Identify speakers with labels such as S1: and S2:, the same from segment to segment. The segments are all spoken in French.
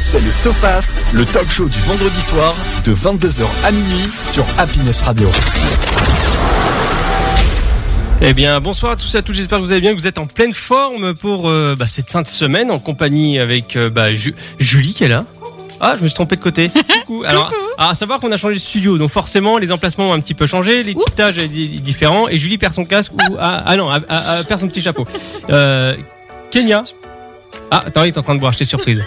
S1: C'est le SoFast, le talk show du vendredi soir de 22h à minuit sur Happiness Radio.
S2: Eh bien, bonsoir à tous et à toutes. J'espère que vous allez bien, que vous êtes en pleine forme pour euh, bah, cette fin de semaine en compagnie avec euh, bah, Ju- Julie qui est là. Ah, je me suis trompé de côté. Coucou. Alors, à savoir qu'on a changé de studio, donc forcément les emplacements ont un petit peu changé, l'étiquetage est di- différent et Julie perd son casque ou ah, ah non, ah, ah, ah, perd son petit chapeau. Euh, Kenya. Ah, attends, il est en train de boire. J'étais surprise.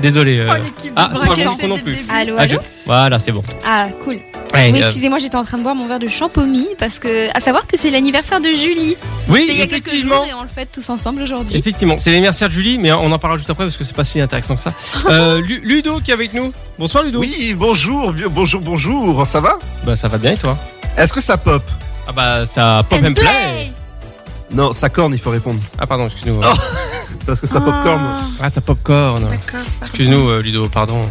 S2: Désolé. euh.
S3: Oh, l'équipe
S2: Ah,
S3: de
S2: c'est pas
S3: braquer,
S2: bon
S3: c'est
S2: non
S3: dès le
S2: plus.
S3: début.
S4: Allô,
S2: Ah, je-
S4: allô
S2: Voilà, c'est bon.
S4: Ah, cool.
S2: Ouais,
S4: Oui,
S2: euh,
S4: excusez-moi, j'étais en train de boire mon verre de champomy parce que, à savoir que c'est l'anniversaire de Julie.
S2: oui,
S4: C'était il y a quelques
S2: effectivement.
S4: jours et on le fête tous ensemble aujourd'hui.
S2: Effectivement, c'est l'anniversaire de Julie, mais on en parlera juste après parce que c'est pas si intéressant que ça. Euh, Lu- Ludo qui est avec nous. Bonsoir Ludo.
S3: Oui, bonjour, bio- bonjour, bonjour, ça va
S2: Bah ça va bien et toi
S3: Est-ce que ça pop
S2: Ah bah ça pop and play.
S3: Non, ça corne, il faut répondre.
S2: Ah pardon, excuse-nous.
S3: Parce que ça pop corne.
S2: Ah ça popcorn.
S4: D'accord.
S2: Excuse-nous euh, Ludo, pardon.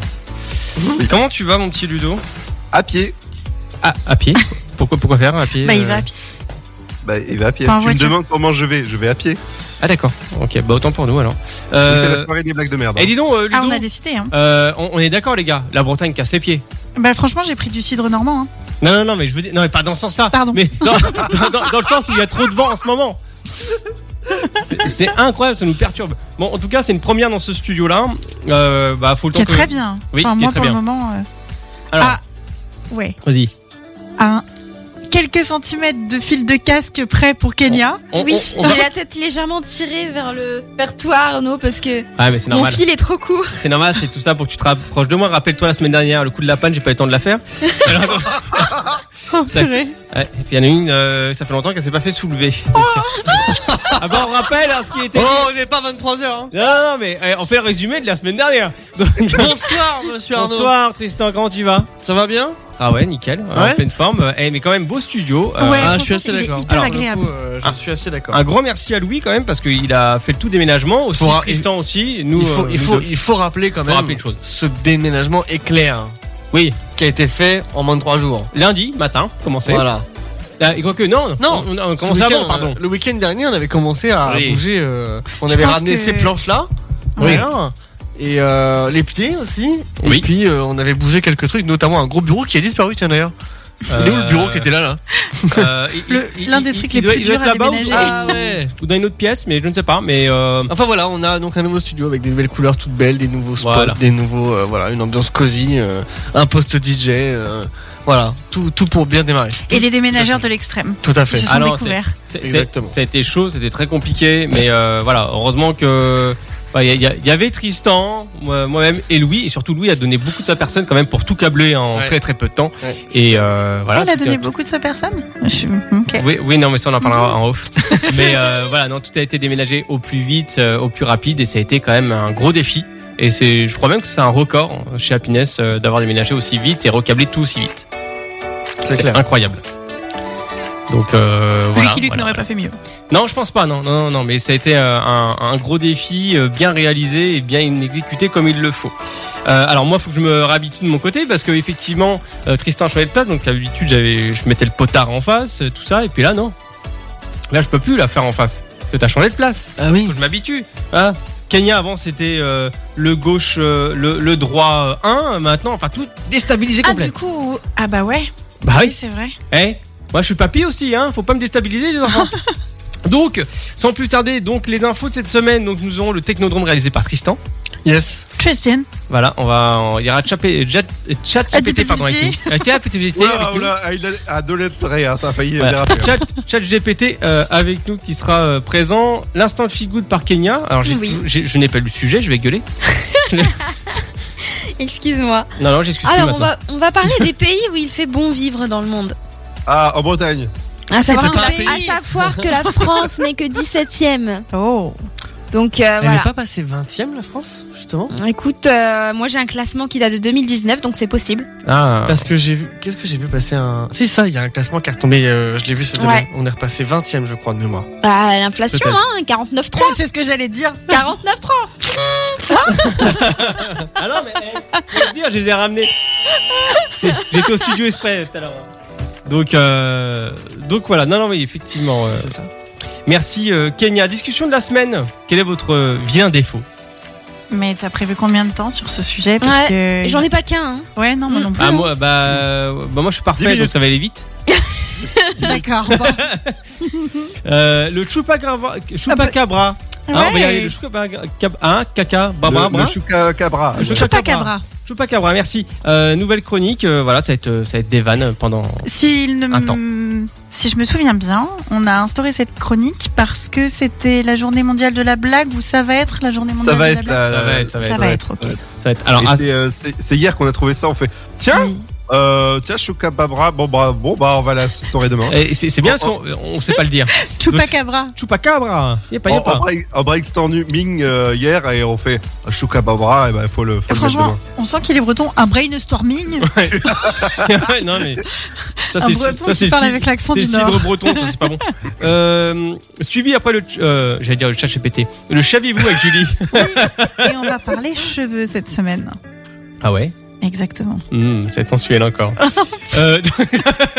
S2: Comment tu vas mon petit Ludo
S3: À pied.
S2: Ah à pied. Pourquoi pourquoi faire à pied
S4: Bah, il
S2: euh
S4: va. à pied.
S3: Bah, il va à pied.
S4: Pas en
S3: tu me
S4: voiture.
S3: demandes comment je vais Je vais à pied.
S2: Ah d'accord. OK, bah autant pour nous alors.
S3: Oui,
S2: Euh,
S3: C'est la soirée des blagues de merde. hein.
S2: Et dis donc euh,
S5: Ah,
S2: Ludo,
S5: on a décidé. Hein.
S2: euh, on, on est d'accord les gars, la Bretagne casse les pieds.
S5: Bah, franchement, j'ai pris du cidre normand. hein.
S2: Non non non, mais je veux dire non mais pas dans ce sens-là.
S5: Pardon.
S2: Mais dans, dans- dans- dans le sens où il y a trop de vent en ce moment. C'est- C'est incroyable, ça nous perturbe. Bon, en tout cas, c'est une première dans ce studio-là. Euh, bah, faut le temps
S5: Qui est
S2: que-
S5: très bien.
S2: Oui,
S5: enfin,
S2: qui est
S5: moi,
S2: très
S5: pour le
S2: bien.
S5: moment. euh,
S2: Alors,
S5: Ah. Ouais.
S2: vas-y.
S5: À un- quelques centimètres de fil de casque prêt pour Kenya.
S2: On-
S4: oui,
S2: on- on va-
S4: j'ai la tête légèrement tirée vers le vers toi, Arnaud, parce que
S2: Ah, mais c'est
S4: mon
S2: normal.
S4: fil est trop court.
S2: C'est normal, c'est tout ça pour que tu te rapproches de moi. Rappelle-toi la semaine dernière, le coup de la panne, j'ai pas eu le temps de la faire. Alors,
S5: Oh,
S2: Ça-
S5: purée.
S2: ouais, et puis il y en a une, euh, ça fait longtemps qu'elle s'est pas fait soulever.
S5: Oh.
S2: ah bah, on rappelle hein, ce qui était.
S6: Oh, on n'est pas 23h. hein.
S2: Non, non, mais eh, on fait le résumé de la semaine dernière. Donc,
S6: Bonsoir, monsieur Arnaud.
S2: bonsoir, Tristan, comment tu vas
S6: Ça va bien
S2: Ah ouais, nickel, en
S6: Ouais.
S2: pleine forme. Euh, eh, mais quand même, beau studio. Euh,
S5: Ouais,
S6: Ah, je
S5: franchement,
S6: suis assez
S5: il est
S6: d'accord.
S5: hyper
S2: Alors,
S5: agréable.
S6: Du coup, euh, je
S2: Ah.
S6: suis assez d'accord.
S2: Un grand merci à Louis quand même, parce qu'il a fait le tout déménagement. Aussi,
S6: Faut ra-
S2: Tristan aussi. Nous,
S6: Il faut,
S2: euh,
S6: il,
S2: nous
S6: faut,
S2: deux.
S6: il faut rappeler quand
S2: Faut
S6: même
S2: rappeler une chose.
S6: ce déménagement éclair
S2: Oui,
S6: qui a été fait en moins de 3 jours.
S2: lundi matin, commencé.
S6: Voilà.
S2: Ah, et quoique, non,
S6: Non,
S2: on, on a
S6: Ce
S2: commencé
S6: week-end,
S2: avant, pardon.
S6: euh, Le week-end dernier, on avait commencé à
S2: Oui.
S6: bouger. euh, on
S5: Je
S6: avait
S5: pense
S6: ramené
S5: que-
S6: ces planches-là.
S5: Oui.
S6: Voilà. Et euh, les pieds aussi.
S2: Oui.
S6: Et puis euh, on avait bougé quelques trucs, notamment un gros bureau qui a disparu, tiens d'ailleurs. euh, Il est où le bureau qui était là là
S2: Euh, il-
S5: Le-
S2: il-
S5: l'un
S2: il-
S5: des
S2: il-
S5: trucs
S2: il
S5: les
S2: doit-
S5: plus
S2: il doit
S5: durs
S2: être
S5: à
S2: là-bas ou-
S5: déménager.
S2: Ah ouais. Ou dans une autre pièce, mais je ne sais pas. Mais euh,
S6: Enfin voilà, on a donc un nouveau studio avec des nouvelles couleurs toutes belles, des nouveaux spots,
S2: Voilà.
S6: des nouveaux euh, voilà, une ambiance cosy, euh, un poste DJ, euh, voilà, tout, tout pour bien démarrer.
S5: Et des déménageurs de l'extrême.
S6: Tout à
S5: Qui
S6: fait.
S5: se sont
S2: Alors,
S5: découverts.
S2: Ah c'est- c'est-
S6: Exactement.
S2: c'était chaud, c'était très compliqué, mais euh, voilà, heureusement que. bah, Il y, a- il y avait Tristan, moi- moi-même et Louis, et surtout Louis a donné beaucoup de sa personne quand même pour tout câbler en
S6: Ouais.
S2: très très peu de temps.
S6: Ouais.
S2: Et euh, voilà.
S5: Elle a
S2: tout est-
S5: donné beaucoup de sa personne. Je suis- ok.
S2: Oui, oui, non, mais ça on en parlera en off. Mais euh, voilà, non, tout a été déménagé au plus vite, euh, au plus rapide, et ça a été quand même un gros défi. Et c'est, je crois même que c'est un record chez Happiness euh, d'avoir déménagé aussi vite et recablé tout aussi vite.
S6: C'est clair.
S2: incroyable. Donc euh, voilà.
S5: Lui qui Luc
S2: voilà.
S5: n'aurait pas fait mieux.
S2: Non, je pense pas. Non, non, non, non, mais ça a été euh, un, un gros défi, euh, bien réalisé et bien exécuté comme il le faut. Euh, alors moi, faut que je me réhabitue de mon côté parce que effectivement, euh, Tristan changeait de place, donc à l'habitude, j'avais, je mettais le potard en face, euh, tout ça, et puis là, non. Là, je peux plus la faire en face. Parce que t'as changé de place.
S6: Ah oui.
S2: Faut que je m'habitue. Ah, Kenya avant c'était euh, le gauche, euh, le, le droit euh, 1, maintenant, enfin tout déstabilisé
S5: Ah,
S2: complet.
S5: du coup, ah bah ouais.
S2: bah oui.
S5: c'est vrai.
S2: Eh, moi je suis papy aussi, hein, faut pas me déstabiliser les enfants. donc, sans plus tarder, donc les infos de cette semaine, donc nous aurons le technodrome réalisé par Tristan.
S6: Yes.
S5: Tristan.
S2: Voilà, on va, on- il y aura Chapé- Jat- Chat GPT,
S5: GPT.
S2: pardon, avec nous. Euh, Chat GPT
S3: Oula,
S2: avec nous.
S3: oula, ah, il a- ah, de l'être, hein, ça a failli
S2: Voilà.
S3: déraper. hein.
S2: Chat, Chat GPT euh, avec nous qui sera euh, présent. L'instant feel good par Kenya. Alors j'ai
S4: Oui.
S2: toujours- j'ai- je n'ai pas lu le sujet, je vais gueuler.
S4: Excuse-moi.
S2: Non non, j'excuse plus
S4: Alors, on
S2: maintenant.
S4: va, on va parler des pays où il fait bon vivre dans le monde.
S3: Ah, en Bretagne.
S4: À savoir,
S5: pas un
S4: que, à
S6: pays.
S4: savoir que la France n'est que 17ème.
S5: Oh.
S4: Donc euh,
S6: Elle n'est
S4: voilà.
S6: pas passée 20ème la France justement
S4: Écoute, euh, moi j'ai un classement qui date de 2019, donc c'est possible.
S2: Ah,
S6: parce que j'ai vu, qu'est-ce que j'ai vu passer un. C'est ça, il y a un classement qui est retombé, euh, je l'ai vu cette
S4: Ouais.
S6: année. On est repassé 20ème, je crois, de mémoire.
S4: Bah, l'inflation,
S2: Peut-être.
S4: hein, 49,3.
S5: Ah, C'est ce que j'allais dire.
S4: 49,3.
S2: ah non mais eh, faut le dire, je les ai ramenés. C'est- J'étais au studio exprès tout à l'heure. Donc euh, donc voilà, non non mais effectivement. euh,
S6: C'est ça.
S2: Merci euh, Kenya. Discussion de la semaine. Quel est votre euh, vilain défaut
S5: Mais t'as prévu combien de temps sur ce sujet Parce que...
S4: J'en ai pas qu'un. hein.
S5: Ouais, non, moi non plus.
S2: Ah, moi, bah, euh, bah, moi je suis parfait,
S3: minutes.
S2: donc ça va aller vite.
S5: D'accord. bon.
S2: Euh, le chupacabra. chupacabra. Hein, on va y
S5: Ouais.
S2: arriver. Le chupacabra. Hein, caca, baba,
S3: Le,
S2: bra.
S3: le Chouka Cabra.
S2: Le
S5: Chupacabra.
S2: Chupacabra, merci. Euh, nouvelle chronique, euh, voilà, ça va, être, euh, ça va être des vannes pendant.
S5: S'il ne
S2: Un temps.
S5: m- Si je me souviens bien, on a instauré cette chronique parce que c'était la journée mondiale de la blague ou ça va être la journée mondiale
S3: Ça va
S5: de
S3: être
S5: la blague
S3: la.
S2: Ça va être, ça va
S5: Ça
S2: être.
S5: va être, ok.
S2: euh, Ça va être. Alors,
S3: Et
S2: ah,
S3: c'est, euh, c'est- c'est hier qu'on a trouvé ça. On fait tiens,
S5: Oui.
S3: euh, tiens, Chouka Babra. Bon, bah, bon, bah, on va la story demain.
S2: et ah, eh, c'est c'est bien parce qu'on on sait pas le dire. Ah, bah,
S5: Chupacabra.
S2: oh. Chupacabra. Oh, Y a pas, y a
S3: On, on
S2: pas.
S3: Oh, break, on break stornu- Ming euh, hier et on fait Chouka Babra. Et bah, il faut le, faut le mettre
S5: Franchement,
S3: demain.
S5: on sent qu'il est breton. Un brainstorming.
S2: Ouais, non, mais. Ça,
S5: un
S2: c'est-
S5: breton
S2: ça,
S5: qui
S2: c'est
S5: parle
S2: si-
S5: avec l'accent
S2: C'est
S5: du
S2: cidre
S5: Nord.
S2: breton, ça c'est pas bon. Euh, suivi après le. ch- euh, J'allais dire le chat GPT. Le chaviez-vous avec Julie
S5: Et on va parler cheveux cette semaine.
S2: Ah ouais
S5: Exactement.
S2: Hmm, c'est sensuel encore. Euh,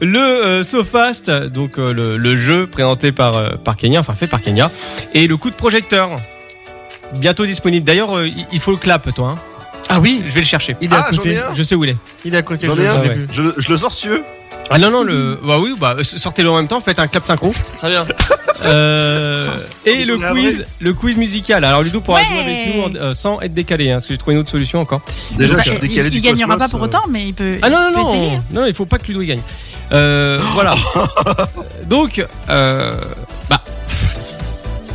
S2: le euh, SoFast, donc euh, le, le jeu présenté par, euh, par Kenya, enfin fait par Kenya, et le coup de projecteur. Bientôt disponible. D'ailleurs, euh, il- il faut le clap, toi. hein.
S6: Ah oui,
S2: Je vais le chercher.
S6: il est
S3: Ah,
S6: à
S3: j'en ai
S6: côté.
S3: un.
S2: Je sais où il est.
S6: Il est à côté, je,
S3: J'en ai un.
S6: je l'ai
S2: Ouais.
S6: vu.
S3: Je, je le sors, si tu veux.
S2: Ah non, non, le. Bah oui, bah, euh, sortez-le en même temps, faites un clap synchro.
S6: Très bien.
S2: Euh, et le
S3: J'en ai un
S2: quiz, le quiz musical. Alors, Ludo pourra
S5: Ouais.
S2: jouer avec nous en- euh, sans être décalé, hein, parce que j'ai trouvé une autre solution encore.
S3: Déjà,
S5: Bah,
S3: je suis
S5: il,
S3: décalé
S5: il
S3: du
S5: gagnera
S3: cosmos,
S5: pas pour
S3: euh,
S5: autant, mais il peut.
S2: Ah non, non,
S5: peut
S2: non,
S5: essayer.
S2: non, il faut pas que Ludo y gagne. Euh, voilà. Donc, euh, bah,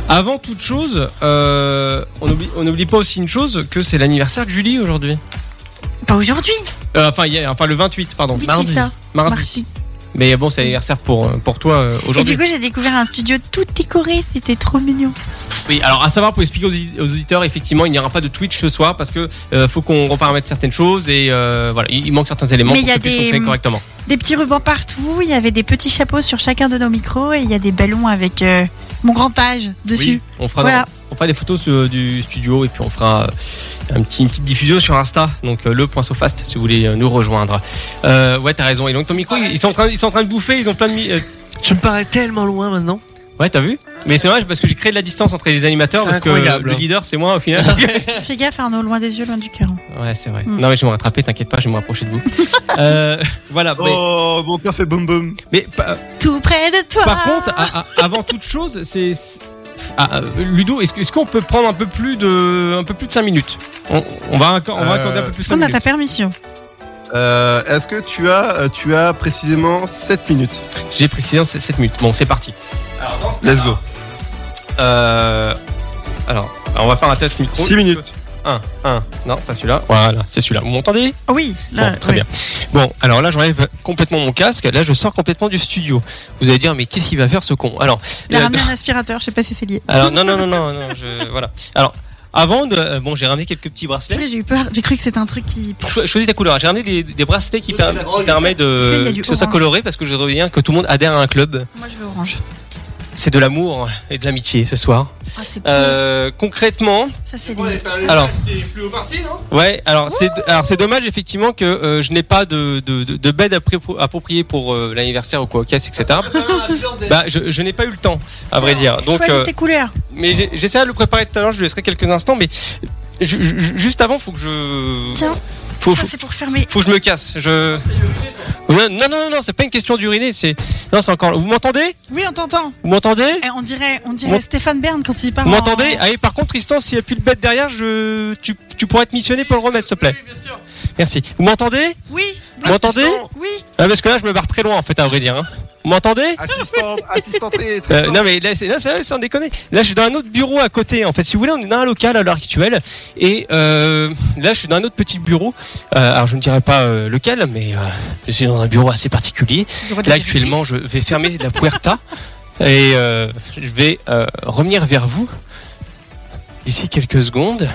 S2: avant toute chose, euh, on n'oublie on n'oublie pas aussi une chose que c'est l'anniversaire de Julie aujourd'hui.
S5: Pas aujourd'hui.
S2: Euh, enfin, hier, enfin, le 28, pardon,
S5: Oui,
S6: Mardi.
S5: c'est ça.
S2: mardi.
S5: Mardi.
S2: Mais bon, c'est l'anniversaire pour, euh, pour toi euh,
S5: Et du
S2: aujourd'hui.
S5: coup, j'ai découvert un studio tout décoré. C'était trop mignon.
S2: Oui, alors à savoir, pour expliquer aux audi- aux auditeurs, effectivement, il n'y aura pas de Twitch ce soir parce que euh, faut qu'on reparamètre certaines choses et euh, voilà, il, il manque certains éléments
S5: Mais
S2: pour
S5: il y a
S2: qu'on puisse
S5: des- hum,
S2: fonctionner correctement.
S5: Des petits rubans partout. Il y avait des petits chapeaux sur chacun de nos micros et il y a des ballons avec euh, mon grand âge dessus.
S2: Oui, on fera
S5: Voilà.
S2: on fera des photos euh, du studio et puis on fera euh, un petit, une petite diffusion sur Insta, donc euh, le point Sofast si vous voulez euh, nous rejoindre. Euh, ouais, t'as raison. Et donc ton micro, ils, ils sont en train, ils sont en train de bouffer, ils ont plein de. mi- euh,
S6: Tu me parais tellement loin maintenant.
S2: ouais, t'as vu Mais c'est dommage parce que j'ai créé de la distance entre les animateurs
S6: C'est
S2: parce que
S6: incroyable.
S2: le leader c'est moi au final.
S5: Fais gaffe, Arnaud, loin des yeux, loin du cœur.
S2: ouais, c'est vrai.
S5: Mm.
S2: Non mais je vais me rattraper, t'inquiète pas, je vais me rapprocher de vous. Euh, voilà. mais-
S3: Oh, mon café boum boum.
S2: Mais, pa-
S5: Tout près de toi.
S2: par contre, a- a- avant toute chose, c'est. c'est- ah, euh, Ludo, est-ce que- est-ce qu'on peut prendre un peu plus de, un peu plus de 5 minutes on, on va accorder, on va
S3: Euh,
S2: accorder un peu plus
S5: Est-ce
S2: 5
S5: qu'on a
S2: minutes.
S5: ta permission
S3: Euh, Est-ce que tu as, euh, tu as précisément 7 minutes
S2: J'ai précisé en 7 minutes. Bon, c'est parti.
S3: Let's go.
S2: Euh, alors, alors, on va faire un test micro.
S3: Six minutes.
S2: 1, 1. Non, pas celui-là. Voilà, c'est celui-là. Vous m'entendez
S5: Ah Oui, là.
S2: Bon, très
S5: ouais.
S2: bien. Bon, alors là, j'enlève complètement mon casque. Là, je sors complètement du studio. Vous allez dire, mais qu'est-ce qu'il va faire ce con Alors,
S5: Il a
S2: euh,
S5: ramené un aspirateur, je sais pas si c'est lié.
S2: alors non, non, non, non, non. Je, voilà. Alors, avant, de, euh, bon, j'ai ramené quelques petits bracelets.
S5: Après, j'ai eu peur, j'ai cru que c'était un truc qui.
S2: Cho- Choisis ta couleur. J'ai ramené des, des bracelets qui, per- qui permettent
S5: Est-ce qu'il y
S2: de
S5: a du
S2: que ce soit
S5: orange
S2: coloré parce que je reviens que tout le monde adhère à un club.
S5: Moi, je veux orange.
S2: C'est de l'amour et de l'amitié ce soir.
S5: Ah, c'est beau.
S2: Euh, concrètement,
S5: Ça, c'est lié.
S2: Alors.
S6: Ah.
S2: Ouais, alors c'est alors c'est dommage effectivement que euh, je n'ai pas de de, de, de bed appré- approprié pour euh, l'anniversaire ou quoi, caisse, etc. bah je, je n'ai pas eu le temps à vrai dire. Donc
S5: Choisis
S2: euh,
S5: tes couleurs.
S2: mais j'ai- j'essaierai de le préparer tout à l'heure, je le laisserai quelques instants mais ju- ju- juste avant faut que je
S5: Tiens,
S2: faut,
S5: ça,
S2: faut,
S5: c'est pour fermer.
S2: faut que je me casse. Je Non non non non, c'est pas une question d'uriner, c'est non, c'est encore vous m'entendez
S5: Oui, on t'entend.
S2: Vous m'entendez
S5: Eh, on dirait, on dirait
S2: Vous-
S5: Stéphane Bern quand il parle.
S2: Vous
S5: en-
S2: m'entendez Allez, par contre, Tristan, s'il n'y a plus de bête derrière, je... tu, tu pourras être missionné pour le remettre, s'il te plaît. Merci. Vous m'entendez
S5: Oui.
S2: Vous m'entendez
S5: Oui.
S2: Ah, Parce que là, je me barre très loin, en fait, à vrai dire. hein. Vous m'entendez
S3: Assistant, assistant très,
S2: Euh,
S3: très
S2: non mais là c'est là c'est sans déconner. Là je suis dans un autre bureau à côté en fait. Si vous voulez on est dans un local à l'heure actuelle et euh, là je suis dans un autre petit bureau. Euh, alors je ne dirai pas euh, lequel mais euh, je suis dans un bureau assez particulier. Là actuellement je vais fermer de la puerta et euh, je vais euh, revenir vers vous d'ici quelques secondes.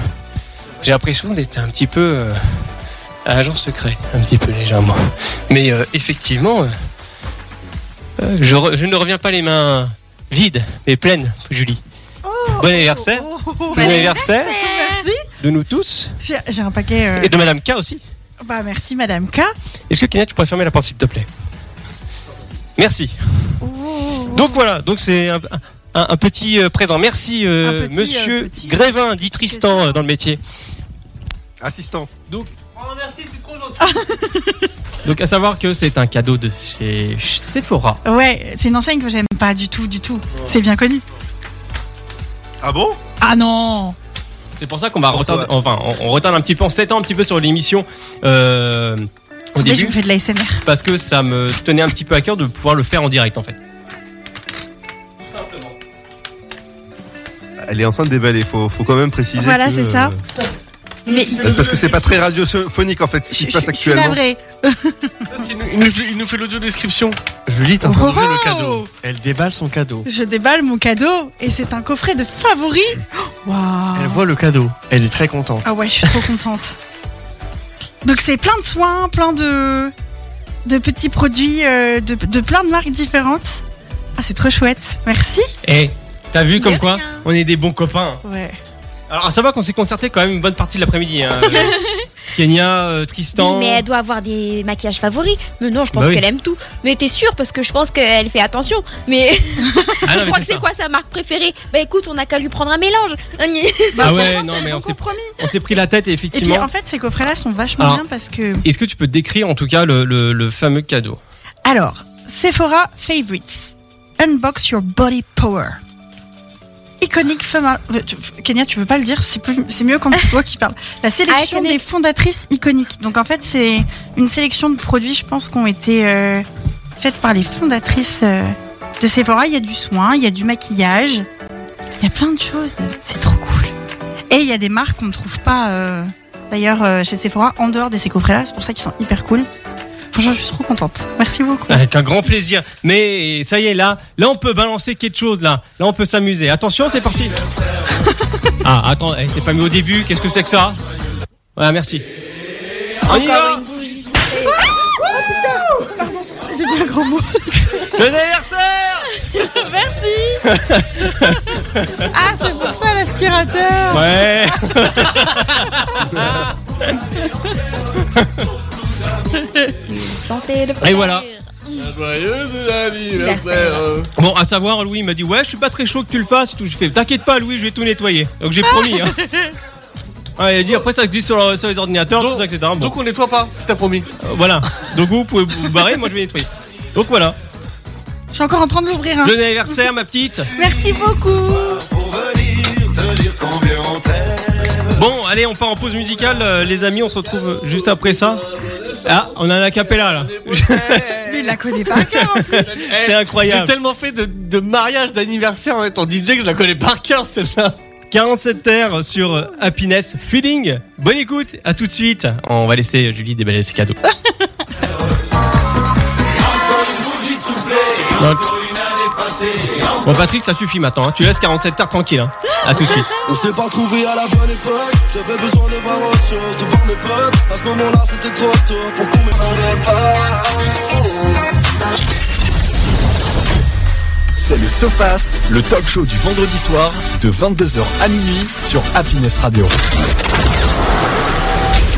S2: J'ai l'impression d'être un petit peu euh, à agent secret, un petit peu légèrement. Mais euh, effectivement, euh, euh, je, re- je ne reviens pas les mains vides, mais pleines, Julie. bon anniversaire,
S5: Oh, oh, oh,
S2: bon anniversaire
S5: Merci.
S2: de nous tous
S5: J'ai j'ai un paquet. euh,
S2: et de Madame K aussi.
S5: Bah, merci, Madame K.
S2: Est-ce que Kenya, tu pourrais fermer la porte s'il te plaît Merci.
S5: Oh, oh, oh.
S2: Donc voilà, donc c'est un, un, un petit euh, présent. Merci, euh,
S5: Un petit,
S2: monsieur
S5: euh, petit.
S2: Grévin, dit Tristan euh, dans le métier. oh,
S3: Assistant.
S2: Donc, à savoir que c'est un cadeau de chez Sephora.
S5: Ouais, c'est une enseigne que j'aime pas du tout, du tout. C'est bien connu.
S3: Ah bon
S5: Ah non
S2: C'est pour ça qu'on va
S3: Pourquoi
S2: retarder, enfin, on, on retarde un petit peu, on s'étend un petit peu sur l'émission euh, au
S5: Là, je vous
S2: début,
S5: fais de l'ASMR.
S2: parce que ça me tenait un petit peu à cœur de pouvoir le faire en direct en fait.
S3: Elle est en train de déballer, faut, faut quand même préciser.
S5: Voilà,
S3: que,
S5: c'est ça. Mais il-
S3: euh, Parce que c'est pas très radiophonique en fait ce qui se
S5: je, je-
S3: passe
S5: je suis la
S3: actuellement.
S5: vraie.
S6: Il nous fait, il nous fait l'audio description. Julie, t'es en train d'ouvrir
S5: Oh
S6: le cadeau. Elle déballe son cadeau.
S5: Je déballe mon cadeau et c'est un coffret de favoris. Oh, Waouh
S6: Elle voit le cadeau. Elle est très contente.
S5: Ah ouais, je suis trop contente. Donc c'est plein de soins, plein de, de petits produits euh, de, de plein de marques différentes. Ah c'est trop chouette, merci.
S2: Eh, t'as vu comme
S4: De
S2: quoi
S4: rien.
S2: on est des bons copains.
S5: Ouais.
S2: Alors ça va qu'on s'est concerté quand même une bonne partie de l'après-midi. hein. Kenya, euh,
S7: Oui,
S2: Tristan.
S7: mais elle doit avoir des maquillages favoris. Mais non, je pense
S2: Bah oui.
S7: qu'elle aime tout. Mais t'es sûre parce que je pense qu'elle fait attention. Mais
S2: Ah non,
S7: je
S2: mais
S7: crois que
S2: c'est
S7: c'est
S2: ça.
S7: quoi sa marque préférée Bah écoute, on n'a qu'à lui prendre un mélange.
S2: Ah
S7: Bah,
S5: Franchement,
S2: ouais,
S5: c'est
S2: non
S5: un
S2: mais
S5: bon
S2: on s'est,
S5: compromis.
S2: on s'est pris la tête et
S5: Et puis
S2: effectivement.
S5: en fait ces coffrets-là sont vachement
S2: Alors-
S5: bien parce que...
S2: Est-ce que tu peux décrire en tout cas le, le- le fameux cadeau
S5: Alors, Sephora Favorites. Unbox your body power. Iconique femme. euh, tu- Kenya, tu veux pas le dire C'est plus- c'est mieux quand c'est toi qui parles. La sélection
S7: Ah, iconique.
S5: des fondatrices iconiques. Donc en fait, c'est une sélection de produits, je pense, qui ont été euh, faites par les fondatrices euh, de Sephora. Il y a du soin, il y a du maquillage, il y a plein de choses. C'est trop cool. Et il y a des marques qu'on ne trouve pas, euh, d'ailleurs, euh, chez Sephora, en dehors de ces coffrets-là. C'est pour ça qu'ils sont hyper cool. Franchement, je suis trop contente. Merci beaucoup.
S2: Avec un grand plaisir. Mais ça y est là, là on peut balancer quelque chose là. Là on peut s'amuser. Attention, c'est parti. Ah attends, eh, c'est pas mis au début. Qu'est-ce que c'est que ça Voilà, merci. On y va
S7: Encore une bougie.
S5: J'ai dit un grand mot.
S2: Le anniversaire
S5: Ah, c'est pour ça l'aspirateur
S2: Ouais
S7: Santé le
S2: Et voilà.
S7: plaisir.
S6: Joyeux
S2: Bon, à savoir, Louis m'a dit Ouais, je suis pas très chaud que tu le fasses. et tout. Je fais T'inquiète pas, Louis, je vais tout nettoyer. Donc j'ai promis. Hein. Ah, il a dit Après, ça existe sur, leur- sur les ordinateurs,
S6: Donc-
S2: tout ça, etc. Bon,
S6: Donc on nettoie pas, c'est t'as promis.
S2: euh, voilà. Donc vous pouvez vous barrer, moi je vais nettoyer. Donc voilà.
S5: Je suis encore en train de
S6: Ah.
S5: l'ouvrir. hein.
S2: Bon anniversaire, ma petite.
S5: Merci beaucoup.
S2: Bon, allez, on part en pause musicale, euh, les amis. On se retrouve juste après ça. Ah, on a un acapella là.
S5: Mais il la connaît pas.
S2: C'est
S6: J'ai
S2: incroyable.
S6: tellement fait de, de mariage d'anniversaire en étant DJ que je la connais par cœur celle-là.
S2: 47 terres sur euh, Happiness Feeling. Bonne écoute, à tout de suite. On va laisser Julie déballer ses cadeaux. Non. Bon Patrick, ça suffit maintenant. hein. Tu laisses 47 terres tranquille. Hein. À tout de suite.
S8: On s'est pas retrouvé à la bonne époque J'avais besoin de voir autre chose, de voir mes potes À ce moment-là c'était trop tôt pour qu'on me pas
S1: C'est le SoFast, le talk show du vendredi soir de 22h à minuit sur Happiness Radio.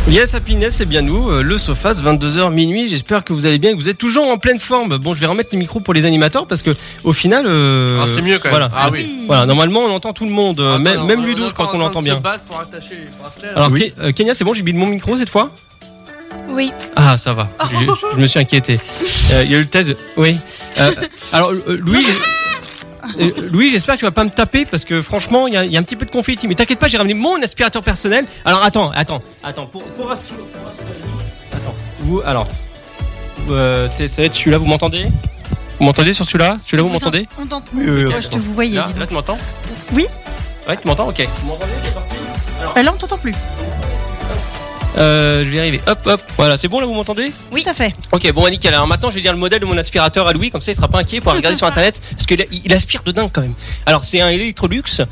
S2: Yes, Happiness, c'est bien nous, euh, le Sofas, 22h minuit. J'espère que vous allez bien, que vous êtes toujours en pleine forme. Bon, je vais remettre les micros pour les animateurs parce que, au final. euh,
S6: Ah, c'est mieux quand même.
S2: Voilà.
S6: Ah oui.
S5: Oui.
S2: Voilà, normalement, on entend tout le monde, euh, même, même Ludo, je crois qu'on l'entend bien. Alors, Ke- euh, Kenya, c'est bon, j'ai mis mon micro cette fois
S4: Oui.
S2: Ah, ça va. Je, je me suis inquiété. Euh, Il y a eu le test. de- Oui. Euh, alors, euh, Louis. j'ai- euh, Louis, j'espère que tu vas pas me taper parce que franchement, il y, a- il y a un petit peu de confetti. Mais t'inquiète pas, j'ai ramené mon aspirateur personnel. Alors attends, attends, attends. Pour, pour rassurer- pour rassurer Louis, Attends. Vous, alors. euh, c'est, ça va être celui-là, vous m'entendez Vous m'entendez sur celui-là Celui-là, vous,
S5: en-
S2: m'entendez
S5: hein. On t'entend.
S2: Oui, oui, oui,
S5: Moi, je te vous voyais.
S2: là,
S5: dis
S2: là,
S5: donc.
S2: tu m'entends
S5: Oui.
S2: Ouais, tu m'entends Ok.
S5: Euh, Là, on t'entend plus.
S2: Euh, je vais y arriver. Hop, hop. Voilà, c'est bon là, vous m'entendez
S5: Oui. Tout à fait.
S2: Ok, bon, bah, nickel. Alors maintenant, je vais dire le modèle de mon aspirateur à Louis, comme ça, il sera pas inquiet pour regarder sur internet, parce qu'il il aspire de dingue quand même. Alors, c'est un Electrolux. euh,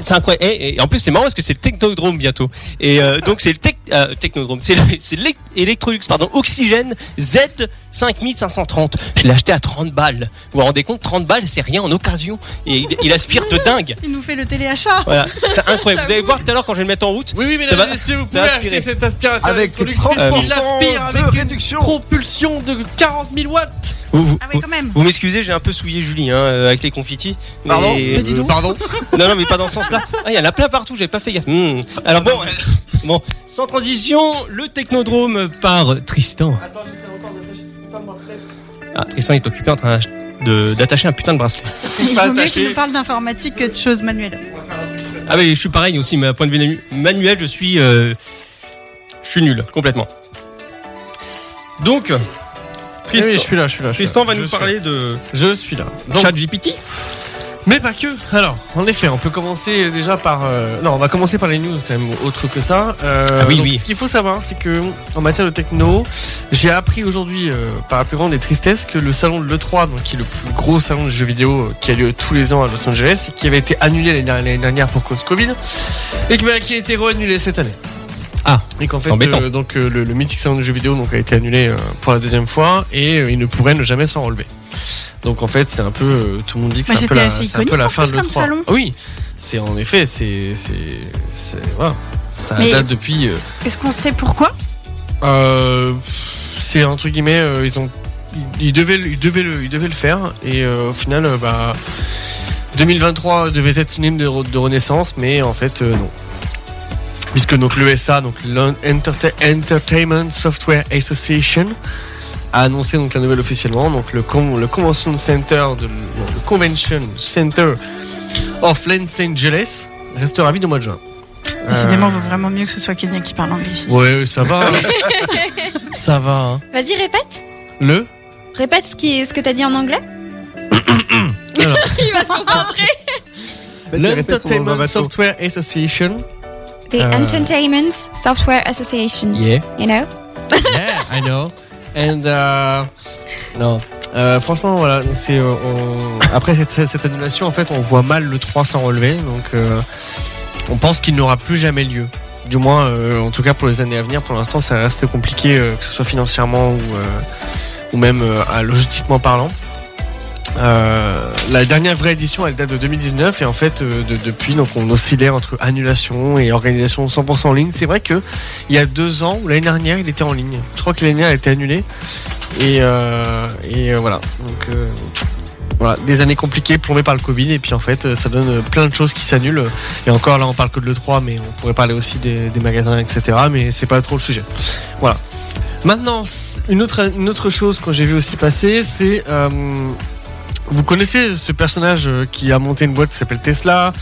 S2: c'est incroyable. Et, et en plus, c'est marrant parce que c'est le Technodrome bientôt. Et euh, donc, c'est le tec- euh, Technodrome. C'est le- c'est l'Electrolux, pardon, Oxygène Z5530. Je l'ai acheté à 30 balles. Vous vous rendez compte, 30 balles, c'est rien en occasion. Et il, il aspire de dingue.
S5: Il nous fait le téléachat.
S2: Voilà, c'est incroyable. Vous allez voir tout à l'heure quand je vais le mettre en route.
S6: Oui, oui,
S2: Ça
S6: mesdames
S2: va
S6: et messieurs, vous
S2: Ça
S6: pouvez
S2: va
S6: acheter
S2: aspirer.
S6: cet aspirateur
S3: Avec
S6: électronique
S3: 30%
S6: Il aspire avec
S3: de
S6: une
S3: réduction.
S6: propulsion de 40 000 watts.
S2: Vous, vous-
S5: Ah ouais, quand même.
S2: vous m'excusez, j'ai un peu souillé Julie hein, euh, avec les confitis. mais-
S6: Pardon
S2: euh,
S6: Euh, Pardon
S2: Non, non, mais pas dans ce sens-là. Ah, il y en a plein partout, j'avais pas fait gaffe. Hmm. Alors bon, euh, bon, sans transition, le technodrome par Tristan. Ah, Tristan est occupé en train d'ach- de- d'attacher un putain de bracelet.
S5: Il vaut mieux
S3: attaché.
S5: qu'il nous parle d'informatique que de choses manuelles.
S2: Ah, mais je suis pareil aussi, mais à point de vue manu- manuel, je suis. euh, je suis nul, complètement. Donc, Tristan,
S6: Oui, je suis là, je suis là. je suis
S2: Tristan
S6: là.
S2: va
S6: Je
S2: nous
S6: suis
S2: parler de
S6: là. Je suis là. Donc,
S2: ChatGPT.
S6: Mais pas que. Alors, en effet, on peut commencer déjà par. euh, Non, on va commencer par les news quand même, autre que ça. Euh,
S2: Ah oui,
S6: donc,
S2: oui.
S6: Ce qu'il faut savoir, c'est que en matière de techno, j'ai appris aujourd'hui, euh, par la plus grande des tristesses, que le salon de l'E3, donc, qui est le plus gros salon de jeux vidéo euh, qui a lieu tous les ans à Los Angeles et qui avait été annulé l'année- l'année dernière pour cause Covid, et que, bah, qui a été re-annulé cette année.
S2: Ah,
S6: et qu'en fait,
S2: c'est embêtant.
S6: euh, donc, euh, le, le mythique salon de jeux vidéo donc, a été annulé euh, pour la deuxième fois et euh, il ne pourrait ne jamais s'en relever. Donc en fait, c'est un peu. euh, Tout le monde dit que
S5: Mais
S6: c'est un, peu
S5: Bah, c'était
S6: la-
S5: assez
S6: c'est un peu
S5: iconique,
S6: la
S5: en
S6: fin
S5: plus,
S6: de l'E3.
S5: comme salon.
S6: Oui, c'est en effet, c'est. c'est- c'est- voilà. Ça
S5: Mais-
S6: date depuis. euh,
S5: Est-ce qu'on sait pourquoi
S6: euh, c'est entre guillemets, euh, ils ont. ils- Ils devaient, le- ils, devaient le, ils devaient le faire et euh, au final, euh, bah. 2023 devait être synonyme de, re- de renaissance, mais en fait, euh, non. Puisque donc l'ESA, donc l'Entertainment Entertainment Software Association, a annoncé donc la nouvelle officiellement, donc le, con- le Convention Center, de, non, le Convention Center of Los Angeles restera vide au mois de juin.
S5: Décidément,
S6: Euh,
S5: il vaut vraiment mieux que ce soit quelqu'un qui parle anglais ici.
S6: Ouais, ça va. ça va. hein.
S7: Vas-y, répète.
S6: Le
S7: Répète ce, qui est, ce que t'as dit en anglais.
S6: Alors.
S7: Il va se concentrer.
S6: L'Entertainment Software Association.
S7: The
S6: Euh.
S7: Entertainment Software Association.
S6: Yeah.
S7: You know
S6: Yeah, I know. And euh, non. Euh, franchement, voilà. donc c'est, euh, on- Après cette, cette annulation, en fait, on voit mal le 3 s'en relever. Donc, euh, on pense qu'il n'aura plus jamais lieu. Du moins, euh, en tout cas pour les années à venir. Pour l'instant, ça reste compliqué, euh, que ce soit financièrement ou, euh, ou même euh, à- logistiquement parlant. Euh, la dernière vraie édition, elle date de 2019 et en fait, euh, de- depuis, donc on oscillait entre annulation et organisation 100% en ligne. C'est vrai que il y a deux ans ou l'année dernière, il était en ligne. Je crois que l'année dernière, il était annulé. Et, euh, et euh, voilà. Donc, euh, voilà, des années compliquées plombées par le Covid. Et puis en fait, euh, ça donne euh, plein de choses qui s'annulent. Et encore là, on parle que de l'E3, mais on pourrait parler aussi des, des magasins, etc. Mais c'est pas trop le sujet. Voilà. Maintenant, c- une autre, une autre chose que j'ai vu aussi passer, c'est. euh, vous connaissez ce personnage euh, qui a monté une boîte qui s'appelle Tesla,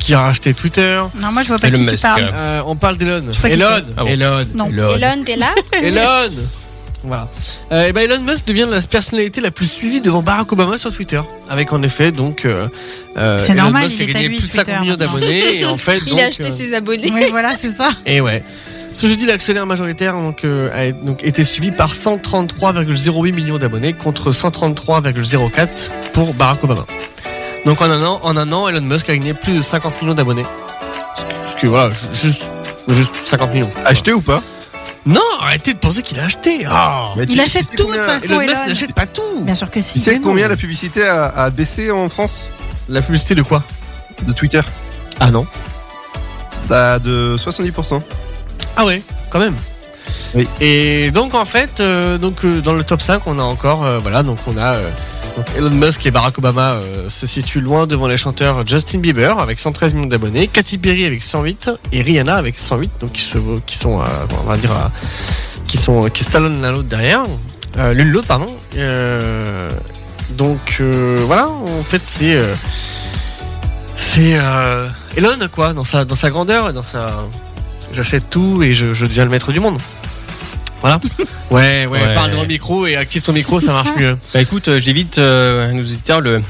S6: qui a racheté Twitter.
S5: Non, moi, je vois pas
S2: Elon
S5: qui tu
S2: Musk,
S5: parles.
S2: euh,
S6: Euh, on parle d'Elon.
S5: sais pas qui
S6: Elon.
S5: c'est.
S2: Ah bon.
S6: Elon.
S5: Non.
S7: Elon, t'es là
S6: Elon Voilà. Euh, et ben Elon Musk devient la personnalité la plus suivie devant Barack Obama sur Twitter. Avec en effet, donc. euh, euh,
S5: C'est
S6: Elon
S5: normal,
S6: Musk
S5: il
S6: a
S5: est à
S6: gagné
S5: lui,
S6: plus de 50
S5: Twitter,
S6: millions
S5: maintenant.
S6: d'abonnés. et en fait, donc,
S7: Il a acheté
S6: euh,
S7: ses abonnés.
S5: Oui, voilà, c'est ça.
S6: et ouais. Ce jeudi, l'actionnaire majoritaire donc, euh, a donc été suivi par 133,08 millions d'abonnés contre 133,04 pour Barack Obama. Donc en un an, en un an Elon Musk a gagné plus de 50 millions d'abonnés. Ce qui, voilà, ju- juste, juste 50 millions.
S3: Acheté ou pas
S6: Non, arrêtez de penser qu'il a acheté. Ah.
S3: Mais
S5: Il
S3: tu-
S5: achète
S3: tu sais
S5: tout de
S3: combien-
S5: toute
S6: Et
S5: façon,
S6: le Musk
S5: Elon.
S6: n'achète pas tout.
S5: Bien sûr que
S3: Tu
S5: si.
S3: sais
S6: Mais non.
S3: combien la publicité a, a baissé en France
S6: La publicité de quoi
S3: de Twitter
S6: Ah non.
S3: Bah, De 70%.
S6: Ah ouais, quand même.
S3: Oui.
S6: Et donc en fait, euh, donc euh, dans le top 5, on a encore euh, voilà, donc on a euh, donc Elon Musk et Barack Obama euh, se situent loin devant les chanteurs Justin Bieber avec 113 millions d'abonnés, Katy Perry avec 108 et Rihanna avec 108, donc qui, se, qui sont, euh, on va dire, à- qui sont qui se talonnent l'un l'autre derrière, euh, l'une l'autre pardon. Euh, donc euh, voilà, en fait c'est euh, c'est euh, Elon quoi dans sa dans sa grandeur, et dans sa j'achète tout et je, je deviens le maître du monde. Voilà. Ouais, ouais,
S2: Ouais.
S6: parle dans le micro et active ton micro, ça marche mieux.
S2: Bah écoute, euh, je l'évite euh, à nos auditeurs le.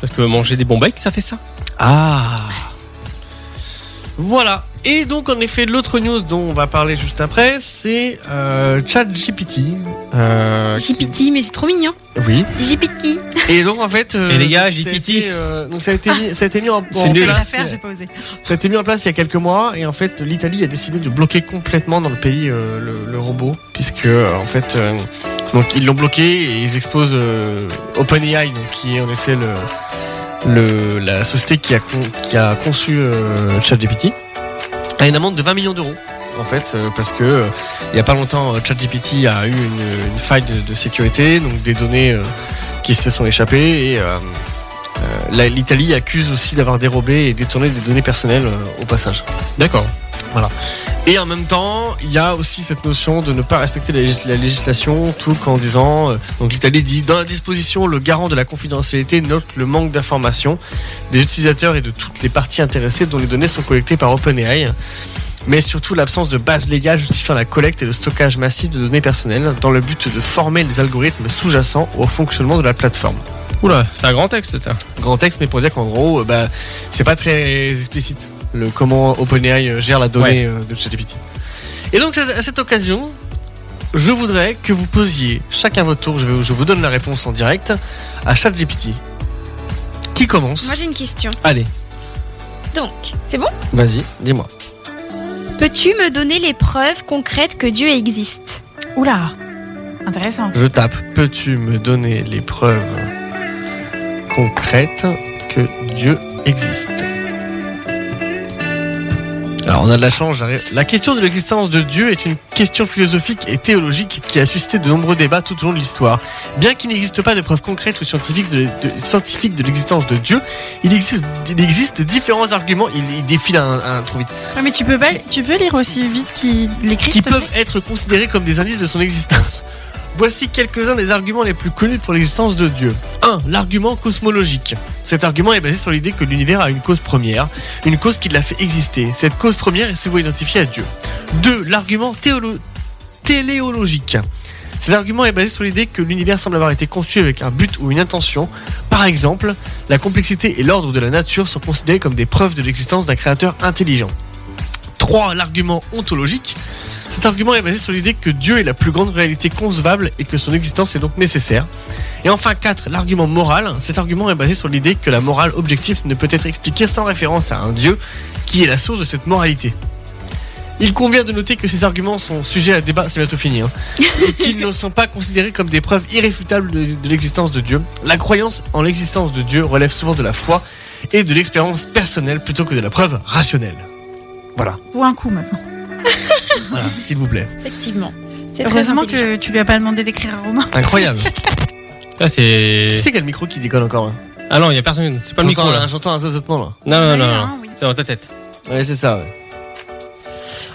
S2: Parce que manger des bons becs, ça fait ça.
S6: Ah. Voilà. Et donc, en effet, l'autre news dont on va parler juste après, c'est euh, ChatGPT. Euh, qui-
S4: GPT, mais c'est trop mignon.
S6: Oui.
S4: GPT.
S6: Et donc, en fait. euh,
S2: Et les gars,
S6: ça a
S2: GPT.
S6: été, euh, donc, ça a été mis, ça a été mis en,
S5: J'ai
S6: en
S5: failli la
S6: place.
S5: faire, j'ai pas osé.
S6: Ça a été mis en place il y a quelques mois et en fait l'Italie a décidé de bloquer complètement dans le pays euh, le, le robot puisque euh, en fait euh, donc ils l'ont bloqué et ils exposent euh, OpenAI donc qui est en effet le, le la société qui a con- qui a conçu euh, ChatGPT à une amende de 20 millions d'euros en fait, euh, parce que euh, il n'y a pas longtemps, euh, ChatGPT a eu une, une faille de, de sécurité, donc des données euh, qui se sont échappées et euh, euh, la- l'Italie accuse aussi d'avoir dérobé et détourné des données personnelles euh, au passage. D'accord. Voilà. Et en même temps, il y a aussi cette notion de ne pas respecter la, légis- la législation, tout qu'en disant, euh, donc l'Italie dit, dans la disposition, le garant de la confidentialité note le manque d'informations des utilisateurs et de toutes les parties intéressées dont les données sont collectées par OpenAI, mais surtout l'absence de base légale justifiant la collecte et le stockage massif de données personnelles dans le but de former les algorithmes sous-jacents au fonctionnement de la plateforme.
S2: Oula, c'est un grand texte ça.
S6: Grand texte, mais pour dire qu'en gros, euh, bah, c'est pas très explicite le comment OpenAI gère la donnée euh, de ChatGPT. Et donc c'est- à cette occasion, je voudrais que vous posiez chacun votre tour. Je, vais- je vous donne la réponse en direct à ChatGPT. Qui commence
S7: Moi j'ai une question.
S6: Allez,
S7: Donc, c'est bon
S6: vas-y, dis-moi.
S7: Peux-tu me donner les preuves concrètes que Dieu existe
S5: Oula Intéressant.
S6: Je tape. Peux-tu me donner les preuves concrètes que Dieu existe Alors on a de la chance. j'arrive. La question de l'existence de Dieu est une question philosophique et théologique qui a suscité de nombreux débats tout au long de l'histoire. Bien qu'il n'existe pas de preuves concrètes ou scientifiques de, de- scientifiques de l'existence de Dieu, il existe, il existe différents arguments. Il, il défile un, un trop vite.
S5: Ouais, mais tu peux, pas, tu peux lire aussi vite qu'il l'écrit
S6: qui
S5: s'il te plaît
S6: peuvent être considérés comme des indices de son existence. Voici quelques-uns des arguments les plus connus pour l'existence de Dieu. 1. L'argument cosmologique. Cet argument est basé sur l'idée que l'univers a une cause première, une cause qui l'a fait exister. Cette cause première est souvent identifiée à Dieu. 2. L'argument théolo- téléologique. Cet argument est basé sur l'idée que l'univers semble avoir été construit avec un but ou une intention. Par exemple, la complexité et l'ordre de la nature sont considérés comme des preuves de l'existence d'un créateur intelligent. 3. L'argument ontologique. Cet argument est basé sur l'idée que Dieu est la plus grande réalité concevable et que son existence est donc nécessaire. Et enfin 4, l'argument moral. Cet argument est basé sur l'idée que la morale objective ne peut être expliquée sans référence à un Dieu qui est la source de cette moralité. Il convient de noter que ces arguments sont sujets à débat, c'est bientôt fini, hein, et qu'ils ne sont pas considérés comme des preuves irréfutables de, de l'existence de Dieu. La croyance en l'existence de Dieu relève souvent de la foi et de l'expérience personnelle plutôt que de la preuve rationnelle. Voilà,
S5: Pour un coup maintenant.
S6: voilà, s'il vous plaît.
S7: Effectivement. C'est très
S5: Heureusement
S7: intelligent.
S5: que tu lui as pas demandé d'écrire un roman.
S6: Incroyable.
S2: Là
S6: Qui
S2: Ah, c'est.
S6: c'est qui a le micro qui déconne encore hein
S2: Ah non, il y a personne, c'est pas le
S6: J'entends
S2: micro
S6: un-
S2: là.
S6: J'entends un zozotement là.
S2: Non, non,
S5: Il y en
S2: non,
S5: a
S2: non.
S5: un, hein, oui.
S2: c'est dans ta tête.
S6: Ouais, c'est ça, ouais.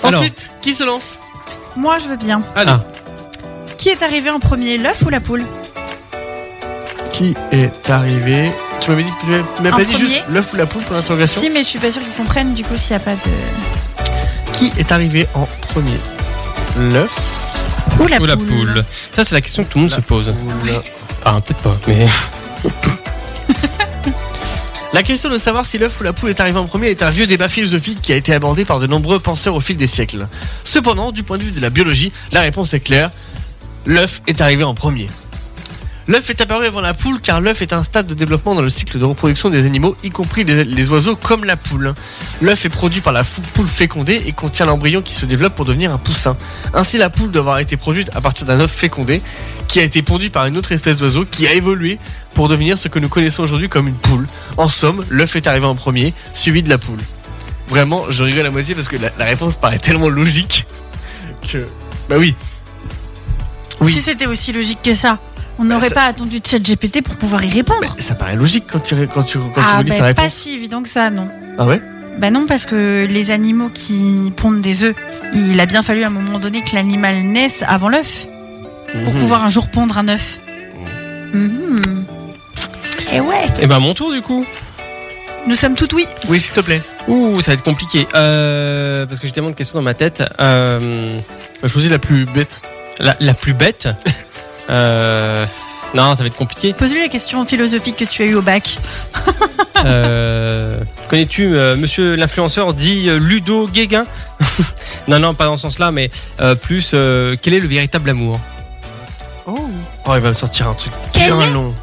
S2: Alors.
S6: Ensuite, qui se lance
S5: Moi, je veux bien.
S6: Allez.
S2: Ah.
S5: Qui est arrivé en premier, l'œuf ou la poule
S6: Qui est arrivé Tu m'avais dit, tu m'avais
S5: En
S6: pas dit
S5: premier.
S6: juste l'œuf ou la poule pour l'interrogation
S5: Si, mais je suis pas sûre qu'ils comprennent du coup s'il n'y a pas de.
S6: Qui est arrivé en premier L'œuf
S5: Ou la
S2: Ou la
S5: poule.
S2: poule. Ça, c'est la question que tout le monde se pose.
S6: ou la-
S2: Ah, peut-être pas, mais.
S6: La question de savoir si l'œuf ou la poule est arrivé en premier est un vieux débat philosophique qui a été abordé par de nombreux penseurs au fil des siècles. Cependant, du point de vue de la biologie, la réponse est claire l'œuf est arrivé en premier. L'œuf est apparu avant la poule car l'œuf est un stade de développement dans le cycle de reproduction des animaux, y compris des- les oiseaux comme la poule. L'œuf est produit par la fou- poule fécondée et contient l'embryon qui se développe pour devenir un poussin. Ainsi, la poule doit avoir été produite à partir d'un œuf fécondé qui a été pondu par une autre espèce d'oiseau qui a évolué pour devenir ce que nous connaissons aujourd'hui comme une poule. En somme, l'œuf est arrivé en premier, suivi de la poule. Vraiment, je rigole à moitié parce que la, la réponse paraît tellement logique que. Bah oui. Oui.
S5: Si c'était aussi logique que ça, on
S2: Bah,
S5: n'aurait
S6: ça-
S5: pas attendu ChatGPT pour pouvoir y répondre.
S6: Bah, ça paraît logique quand tu, ré- quand tu, quand
S5: ah,
S6: tu lis
S5: bah,
S6: sa
S5: pas
S6: réponse.
S5: si évident que ça, non.
S6: Ah ouais
S5: Bah non, parce que les animaux qui pondent des œufs, il a bien fallu à un moment donné que l'animal naisse avant l'œuf pour
S6: Mhm.
S5: pouvoir un jour pondre un œuf. Mhm. Et ouais,
S2: Et bah, mon tour du coup.
S5: nous sommes tout oui.
S6: Oui, s'il te plaît.
S2: Ouh, ça va être compliqué. Euh, parce que j'ai tellement de questions dans ma tête. Euh,
S6: Je Bah, choisis la plus bête.
S2: la, la plus bête. euh, non, ça va être compliqué.
S5: Pose-lui la question philosophique que tu as eue au bac.
S2: Euh, Connais-tu euh, monsieur l'influenceur dit euh, Ludo Guéguin Non, non, pas dans ce sens-là, mais euh, plus euh, quel est le véritable amour
S6: Oh. Oh, il va me sortir un truc
S7: Quel
S6: bien long.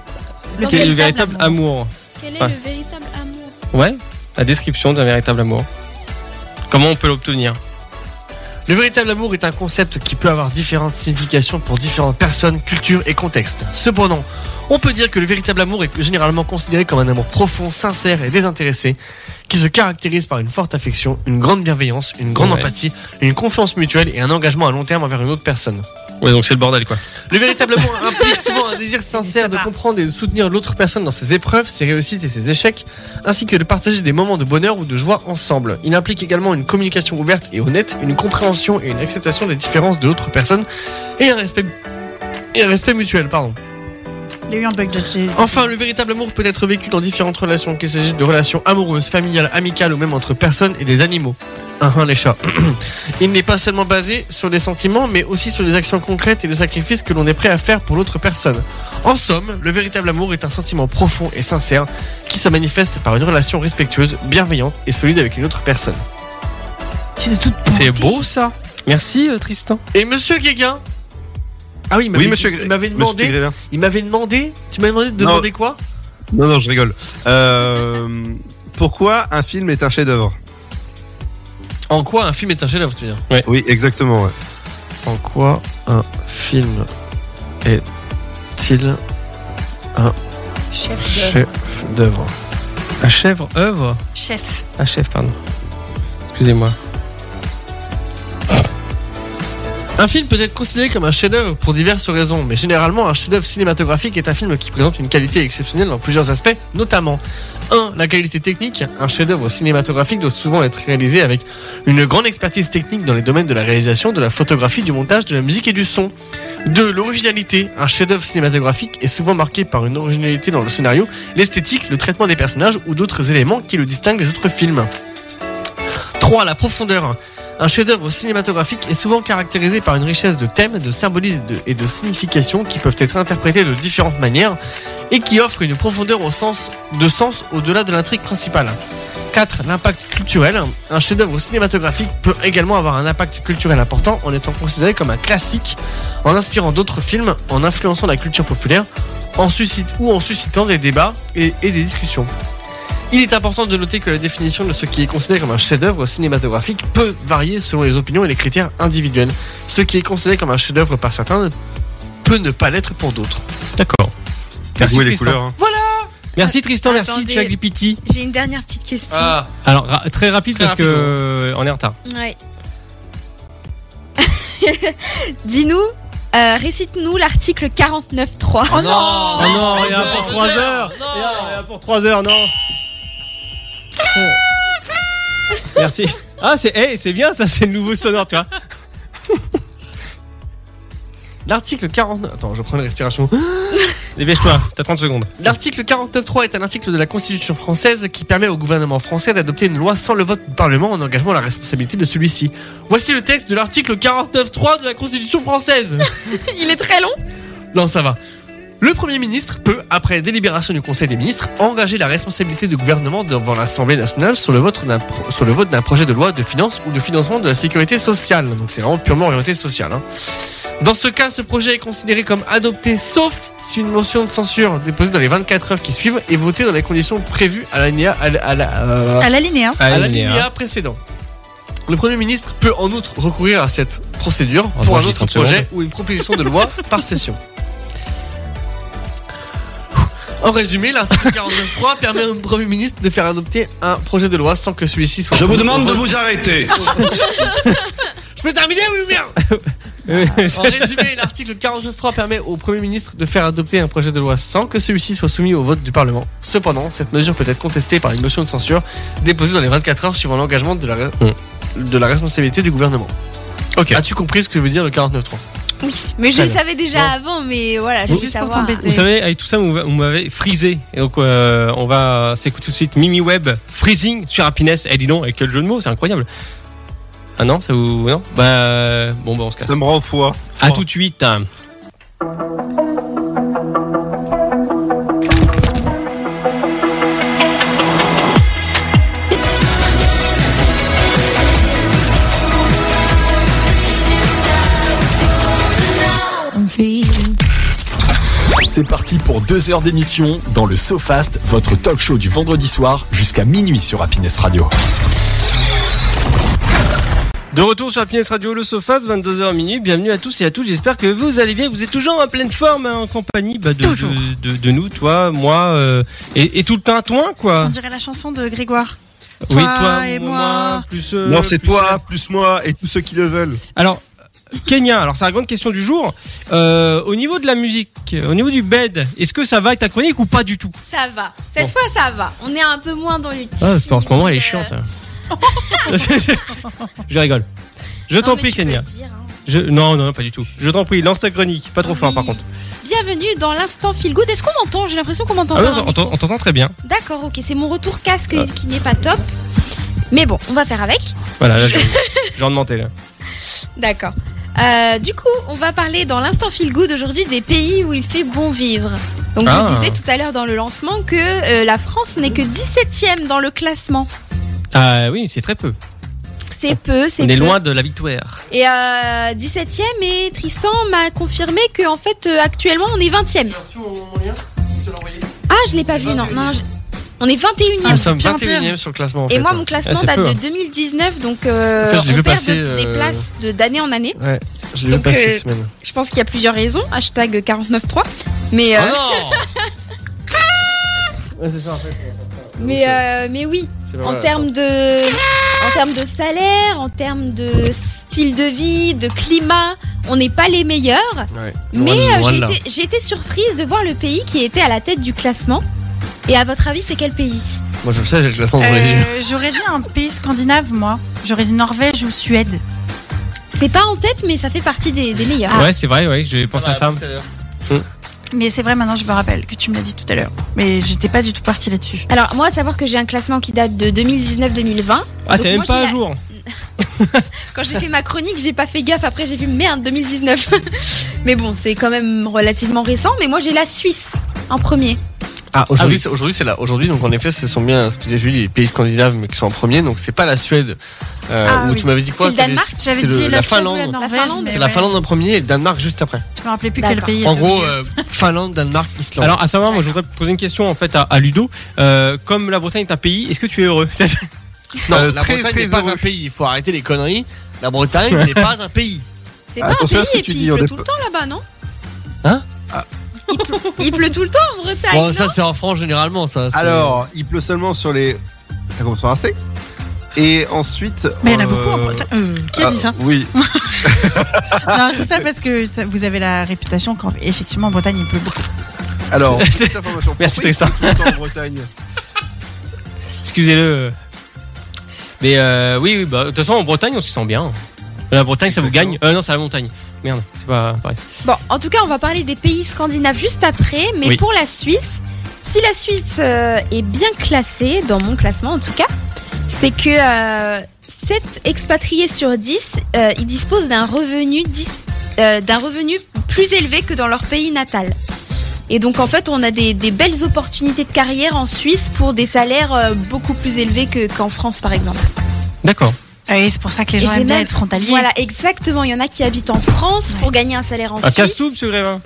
S7: Dans
S2: Quel est
S7: quel
S2: le
S7: sens
S2: véritable Ah. amour
S7: Quel est
S2: Ouais.
S7: le véritable amour
S2: Ouais, la description d'un véritable amour. Comment on peut l'obtenir
S6: Le véritable amour est un concept qui peut avoir différentes significations pour différentes personnes, cultures et contextes. Cependant, on peut dire que le véritable amour est généralement considéré comme un amour profond, sincère et désintéressé, qui se caractérise par une forte affection, une grande bienveillance, une grande
S2: Ouais.
S6: empathie, une confiance mutuelle et un engagement à long terme envers une autre personne.
S2: Ouais, donc c'est le bordel quoi.
S6: Le véritable amour implique souvent un désir sincère de comprendre et de soutenir l'autre personne dans ses épreuves, ses réussites et ses échecs, ainsi que de partager des moments de bonheur ou de joie ensemble. Il implique également une communication ouverte et honnête, une compréhension et une acceptation des différences de l'autre personne et un respect et un respect mutuel, pardon.
S5: Il y a eu un bug de chez-
S6: Enfin, le véritable amour peut être vécu dans différentes relations, qu'il s'agisse de relations amoureuses, familiales, amicales ou même entre personnes et des animaux. Un, un, les chats. Il n'est pas seulement basé sur les sentiments, mais aussi sur les actions concrètes et les sacrifices que l'on est prêt à faire pour l'autre personne. En somme, le véritable amour est un sentiment profond et sincère qui se manifeste par une relation respectueuse, bienveillante et solide avec une autre personne.
S5: C'est de toute
S2: C'est
S5: beauté.
S2: beau ça. Merci euh, Tristan.
S6: Et monsieur Guéguin Ah oui, il m'avait-
S3: Oui, monsieur.
S6: il m'avait
S3: monsieur
S6: demandé.
S3: Grévin.
S6: il m'avait demandé. Tu m'avais demandé de
S3: Non.
S6: demander quoi
S3: Non, non, je rigole. Euh, pourquoi un film est un chef-d'œuvre
S6: En quoi un film est un chef-d'œuvre, tu veux dire
S3: Oui, exactement. ouais.
S6: En quoi un film est-il un chef-d'œuvre
S2: Un chèvre œuvre.
S5: Chef.
S2: Un Ah, chef pardon. Excusez-moi.
S6: Un film peut être considéré comme un chef-d'œuvre pour diverses raisons, mais généralement un chef-d'œuvre cinématographique est un film qui présente une qualité exceptionnelle dans plusieurs aspects, notamment 1. La qualité technique. Un chef-d'œuvre cinématographique doit souvent être réalisé avec une grande expertise technique dans les domaines de la réalisation, de la photographie, du montage, de la musique et du son. 2. L'originalité. Un chef-d'œuvre cinématographique est souvent marqué par une originalité dans le scénario, l'esthétique, le traitement des personnages ou d'autres éléments qui le distinguent des autres films. 3. La profondeur. Un chef-d'œuvre cinématographique est souvent caractérisé par une richesse de thèmes, de symbolismes et de- et de significations qui peuvent être interprétés de différentes manières et qui offrent une profondeur au sens de sens au-delà de l'intrigue principale. 4. L'impact culturel. Un chef-d'œuvre cinématographique peut également avoir un impact culturel important en étant considéré comme un classique, en inspirant d'autres films, en influençant la culture populaire, en suscite, ou en suscitant des débats et- et des discussions. Il est important de noter que la définition de ce qui est considéré comme un chef-d'œuvre cinématographique peut varier selon les opinions et les critères individuels. Ce qui est considéré comme un chef-d'œuvre par certains ne- peut ne pas l'être pour d'autres.
S2: D'accord. Merci
S3: Vous et les
S2: Tristan.
S3: couleurs. hein.
S2: Merci Tristan, merci
S7: Attendez.
S2: ChatGPT.
S7: J'ai une dernière petite question.
S6: Ah.
S2: Alors ra- très rapide
S6: Très
S2: parce que
S6: rapide, ouais.
S2: euh, on est en retard.
S7: Ouais. Dis-nous, euh, récite-nous l'article 49.3.
S5: Oh non,
S2: Ah non, il y a pour 3 heures. Il y a pour 3 heures, non. Oh. Merci. Ah c'est eh, c'est bien ça, c'est le nouveau sonore, tu vois.
S6: L'article 49... Attends, je prends une respiration.
S2: Dépêche-toi, t'as 30 secondes.
S6: L'article 49.3 est un article de la Constitution française qui permet au gouvernement français d'adopter une loi sans le vote du Parlement en engageant la responsabilité de celui-ci. Voici le texte de l'article 49.3 de la Constitution française.
S7: Il est très long.
S6: Non, ça va. Le Premier ministre peut, après délibération du Conseil des ministres, engager la responsabilité du gouvernement devant l'Assemblée nationale sur le vote d'un pro- sur le vote d'un projet de loi de finances ou de financement de la sécurité sociale. Donc c'est vraiment purement orienté social. hein. Dans ce cas, ce projet est considéré comme adopté sauf si une motion de censure déposée dans les 24 heures qui suivent est votée dans les conditions prévues à l'alinéa à la- à la- euh,
S5: À hein, l'alinéa.
S6: à
S2: hein.
S6: l'alinéa précédent. Le Premier ministre peut en outre recourir à cette procédure
S2: Oh,
S6: pour
S2: moi,
S6: un
S2: j'ai
S6: autre
S2: 30
S6: projet ou une proposition de loi par session. En résumé, l'article 49.3 permet au Premier ministre de faire adopter un projet de loi sans que celui-ci soit. Je vous demande de vous arrêter. Je peux terminer, oui ou bien
S2: Eh
S6: en résumé, l'article 49.3 permet au Premier ministre de faire adopter un projet de loi sans que celui-ci soit soumis au vote du Parlement. Cependant, cette mesure peut être contestée par une motion de censure déposée dans les 24 heures suivant l'engagement de, la re- de la responsabilité du gouvernement.
S2: Hmm. Ok.
S6: As-tu compris ce que veut dire le 49.3
S7: Oui, mais je
S6: Très
S7: le
S6: bien.
S7: savais déjà avant, mais voilà, je
S5: Vous-
S7: voulais
S5: Juste pour
S7: savoir.
S5: t'embêter.
S2: Vous savez, avec tout ça, on m'a- on m'avait frisé. Et donc, euh, on va s'écouter tout de suite Mimi Web, Freezing sur Happiness. Eh, dis donc, avec quel jeu de mots, c'est incroyable. Ah non, ça vous. Non Bah. euh, Bon, bah, on se casse.
S3: Ça me rend fou. hein.
S6: Ah,
S2: À tout de suite. hein.
S1: C'est parti pour deux heures d'émission dans le SoFast, votre talk show du vendredi soir jusqu'à minuit sur Happiness Radio.
S2: De retour sur Happiness Radio, le Sofas, 22h minutes. Bienvenue à tous et à toutes. J'espère que vous allez bien. Vous êtes toujours en pleine forme, hein, en compagnie bah, de,
S5: Toujours.
S2: De, de- de nous, toi, moi euh, et, et tout le tintouin, quoi.
S5: On dirait la chanson de Grégoire.
S2: oui,
S5: toi
S2: toi
S5: et moi.
S2: plus. euh,
S3: non, c'est
S2: plus
S3: toi, plus moi et tous ceux qui le veulent.
S2: Alors, Kenya, alors c'est la grande question du jour. Euh, au niveau de la musique, au niveau du bed, est-ce que ça va avec ta chronique ou pas du tout
S7: Ça va. Cette
S2: Bon. Ah,
S7: fois, ça va. On est un peu moins dans les euh,
S2: je rigole. Je
S7: non,
S2: t'en
S7: mais
S2: prie,
S7: tu peux le
S2: Kenya.
S7: dire, hein.
S2: Je... Non, non, non, pas du tout. Je t'en prie, lance ta chronique. Pas trop fort, par
S7: Oui.
S2: contre.
S7: Bienvenue dans l'instant feel good. Est-ce qu'on m'entend J'ai l'impression qu'on m'entend
S2: Ah ouais,
S7: pas dans le
S2: on t'en-
S7: micro.
S2: on t'entend très bien.
S7: D'accord, ok. C'est mon retour casque qui n'est pas top. Mais bon, on va faire avec.
S2: Voilà, là, j'ai j'ai remonté là.
S7: D'accord. Euh, du coup, on va parler dans l'instant feel good aujourd'hui des pays où il fait bon vivre. Donc,
S2: Ah.
S7: je disais tout à l'heure dans le lancement que euh, la France n'est que 17ème dans le classement.
S2: Ah oui, c'est très peu.
S7: C'est peu, c'est
S2: On
S7: peu.
S2: est loin de la victoire.
S7: Et euh, 17ème, et Tristan m'a confirmé qu'en fait, euh, actuellement, on est 20ème. Ah, je l'ai pas vu, non. non je- On est 21ème.
S5: Ah,
S6: Nous sommes
S5: pire en pire.
S6: 21 e sur le classement. En
S7: Et
S6: fait.
S7: moi, mon classement
S2: c'est
S7: date
S2: peu, hein.
S7: de 2019, donc euh,
S6: En fait, je l'ai
S7: on
S6: vu
S7: perd
S6: passer,
S7: de- des
S6: euh,
S7: places de- d'année en année.
S6: Ouais, je l'ai vu
S7: Donc,
S6: passer
S7: euh,
S6: cette semaine.
S7: Je pense qu'il y a plusieurs raisons, hashtag 49.3. Mais, euh,
S6: Oh non Ouais, c'est ça, en fait.
S7: mais, euh, mais oui,
S6: C'est pas
S7: en
S6: mal.
S7: termes de... En termes de salaire, en termes de style de vie, de climat, on n'est pas les meilleurs.
S6: Ouais.
S7: Mais
S6: Loin de-
S7: euh,
S6: loin de
S7: j'ai
S6: là.
S7: été- j'ai été surprise de voir le pays qui était à la tête du classement. Et à votre avis, c'est quel pays
S6: Moi, je le sais, j'ai le classement dans les yeux.
S5: Euh, J'aurais dit un pays scandinave, moi. J'aurais dit Norvège ou Suède.
S7: C'est pas en tête, mais ça fait partie des, des meilleurs.
S2: Ah. Ouais, c'est vrai, ouais,
S7: Ah
S2: j'ai
S7: bah,
S2: pensé à ça.
S5: Mais c'est vrai, maintenant je me rappelle que tu me l'as dit tout à l'heure. Mais j'étais pas du tout partie là-dessus.
S7: Alors, moi, à savoir que j'ai un classement qui date de 2019-2020.
S2: Ah,
S7: Donc
S2: t'es même
S7: moi,
S2: pas
S7: j'ai
S2: à
S7: la-
S2: jour.
S7: Quand j'ai fait ma chronique, j'ai pas fait gaffe. Après, j'ai vu merde 2019. mais bon, c'est quand même relativement récent. Mais moi, j'ai la Suisse en premier.
S6: Ah,
S2: Ah
S6: aujourd'hui,
S2: oui.
S6: c'est- aujourd'hui, c'est là. Aujourd'hui, donc en effet, ce sont bien, ce que disait Julie, les pays scandinaves, mais qui sont en premier. Donc, c'est pas la Suède, euh,
S5: Ah
S6: où
S5: oui.
S6: tu m'avais dit quoi
S7: C'est le
S6: t'avais-
S7: Danemark
S5: J'avais
S6: C'est le-
S5: dit
S6: la
S5: Suède ou
S6: Finlande.
S5: La Norvège,
S7: Finlande.
S5: mais
S6: C'est la
S5: ouais.
S6: Finlande en premier et le Danemark juste après.
S5: Je me rappelais plus quel
S7: D'accord.
S5: pays.
S6: En
S5: était au
S6: gros,
S5: milieu.
S6: euh, Finlande, Danemark, Islande.
S2: Alors, à savoir, moi, je voudrais poser une question en fait à, à Ludo. Euh, comme la Bretagne est un pays, est-ce que tu es heureux
S6: non,
S3: euh,
S6: la
S3: très,
S6: Bretagne
S3: très
S6: n'est pas
S3: heureux.
S6: un pays. Il faut arrêter les conneries. La Bretagne n'est pas un pays.
S7: C'est pas un
S3: Attention à
S7: pays.
S3: ce que
S7: Et
S3: tu
S7: puis,
S3: dis,
S7: il
S3: on
S7: pleut
S3: est
S7: tout le temps là-bas, non
S6: Hein
S7: il, pleut, il pleut tout le temps en Bretagne.
S6: Bon,
S7: non
S6: ça, c'est en France généralement, ça. c'est-
S3: Alors, il pleut seulement sur les. Ça commence par un C. Et ensuite.
S5: Mais il y en a
S3: euh,
S5: beaucoup en Bretagne. Euh, qui a dit ça
S3: ah, Oui.
S5: Non, je dis ça parce que ça- vous avez la réputation qu'effectivement en Bretagne il pleut beaucoup.
S3: Alors,
S2: C'est-
S3: petite information.
S2: Merci,
S3: Pourquoi il
S2: Tristan.
S3: pleut tout le temps en Bretagne
S2: Excusez-le. Mais euh, oui, oui, bah, de toute façon, en Bretagne, on s'y sent bien. La Bretagne, ça vous gagne. Euh, non, c'est la montagne. Merde, c'est pas pareil.
S7: Bon, en tout cas, on va parler des pays scandinaves juste après, mais
S2: Oui.
S7: pour la Suisse, si la Suisse euh, est bien classée, dans mon classement en tout cas, c'est que 7 expatriés sur 10, euh, ils disposent d'un revenu, dis- euh, d'un revenu plus élevé que dans leur pays natal. Et donc en fait, on a des, des belles opportunités de carrière en Suisse pour des salaires euh, beaucoup plus élevés que- qu'en France par exemple.
S2: D'accord.
S5: Euh, Et c'est pour ça que les
S7: Et
S5: gens
S7: j'ai
S5: aiment bien
S7: même-
S5: être frontaliers.
S7: Voilà, exactement. Il y en a qui habitent en France pour gagner un salaire en
S2: À
S7: Suisse
S2: Cassoup, monsieur Grévin.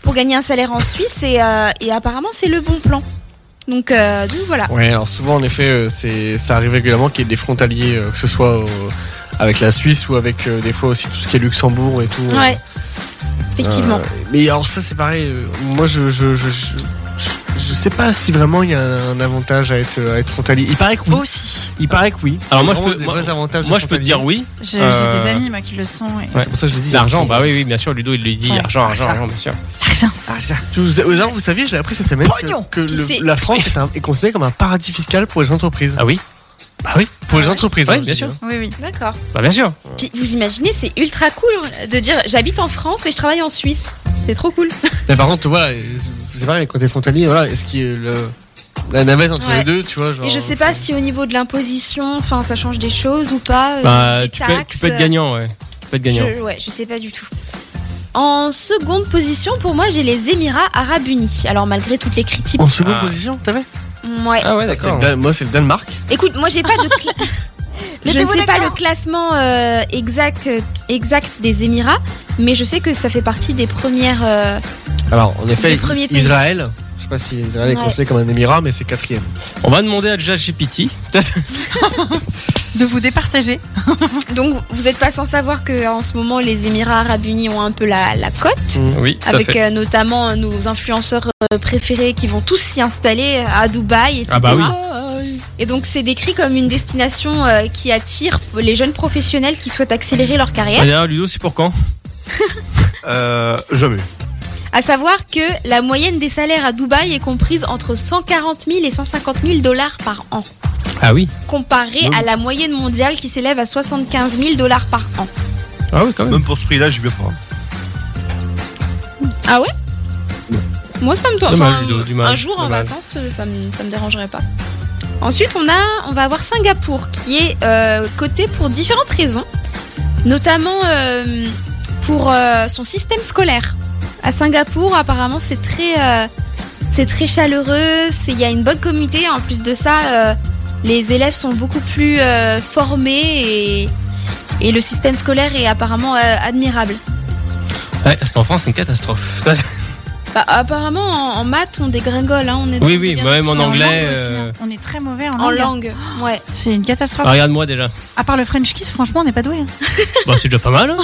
S7: pour gagner un salaire en Suisse et, euh, et apparemment c'est le bon plan. Donc, euh, donc voilà.
S6: Ouais, alors souvent, en effet, euh, c'est, ça arrive régulièrement qu'il y ait des frontaliers, euh, que ce soit euh, avec la Suisse ou avec euh, des fois aussi tout ce qui est Luxembourg et tout. euh,
S7: Ouais. Effectivement.
S6: Euh, mais alors ça c'est pareil, euh, moi je je, je, je, je- je sais pas si vraiment il y a un avantage à être, à être frontalier. Il paraît que oui.
S5: Aussi.
S6: Il paraît que oui.
S2: Alors, moi, je
S6: Vraiment,
S2: peux-
S6: des
S2: moi-
S6: vrais avantages de
S2: Moi, je peux te
S6: frontalier.
S2: dire oui.
S5: Je- J'ai
S2: Euh,
S5: des amis moi qui le sont. Et...
S2: ouais.
S6: C'est pour ça que je l'ai dit.
S2: L'argent, bah oui, oui, bien sûr, Ludo, il lui dit
S5: Ouais.
S2: argent, argent, argent, bien sûr.
S5: Argent.
S6: Tu- Vous, vous- vous saviez, je l'ai appris cette semaine
S5: Pognon.
S6: que, que
S7: Puis
S6: le-
S7: c'est-
S6: la France est, un- est considérée comme un paradis fiscal pour les entreprises.
S2: Ah oui
S6: Bah oui, pour les entreprises.
S2: Ouais,
S6: hein, je
S2: bien
S6: dis,
S2: sûr.
S6: hein.
S5: Oui, oui.
S7: D'accord.
S2: Bah, bien sûr.
S7: Puis vous imaginez, c'est ultra cool de dire j'habite en France mais je travaille en Suisse. C'est trop cool.
S6: Mais par contre, voilà, c'est pareil quand t'es frontalier, voilà, est-ce qu'il y a le- la navette entre
S7: Ouais.
S6: les deux, tu vois genre,
S7: Et
S2: Oh.
S7: je sais pas si au niveau de l'imposition, enfin ça change des choses ou pas. euh,
S2: Bah,
S7: les
S2: tu peux, tu
S7: taxes, euh,
S2: peux être gagnant, ouais. Tu peux être gagnant.
S7: Je, ouais, je sais pas du tout. En seconde position pour moi j'ai les Émirats Arabes Unis. Alors malgré toutes les critiques,
S6: En seconde
S2: Ah.
S6: position, t'avais
S7: ouais.
S2: Ah ouais,
S6: C'était le
S2: d'accord.
S6: Dan- Moi, c'est le Danemark.
S7: Écoute, moi j'ai pas de cla-
S5: Je
S7: je ne
S5: vous
S7: sais pas
S5: d'accord.
S7: le classement euh, exact euh, exact des Émirats, mais je sais que ça fait partie des premières. euh,
S6: Alors, en effet,
S7: Les premiers pays.
S6: Israël, je sais pas si Israël est
S7: Ouais.
S6: considéré comme un émirat, mais c'est quatrième.
S2: On va demander à ChatGPT.
S5: de vous départager.
S7: Donc vous n'êtes pas sans savoir qu'en ce moment les Émirats Arabes Unis ont un peu la, la cote,
S2: Oui, tout à
S7: avec
S2: fait.
S7: euh, notamment euh, nos influenceurs euh, préférés qui vont tous s'y installer à Dubaï, etc.
S2: Ah bah oui.
S7: Et donc c'est décrit comme une destination euh, qui attire les jeunes professionnels qui souhaitent accélérer leur carrière.
S2: Et Ah, D'ailleurs, Ludo, c'est pour quand
S3: Euh, jamais.
S7: À savoir que la moyenne des salaires à Dubaï est comprise entre 140 000 et 150 000 dollars par an,
S2: Ah oui.
S7: comparée à la moyenne mondiale qui s'élève à 75 000 dollars par an.
S2: Ah oui, quand même.
S3: Même pour ce prix-là, j'y vais pas.
S7: Ah ouais Moi ça me tente.
S2: Dommage,
S7: Enfin,
S2: Ludo, dommage,
S7: un jour en
S2: dommage.
S7: vacances, euh, ça me, ça me dérangerait pas. Ensuite, on, a, on va avoir Singapour qui est euh, coté pour différentes raisons, notamment euh, pour euh, son système scolaire. À Singapour, apparemment, c'est très, euh, c'est très chaleureux, c'est- il y a une bonne communauté. En plus de ça, euh, les élèves sont beaucoup plus euh, formés et, et le système scolaire est apparemment euh, admirable.
S2: Ouais, parce qu'en France, c'est une catastrophe.
S6: Ah,
S7: Bah, apparemment, en, en maths, on dégringole. Hein, on est
S2: Oui,
S7: on
S2: oui, bah
S7: devient
S2: même en
S7: de plus
S2: anglais.
S7: langue aussi,
S2: euh,
S7: hein.
S5: On est très mauvais en,
S7: En
S5: langue.
S7: langue, ouais.
S5: C'est une catastrophe.
S2: bah, Regarde-moi déjà.
S5: À part le French kiss, franchement, on n'est pas doué. hein.
S2: Bah, c'est déjà pas mal. hein.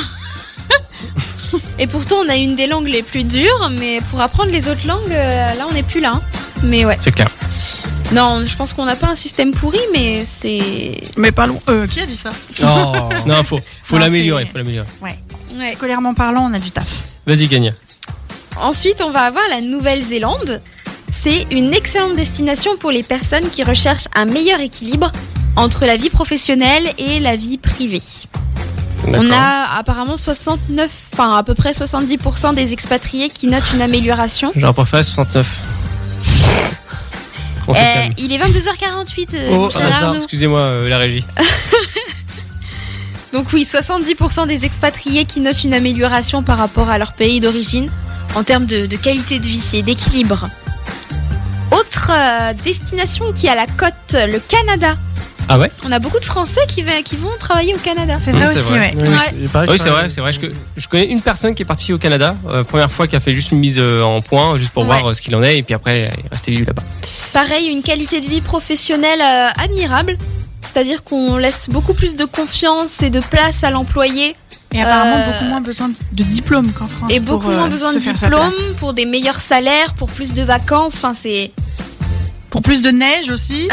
S7: Et pourtant, on a une des langues les plus dures, mais pour apprendre les autres langues, euh, là, on n'est plus là. hein. Mais ouais.
S2: C'est clair.
S7: Non, je pense qu'on n'a pas un système pourri, mais c'est.
S5: Mais pas loin. Euh, qui a dit ça
S6: Oh.
S2: Non, faut, faut
S5: Non,
S2: l'améliorer.
S5: c'est-
S2: Faut l'améliorer.
S7: Ouais.
S5: Scolairement parlant, on a du taf.
S2: Vas-y, Kenya.
S7: Ensuite, on va avoir la Nouvelle-Zélande. C'est une excellente destination pour les personnes qui recherchent un meilleur équilibre entre la vie professionnelle et la vie privée. On a apparemment 69, enfin à peu près 70% des expatriés qui notent une amélioration.
S2: J'ai un préféré 69.
S5: Eh,
S2: On se
S7: Euh,
S2: Oh, calme.
S7: il est 22h48, euh, mon
S2: Oh,
S7: cher
S2: hasard,
S7: Arnaud.
S2: excusez-moi, euh, la régie.
S7: Donc oui, 70% des expatriés qui notent une amélioration par rapport à leur pays d'origine en termes de, de qualité de vie et d'équilibre. Autre euh, destination qui a la côte, le Canada.
S2: Ah ouais
S7: On a beaucoup de Français qui, va- qui vont travailler au Canada.
S5: C'est vrai
S2: c'est
S5: aussi,
S2: vrai.
S5: ouais.
S7: Ouais.
S6: il paraît
S2: Oui,
S6: que-
S2: c'est vrai, c'est vrai. Je, que- je connais une personne qui est partie au Canada, euh, première fois, qui a fait juste une mise euh, en point, juste pour
S7: Ouais.
S2: voir euh, ce qu'il en est, et puis après, elle est restée vivre là-bas.
S7: Pareil, une qualité de vie professionnelle euh, admirable. C'est-à-dire qu'on laisse beaucoup plus de confiance et de place à l'employé
S5: Et apparemment,
S7: Euh,
S5: beaucoup moins besoin de diplôme qu'en France.
S7: et
S5: pour,
S7: beaucoup
S5: euh,
S7: moins besoin
S5: se
S7: de
S5: faire sa place.
S7: diplômes pour des meilleurs salaires, pour plus de vacances. Enfin, c'est
S5: Pour plus de neige aussi.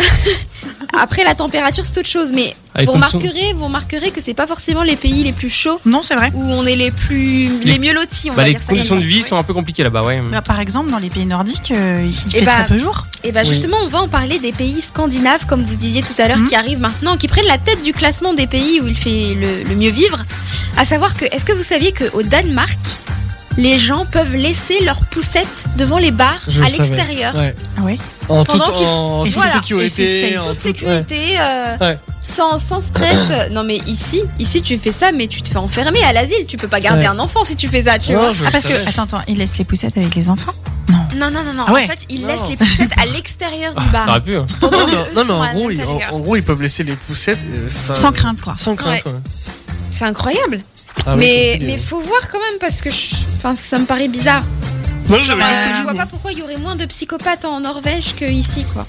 S7: après la température, c'est autre chose, mais
S2: Avec
S7: vous
S2: une son-
S7: remarquerez, vous remarquerez que c'est pas forcément les pays les plus chauds
S5: non, c'est vrai.
S7: où on est les plus les,
S2: Les-
S7: mieux lotis. On
S2: Bah,
S7: va
S2: les
S7: dire ça
S2: conditions
S7: comme
S2: de
S7: ça.
S2: vie
S7: Ouais.
S2: sont un peu compliquées là-bas, ouais.
S5: Bah, par exemple, dans les pays nordiques, euh, il
S7: Eh
S5: fait
S7: bah,
S5: très peu jour.
S7: Et bah
S2: Oui.
S7: justement, on va en parler des pays scandinaves, comme vous disiez tout à l'heure,
S5: Mhm.
S7: qui arrivent maintenant, qui prennent la tête du classement des pays où il fait le, le mieux vivre. À savoir que, est-ce que vous saviez qu'au Danemark, les gens peuvent laisser leurs poussettes devant les bars
S6: Je le
S7: à
S6: savais.
S7: l'extérieur,
S6: Ouais.
S5: Ah ouais
S6: En
S7: Pendant
S6: toute
S7: qu'il-
S6: en
S5: Et
S6: toute
S5: c'est- et
S6: sécurité.
S5: c'est-
S6: en
S7: toute
S6: toute- ouais.
S7: sécurité, euh,
S6: Ouais.
S7: sans, sans stress. non mais ici, ici tu fais ça, mais tu te fais enfermer à l'asile. Tu peux pas garder
S6: Ouais.
S7: un enfant si tu fais ça, tu vois.
S6: Non, je
S5: Ah,
S6: le
S5: parce que.
S6: savais.
S5: Attends, attends, il laisse les poussettes avec les enfants.
S7: Non, non, non, non.
S5: Ah ouais.
S7: En fait, ils
S6: Non.
S7: laissent les poussettes à l'extérieur du
S2: Ah,
S7: bar.
S2: T'aurais pu, hein.
S6: Non,
S7: Pendant
S6: mais-
S7: que
S6: non,
S7: eux
S6: mais
S7: sont à
S6: en gros, ils, en,
S7: l'intérieur.
S6: en gros, ils peuvent laisser les poussettes euh, enfin,
S5: Sans crainte, quoi.
S6: Sans crainte,
S7: Ouais.
S6: ouais.
S7: C'est incroyable.
S6: Ah oui,
S7: mais,
S6: comme tu dis,
S7: mais
S6: ouais.
S7: faut voir quand même parce que je- enfin, ça me paraît bizarre.
S6: Non, j'avais-
S5: Euh,
S7: Je vois pas pourquoi il y aurait moins de psychopathes en Norvège qu'ici, quoi.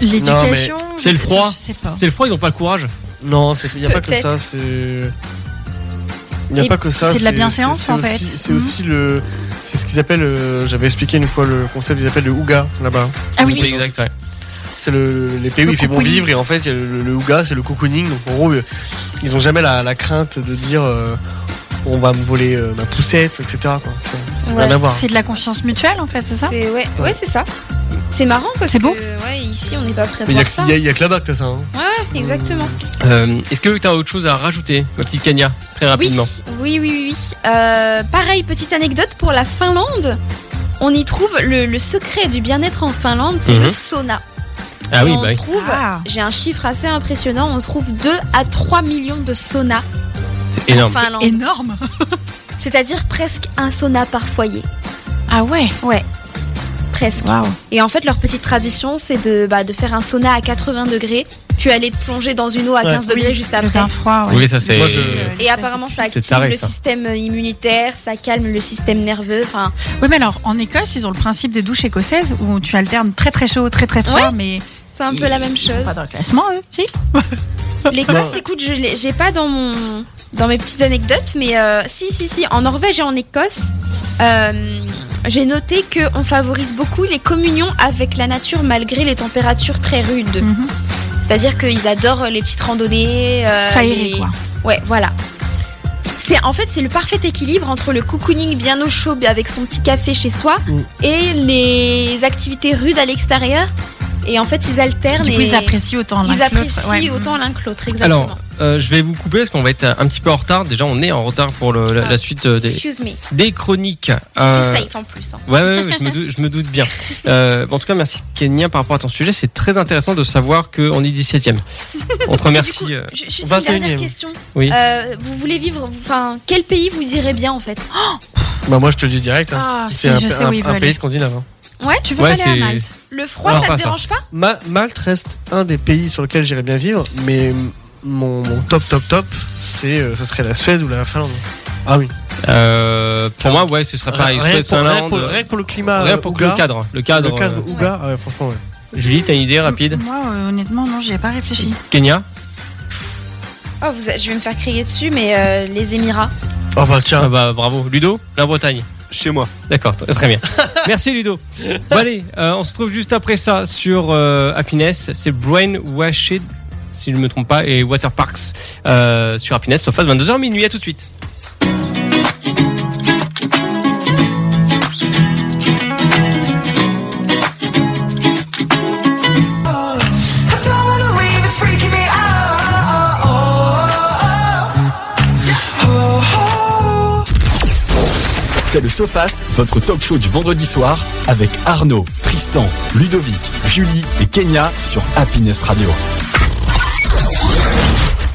S5: L'éducation.
S2: c'est le
S5: je-
S2: froid.
S5: Je sais pas.
S2: C'est le froid, ils n'ont pas le courage.
S6: Non, il n'y a pas que
S7: Peut-être.
S6: ça, c'est. Il n'y a
S7: Et
S6: pas que ça.
S5: c'est de la bienséance,
S6: c'est
S5: en
S6: aussi-
S5: fait.
S6: C'est
S5: Mhm.
S6: aussi le. C'est ce qu'ils appellent. euh, J'avais expliqué une fois le concept, ils appellent le Ouga là-bas.
S5: Ah oui,
S2: C'est exact, ouais.
S6: C'est le, les pays
S5: Le
S6: où il fait bon
S5: cocooning.
S6: vivre et en fait, il y a le, le Ouga, c'est le cocooning. Donc en gros, euh, ils n'ont jamais la, la crainte de dire euh, on va me voler euh, ma poussette, etc. Quoi. Enfin, Rien à voir.
S5: c'est de la confiance mutuelle, en fait, c'est ça
S7: C'est ouais, ouais, c'est ça. C'est marrant parce
S5: C'est
S7: que
S5: beau.
S7: ouais, ici on n'est pas prêt de
S6: Mais il n'y a,
S7: voir
S6: que-
S7: ça.
S6: il y a- il y a que là-bas que t'as ça. hein.
S7: Ouais, ouais, exactement.
S2: Euh, Est-ce que tu as autre chose à rajouter, ma petite Kenya, très
S7: Oui,
S2: rapidement
S7: oui, oui, oui. oui. Euh, pareil, petite anecdote pour la Finlande. On y trouve le, le secret du bien-être en Finlande, c'est
S2: Mhm.
S7: le sauna.
S2: Ah oui,
S7: on
S2: bah oui.
S7: trouve,
S5: Ah.
S7: j'ai un chiffre assez impressionnant, on trouve 2 à 3 millions de saunas
S2: c'est énorme.
S7: en Finlande.
S5: Énorme.
S7: C'est-à-dire presque un sauna par foyer.
S5: Ah ouais.
S7: Presque.
S5: Waouh.
S7: Et en fait, leur petite tradition, c'est de, bah, de faire un sauna à 80 degrés, puis aller te plonger dans une eau à
S6: Ouais.
S7: 15 degrés juste
S5: Le
S7: après.
S5: bain froid, ouais.
S2: Oui, ça c'est.
S6: Moi, je-
S7: Et apparemment, ça
S2: C'est
S7: active
S2: taré,
S7: le
S2: ça.
S7: système immunitaire, ça calme le système nerveux. Enfin,
S5: Oui, mais alors, en Écosse, ils ont le principe des douches écossaises où tu alternes très très chaud, très très froid, mais
S7: c'est un peu la même
S5: ils sont
S7: chose.
S5: pas dans le classement, eux. Si
S7: Les Grèces, écoute, je l'ai- j'ai pas dans mon dans mes petites anecdotes, mais euh, si si si, en Norvège et en Écosse, euh, j'ai noté que on favorise beaucoup les communions avec la nature malgré les températures très rudes.
S5: Mhm.
S7: C'est-à-dire qu'ils adorent les petites randonnées. euh,
S5: S'aérer,
S7: les-
S5: quoi.
S7: Ouais, voilà. C'est en fait c'est le parfait équilibre entre le cocooning bien au chaud avec son petit café chez soi
S6: Mm.
S7: et les activités rudes à l'extérieur. Et en fait ils alternent.
S5: Du coup,
S7: et
S5: ils apprécient autant l'un
S7: ils
S5: que l'autre.
S7: apprécient
S5: ouais.
S7: autant l'un que l'autre exactement.
S2: Alors, euh, je vais vous couper parce qu'on va être un petit peu en retard. Déjà, on est en retard pour le- la, la suite euh, des,
S7: Excuse me, j'ai
S2: des chroniques.
S7: fait
S2: Euh,
S7: safe en plus. hein.
S2: Ouais, ouais, ouais, je, me doute, je me doute bien. Euh, en tout cas, merci Kenya par rapport à ton sujet. C'est très intéressant de savoir qu'on est 17 e On te remercie. euh,
S7: Ju- Juste une
S6: 21e.
S7: dernière question.
S2: Oui.
S7: Euh, vous voulez vivre, enfin, quel pays vous irez bien en fait
S6: Bah, moi, je te le dis direct. hein.
S5: Ah, si,
S6: C'est un,
S5: je sais
S6: un-
S5: où ils
S6: un
S5: veulent
S6: pays
S5: aller.
S6: scandinave. hein.
S7: Ouais, tu veux
S2: ouais,
S7: pas aller à
S2: c'est-
S7: Malte Le froid,
S2: Non,
S7: ça
S2: pas
S7: te
S2: ça.
S7: dérange pas
S6: Ma- Malte reste un des pays sur lequel j'irais bien vivre, mais mon, mon top, top, top, c'est, euh, ce serait la Suède ou la Finlande. Ah oui.
S2: euh, pour moi, ouais, ce serait pareil.
S6: Ah, Rien
S2: Suède,
S6: pour- rien
S2: Finlande,
S6: pour, rien que pour le climat.
S2: rien
S6: euh,
S2: pour que
S6: Ougar,
S2: le cadre. Le cadre.
S6: Le cadre
S2: euh,
S6: Ougar, ouais, franchement, ouais.
S2: Julie, t'as une idée rapide
S5: Moi, euh, honnêtement, non, j'y ai pas réfléchi.
S2: Kenya
S7: Oh, vous a- je vais me faire crier dessus, mais euh, les Émirats.
S6: Oh bah
S2: Ah
S6: tiens,
S2: bah bravo. Ludo La Bretagne
S3: Chez moi.
S2: D'accord, tr- très bien. Merci Ludo. Bon, allez, euh, on se retrouve juste après ça sur euh, Happiness. C'est Brain Washed, si je ne me trompe pas, et Water Parks euh, sur Happiness, sauf à 22h minuit. À tout de suite.
S9: I don't wanna leave, it's freaking me out. Oh,
S1: C'est le SoFast, votre talk show du vendredi soir avec Arnaud, Tristan, Ludovic, Julie et Kenya sur Happiness Radio.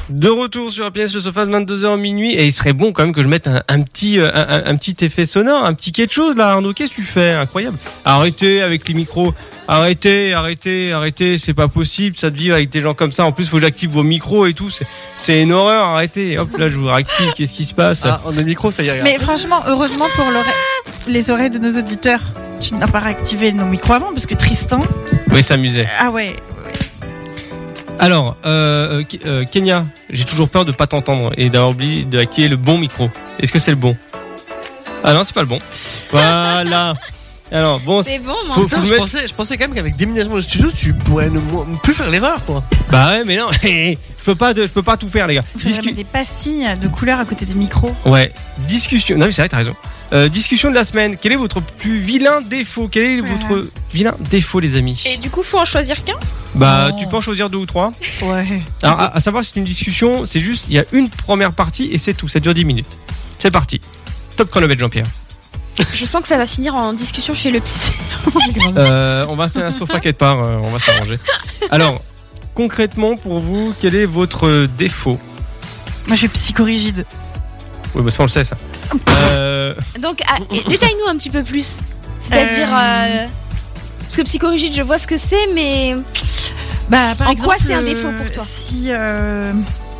S2: De retour sur Happiness, le sofa de 22h minuit. Et il serait bon quand même que je mette un, un petit, euh, un, un- un petit effet sonore, un petit quelque chose là, Arnaud. Qu'est-ce que tu fais Incroyable. Arrêtez avec les micros. Arrêtez, arrêtez, arrêtez. C'est pas possible, ça de vivre avec des gens comme ça. En plus, faut que j'active vos micros et tout. C'est- C'est une horreur. Arrêtez. Hop, là, je vous réactive. Qu'est-ce qui se passe
S6: ah, on a le micro, ça y est, regarde.
S5: Mais franchement, heureusement pour l'oreille- les oreilles de nos auditeurs, tu n'as pas réactivé nos micros avant, parce que Tristan.
S2: Oui, s'amuser.
S5: Ah ouais,
S2: Alors, euh, euh, Ke- euh, Kenya, j'ai toujours peur de pas t'entendre et d'avoir oublié d'activer le bon micro. Est-ce que c'est le bon Ah non, c'est pas le bon. Voilà. Alors, bon,
S7: C'est bon, moi.
S2: Faut-
S6: Putain,
S2: le
S6: je,
S2: mettre-
S6: pensais, je pensais quand même qu'avec déménagement de studio, tu pourrais ne mo- plus faire l'erreur, quoi.
S2: Bah ouais, mais non, je peux pas, de- je peux pas tout faire, les gars.
S5: on ferait
S2: Discu-
S5: mettre des pastilles de couleur à côté des micros.
S2: ouais, discussion. Non, mais c'est vrai, t'as raison. Euh, discussion de la semaine. Quel est votre plus vilain défaut Quel est votre vilain défaut, les amis
S7: Et du coup, faut en choisir qu'un
S2: Bah,
S5: Non.
S2: tu peux en choisir deux ou trois.
S5: Ouais.
S2: Alors, à, à savoir, c'est une discussion. C'est juste, il y a une première partie et c'est tout. Ça dure 10 minutes. C'est parti. Top chronomètre, Jean-Pierre.
S7: Je sens que ça va finir en discussion chez le psy.
S2: Euh, on va installer un sofa quelque part. euh, on va s'arranger. Alors, concrètement, pour vous, quel est votre défaut
S5: Moi, je suis psychorigide.
S2: Oui, bah ça, on le sait, ça. Euh,
S7: Donc, ah, et détaille-nous un petit peu plus. C'est-à-dire.
S5: Euh.
S7: euh, Parce que psychorigide, je vois ce que c'est, mais.
S5: Bah, par
S7: En
S5: exemple,
S7: quoi c'est un
S5: euh,
S7: défaut pour toi
S5: Si euh,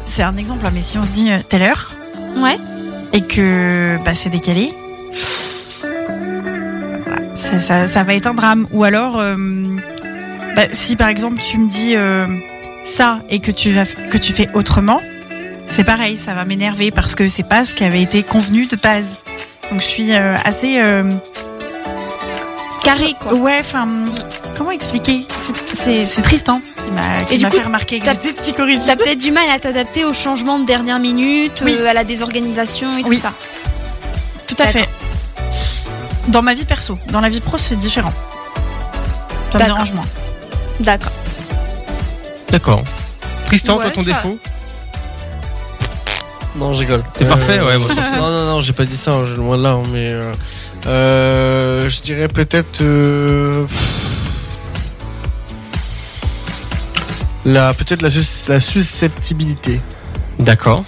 S5: c'est un exemple, hein, mais si on se dit euh, telle heure
S7: Ouais.
S5: et que bah, c'est décalé, voilà, ça, ça- ça va être un drame. Ou alors, euh, bah, si par exemple tu me dis euh, ça et que tu vas f- que tu fais autrement, c'est pareil, ça va m'énerver parce que c'est pas ce qui avait été convenu de base. Donc je suis euh, assez euh,
S7: Carré, quoi.
S5: Ouais, enfin, comment expliquer C'est- C'est c'est Tristan qui m'a
S7: Et
S5: qui
S7: du
S5: m'a
S7: coup,
S5: fait remarquer que
S7: t'as-
S5: j'étais psychorigide.
S7: T'as peut-être du mal à t'adapter aux changements de dernière minute,
S5: Oui.
S7: euh, à la désorganisation et
S5: Oui.
S7: tout ça.
S5: Tout à fait. Dans ma vie perso, dans la vie pro, c'est différent. Ça me
S7: D'accord.
S5: dérange moins.
S7: D'accord.
S2: D'accord. Tristan,
S7: Ouais,
S2: quoi ton
S7: ça-
S2: défaut
S6: Non, je rigole. Euh,
S2: T'es parfait, ouais, bon, ça,
S6: Non, non, non, j'ai pas dit ça, je loin de là, hein, mais. euh, euh, je dirais peut-être. euh, la, peut-être la, sus- la susceptibilité.
S2: D'accord.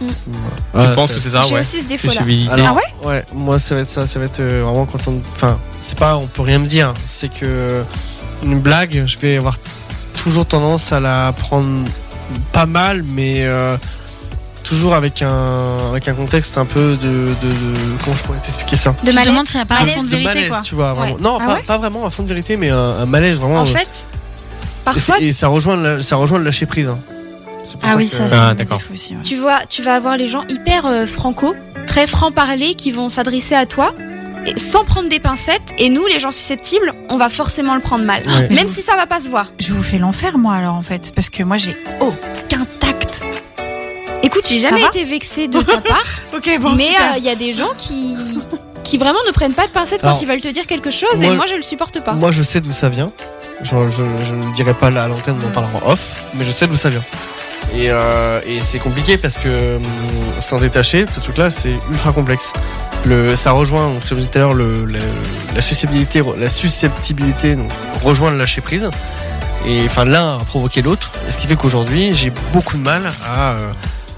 S6: Voilà, Ah,
S2: tu penses que c'est ça,
S7: J'ai
S2: ouais.
S7: aussi ce défaut-là.
S2: Possibilité.
S6: Alors,
S5: Ah
S6: ouais Ouais, moi ça va être ça, ça va être euh, vraiment quand on. Enfin, c'est pas, on peut rien me dire, hein. c'est que euh, une blague, je vais avoir toujours tendance à la prendre pas mal, mais euh, toujours avec un, avec un contexte un peu de. de, de- comment je pourrais t'expliquer ça
S7: De mal
S5: s'il n'y a pas
S7: Malaise.
S6: de malaise, tu vois. Vraiment.
S7: Ouais.
S6: Non,
S5: Ah
S6: pas,
S5: ouais
S6: pas vraiment un fond de vérité, mais un, un malaise vraiment.
S7: En
S6: euh,
S7: fait,
S6: Et,
S7: Parfois,
S6: c'est- et ça rejoint le, ça rejoint le lâcher prise. hein. C'est pour
S5: Ah oui,
S6: que-
S5: ça,
S2: Ah,
S5: ça.
S2: d'accord.
S5: Aussi, ouais.
S7: tu vois, tu vas avoir les gens hyper euh, franco, très franc parler, qui vont s'adresser à toi. et- sans prendre des pincettes, et nous, les gens susceptibles, on va forcément le prendre mal.
S6: Ouais.
S7: Même si ça va pas se voir.
S5: Je vous fais l'enfer, moi, alors, en fait. Parce que moi, j'ai aucun tact.
S7: Écoute, j'ai jamais
S5: va
S7: été vexée de ta part,
S5: Ok, bon,
S7: mais
S5: super.
S7: euh, il y a des gens qui, qui vraiment ne prennent pas de pincettes quand
S6: Alors,
S7: ils veulent te dire quelque chose, et
S6: moi-
S7: moi je le supporte pas.
S6: Moi, je sais d'où ça vient. Je, je, je ne dirai pas là à l'antenne, on en parlera en off, mais je sais d'où ça vient. Et, euh, et c'est compliqué parce que hum, s'en détacher, ce truc-là, c'est ultra complexe. Le, ça rejoint, donc, je vous disais tout à l'heure, le- le- la susceptibilité, la susceptibilité donc, rejoint le lâcher prise. Et enfin, l'un a provoqué l'autre, ce qui fait qu'aujourd'hui, j'ai beaucoup de mal à, euh,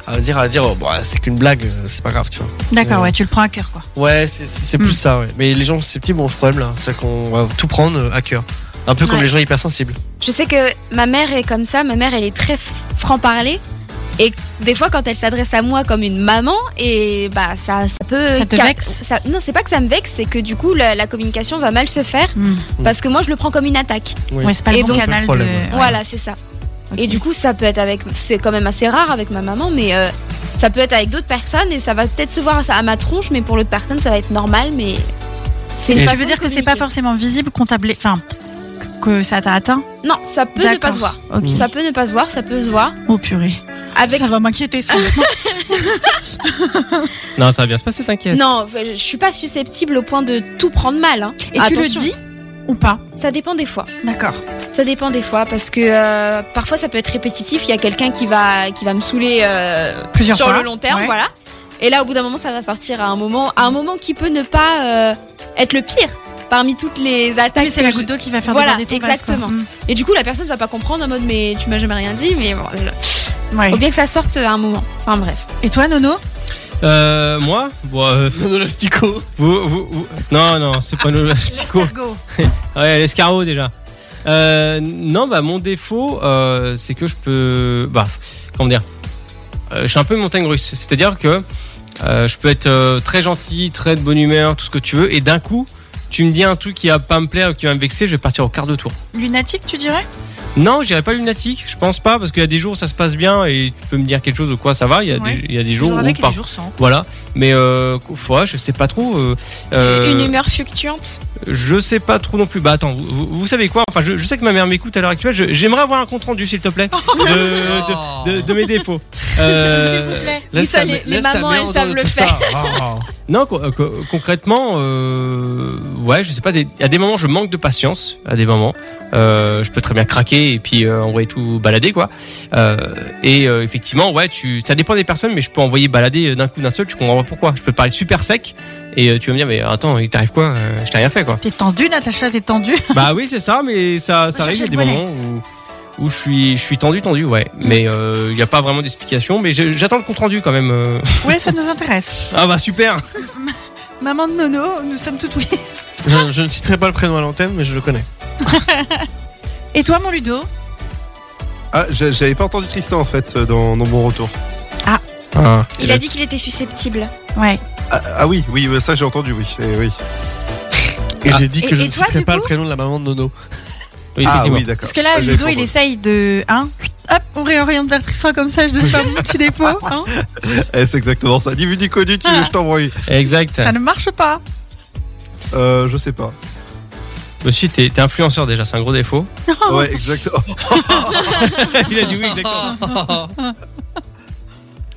S6: à dire, à dire, oh, bah, c'est qu'une blague, c'est pas grave, tu vois.
S5: D'accord,
S6: euh,
S5: ouais, tu le prends à cœur, quoi.
S6: Ouais, c'est- c'est c'est
S5: Mm.
S6: plus ça, ouais. Mais les gens susceptibles ont ce problème-là. C'est qu'on va tout prendre euh, à cœur. Un peu comme
S7: Ouais.
S6: les gens hypersensibles.
S7: Je sais que ma mère est comme ça, ma mère elle est très franc-parler. Et des fois, quand elle s'adresse à moi comme une maman, et bah ça, ça peut.
S5: Ça te
S7: ca-
S5: vexe
S7: ça- Non, c'est pas que ça me vexe, c'est que du coup la, la communication va mal se faire
S5: Hmm.
S7: parce que moi je le prends comme une attaque.
S6: Oui.
S5: Ouais, c'est pas
S7: Et
S5: le bon
S7: donc-
S5: canal de.
S6: Pas le problème, ouais.
S5: ouais.
S7: Voilà, c'est ça.
S5: Ok.
S7: Et du coup, ça peut être avec. C'est quand même assez rare avec ma maman, mais euh, ça peut être avec d'autres personnes et ça va peut-être se voir à, sa- à ma tronche, mais pour l'autre personne, ça va être normal, mais. C'est
S5: Tu
S7: une
S5: veux
S7: façon
S5: dire
S7: de
S5: que c'est pas
S7: communiquer.
S5: forcément visible, comptable. Enfin, que- que ça t'a atteint
S7: Non, ça peut ne pas
S5: D'accord.
S7: se voir.
S5: Ok.
S6: Mm.
S7: Ça peut ne pas se voir, ça peut se voir.
S5: Oh purée.
S7: Avec
S5: Ça va m'inquiéter, ça.
S2: Non, ça va bien se passer, t'inquiète.
S7: Non, euh, je suis pas susceptible au point de tout prendre mal. hein.
S5: Et tu le
S7: Attention.
S5: dis ou pas
S7: Ça dépend des fois.
S5: D'accord.
S7: Ça dépend des fois parce que euh, parfois ça peut être répétitif. Il y a quelqu'un qui va qui va me saouler euh,
S5: Plusieurs
S7: sur
S5: fois,
S7: le long terme,
S5: ouais.
S7: voilà. Et là, au bout d'un moment, ça va sortir à un moment, à un moment qui peut ne pas euh, être le pire parmi toutes les attaques.
S5: Mais c'est
S7: que
S5: la
S7: je-
S5: goutte d'eau qui va faire
S7: Voilà,
S5: déborder ton vase, quoi.
S7: exactement.
S5: Mm.
S7: Et du coup, la personne va pas comprendre en mode mais tu m'as jamais rien dit. Mais bon, voilà.
S5: Ouais.
S7: faut bien que ça sorte à un moment. Enfin bref.
S5: Et toi, Nono
S2: Euh, moi Bon, euh,
S6: De l'astico.
S2: vous, vous, vous- Non, non, c'est pas le stico.
S5: L'escargot.
S2: Ouais, l'escargot déjà. Euh, non, bah mon défaut, euh, c'est que je peux. Bah, comment dire Euh, Je suis un peu montagne russe. C'est-à-dire que euh, je peux être euh, très gentil, très de bonne humeur, tout ce que tu veux, et d'un coup, tu me dis un truc qui va pas me plaire, qui va me vexer, je vais partir au quart de tour.
S5: Lunatique, tu dirais
S2: Non, j'irai pas lunatique, je pense pas, parce qu'il y a des jours où ça se passe bien et tu peux me dire quelque chose ou quoi, ça va. Il y a,
S5: Ouais.
S2: des, il y a des jours
S5: Toujours
S2: où
S5: avec et
S2: par-
S5: les jours sans.
S2: Voilà, mais euh, ouais, je sais pas trop. euh, euh,
S7: Une humeur fluctuante.
S2: je sais pas trop non plus. Bah attends, vous, vous- vous savez quoi Enfin, je, je sais que ma mère m'écoute à l'heure actuelle. Je- J'aimerais avoir un compte rendu, s'il te plaît, de, de, de- de mes défauts. Euh,
S7: Oui, ça, les, les mamans, elles savent le faire.
S5: Ah,
S2: non, co- euh, co- concrètement, euh, ouais, je sais pas. des- À des moments, je manque de patience. À des moments, Euh, je peux très bien craquer et puis euh, envoyer tout balader, quoi. Euh, et euh, effectivement, ouais, tu, ça dépend des personnes, mais je peux envoyer balader euh, d'un coup d'un seul. Tu comprends pas pourquoi Je peux parler super sec et euh, tu vas me dire, mais attends, il t'arrive quoi Euh, Je t'ai rien fait, quoi.
S5: T'es tendu, Natacha, t'es tendu.
S2: Bah oui, c'est ça, mais ça, ça
S5: Va
S2: arrive, il y a des
S5: chercher le
S2: moments où, où je, suis, je suis tendu, tendu, ouais. Mais euh, il n'y a pas vraiment d'explication, mais je- j'attends le compte rendu quand même. euh.
S5: Ouais, ça nous intéresse.
S2: Ah bah super
S5: Maman de Nono, nous sommes toutes oui.
S6: Je, je ne citerai pas le prénom à l'antenne, mais je le connais.
S5: Et toi, mon Ludo
S3: Ah, j'a- j'avais pas entendu Tristan en fait euh, dans, dans mon retour.
S2: Ah.
S7: Il a dit qu'il était susceptible.
S5: Ouais.
S3: Ah, ah oui, oui, euh, ça j'ai entendu, oui. eh oui.
S6: Et j'ai dit
S5: Et-
S6: que je
S5: et
S6: ne
S5: toi,
S6: citerai
S5: du
S6: pas le
S5: coup
S6: prénom de la maman de Nono.
S2: Oui,
S3: ah
S2: effectivement.
S3: oui, d'accord.
S5: Parce que là,
S3: Ah, j'avais
S5: Ludo,
S3: pas
S5: il
S3: entendu.
S5: essaye de. Hein Hop, on réoriente vers Tristan comme ça, je donne pas mon petit dépôt. hein.
S3: Eh, c'est exactement ça. Ni vu ni connu, tu
S5: Ah.
S3: veux, je t'envoie.
S2: Exact.
S5: ça ne marche pas.
S3: Euh, je sais pas.
S2: Monsieur, t'es t'es influenceur déjà, c'est un gros défaut.
S5: Oh.
S3: Ouais, exactement.
S2: il a dit oui, exactement.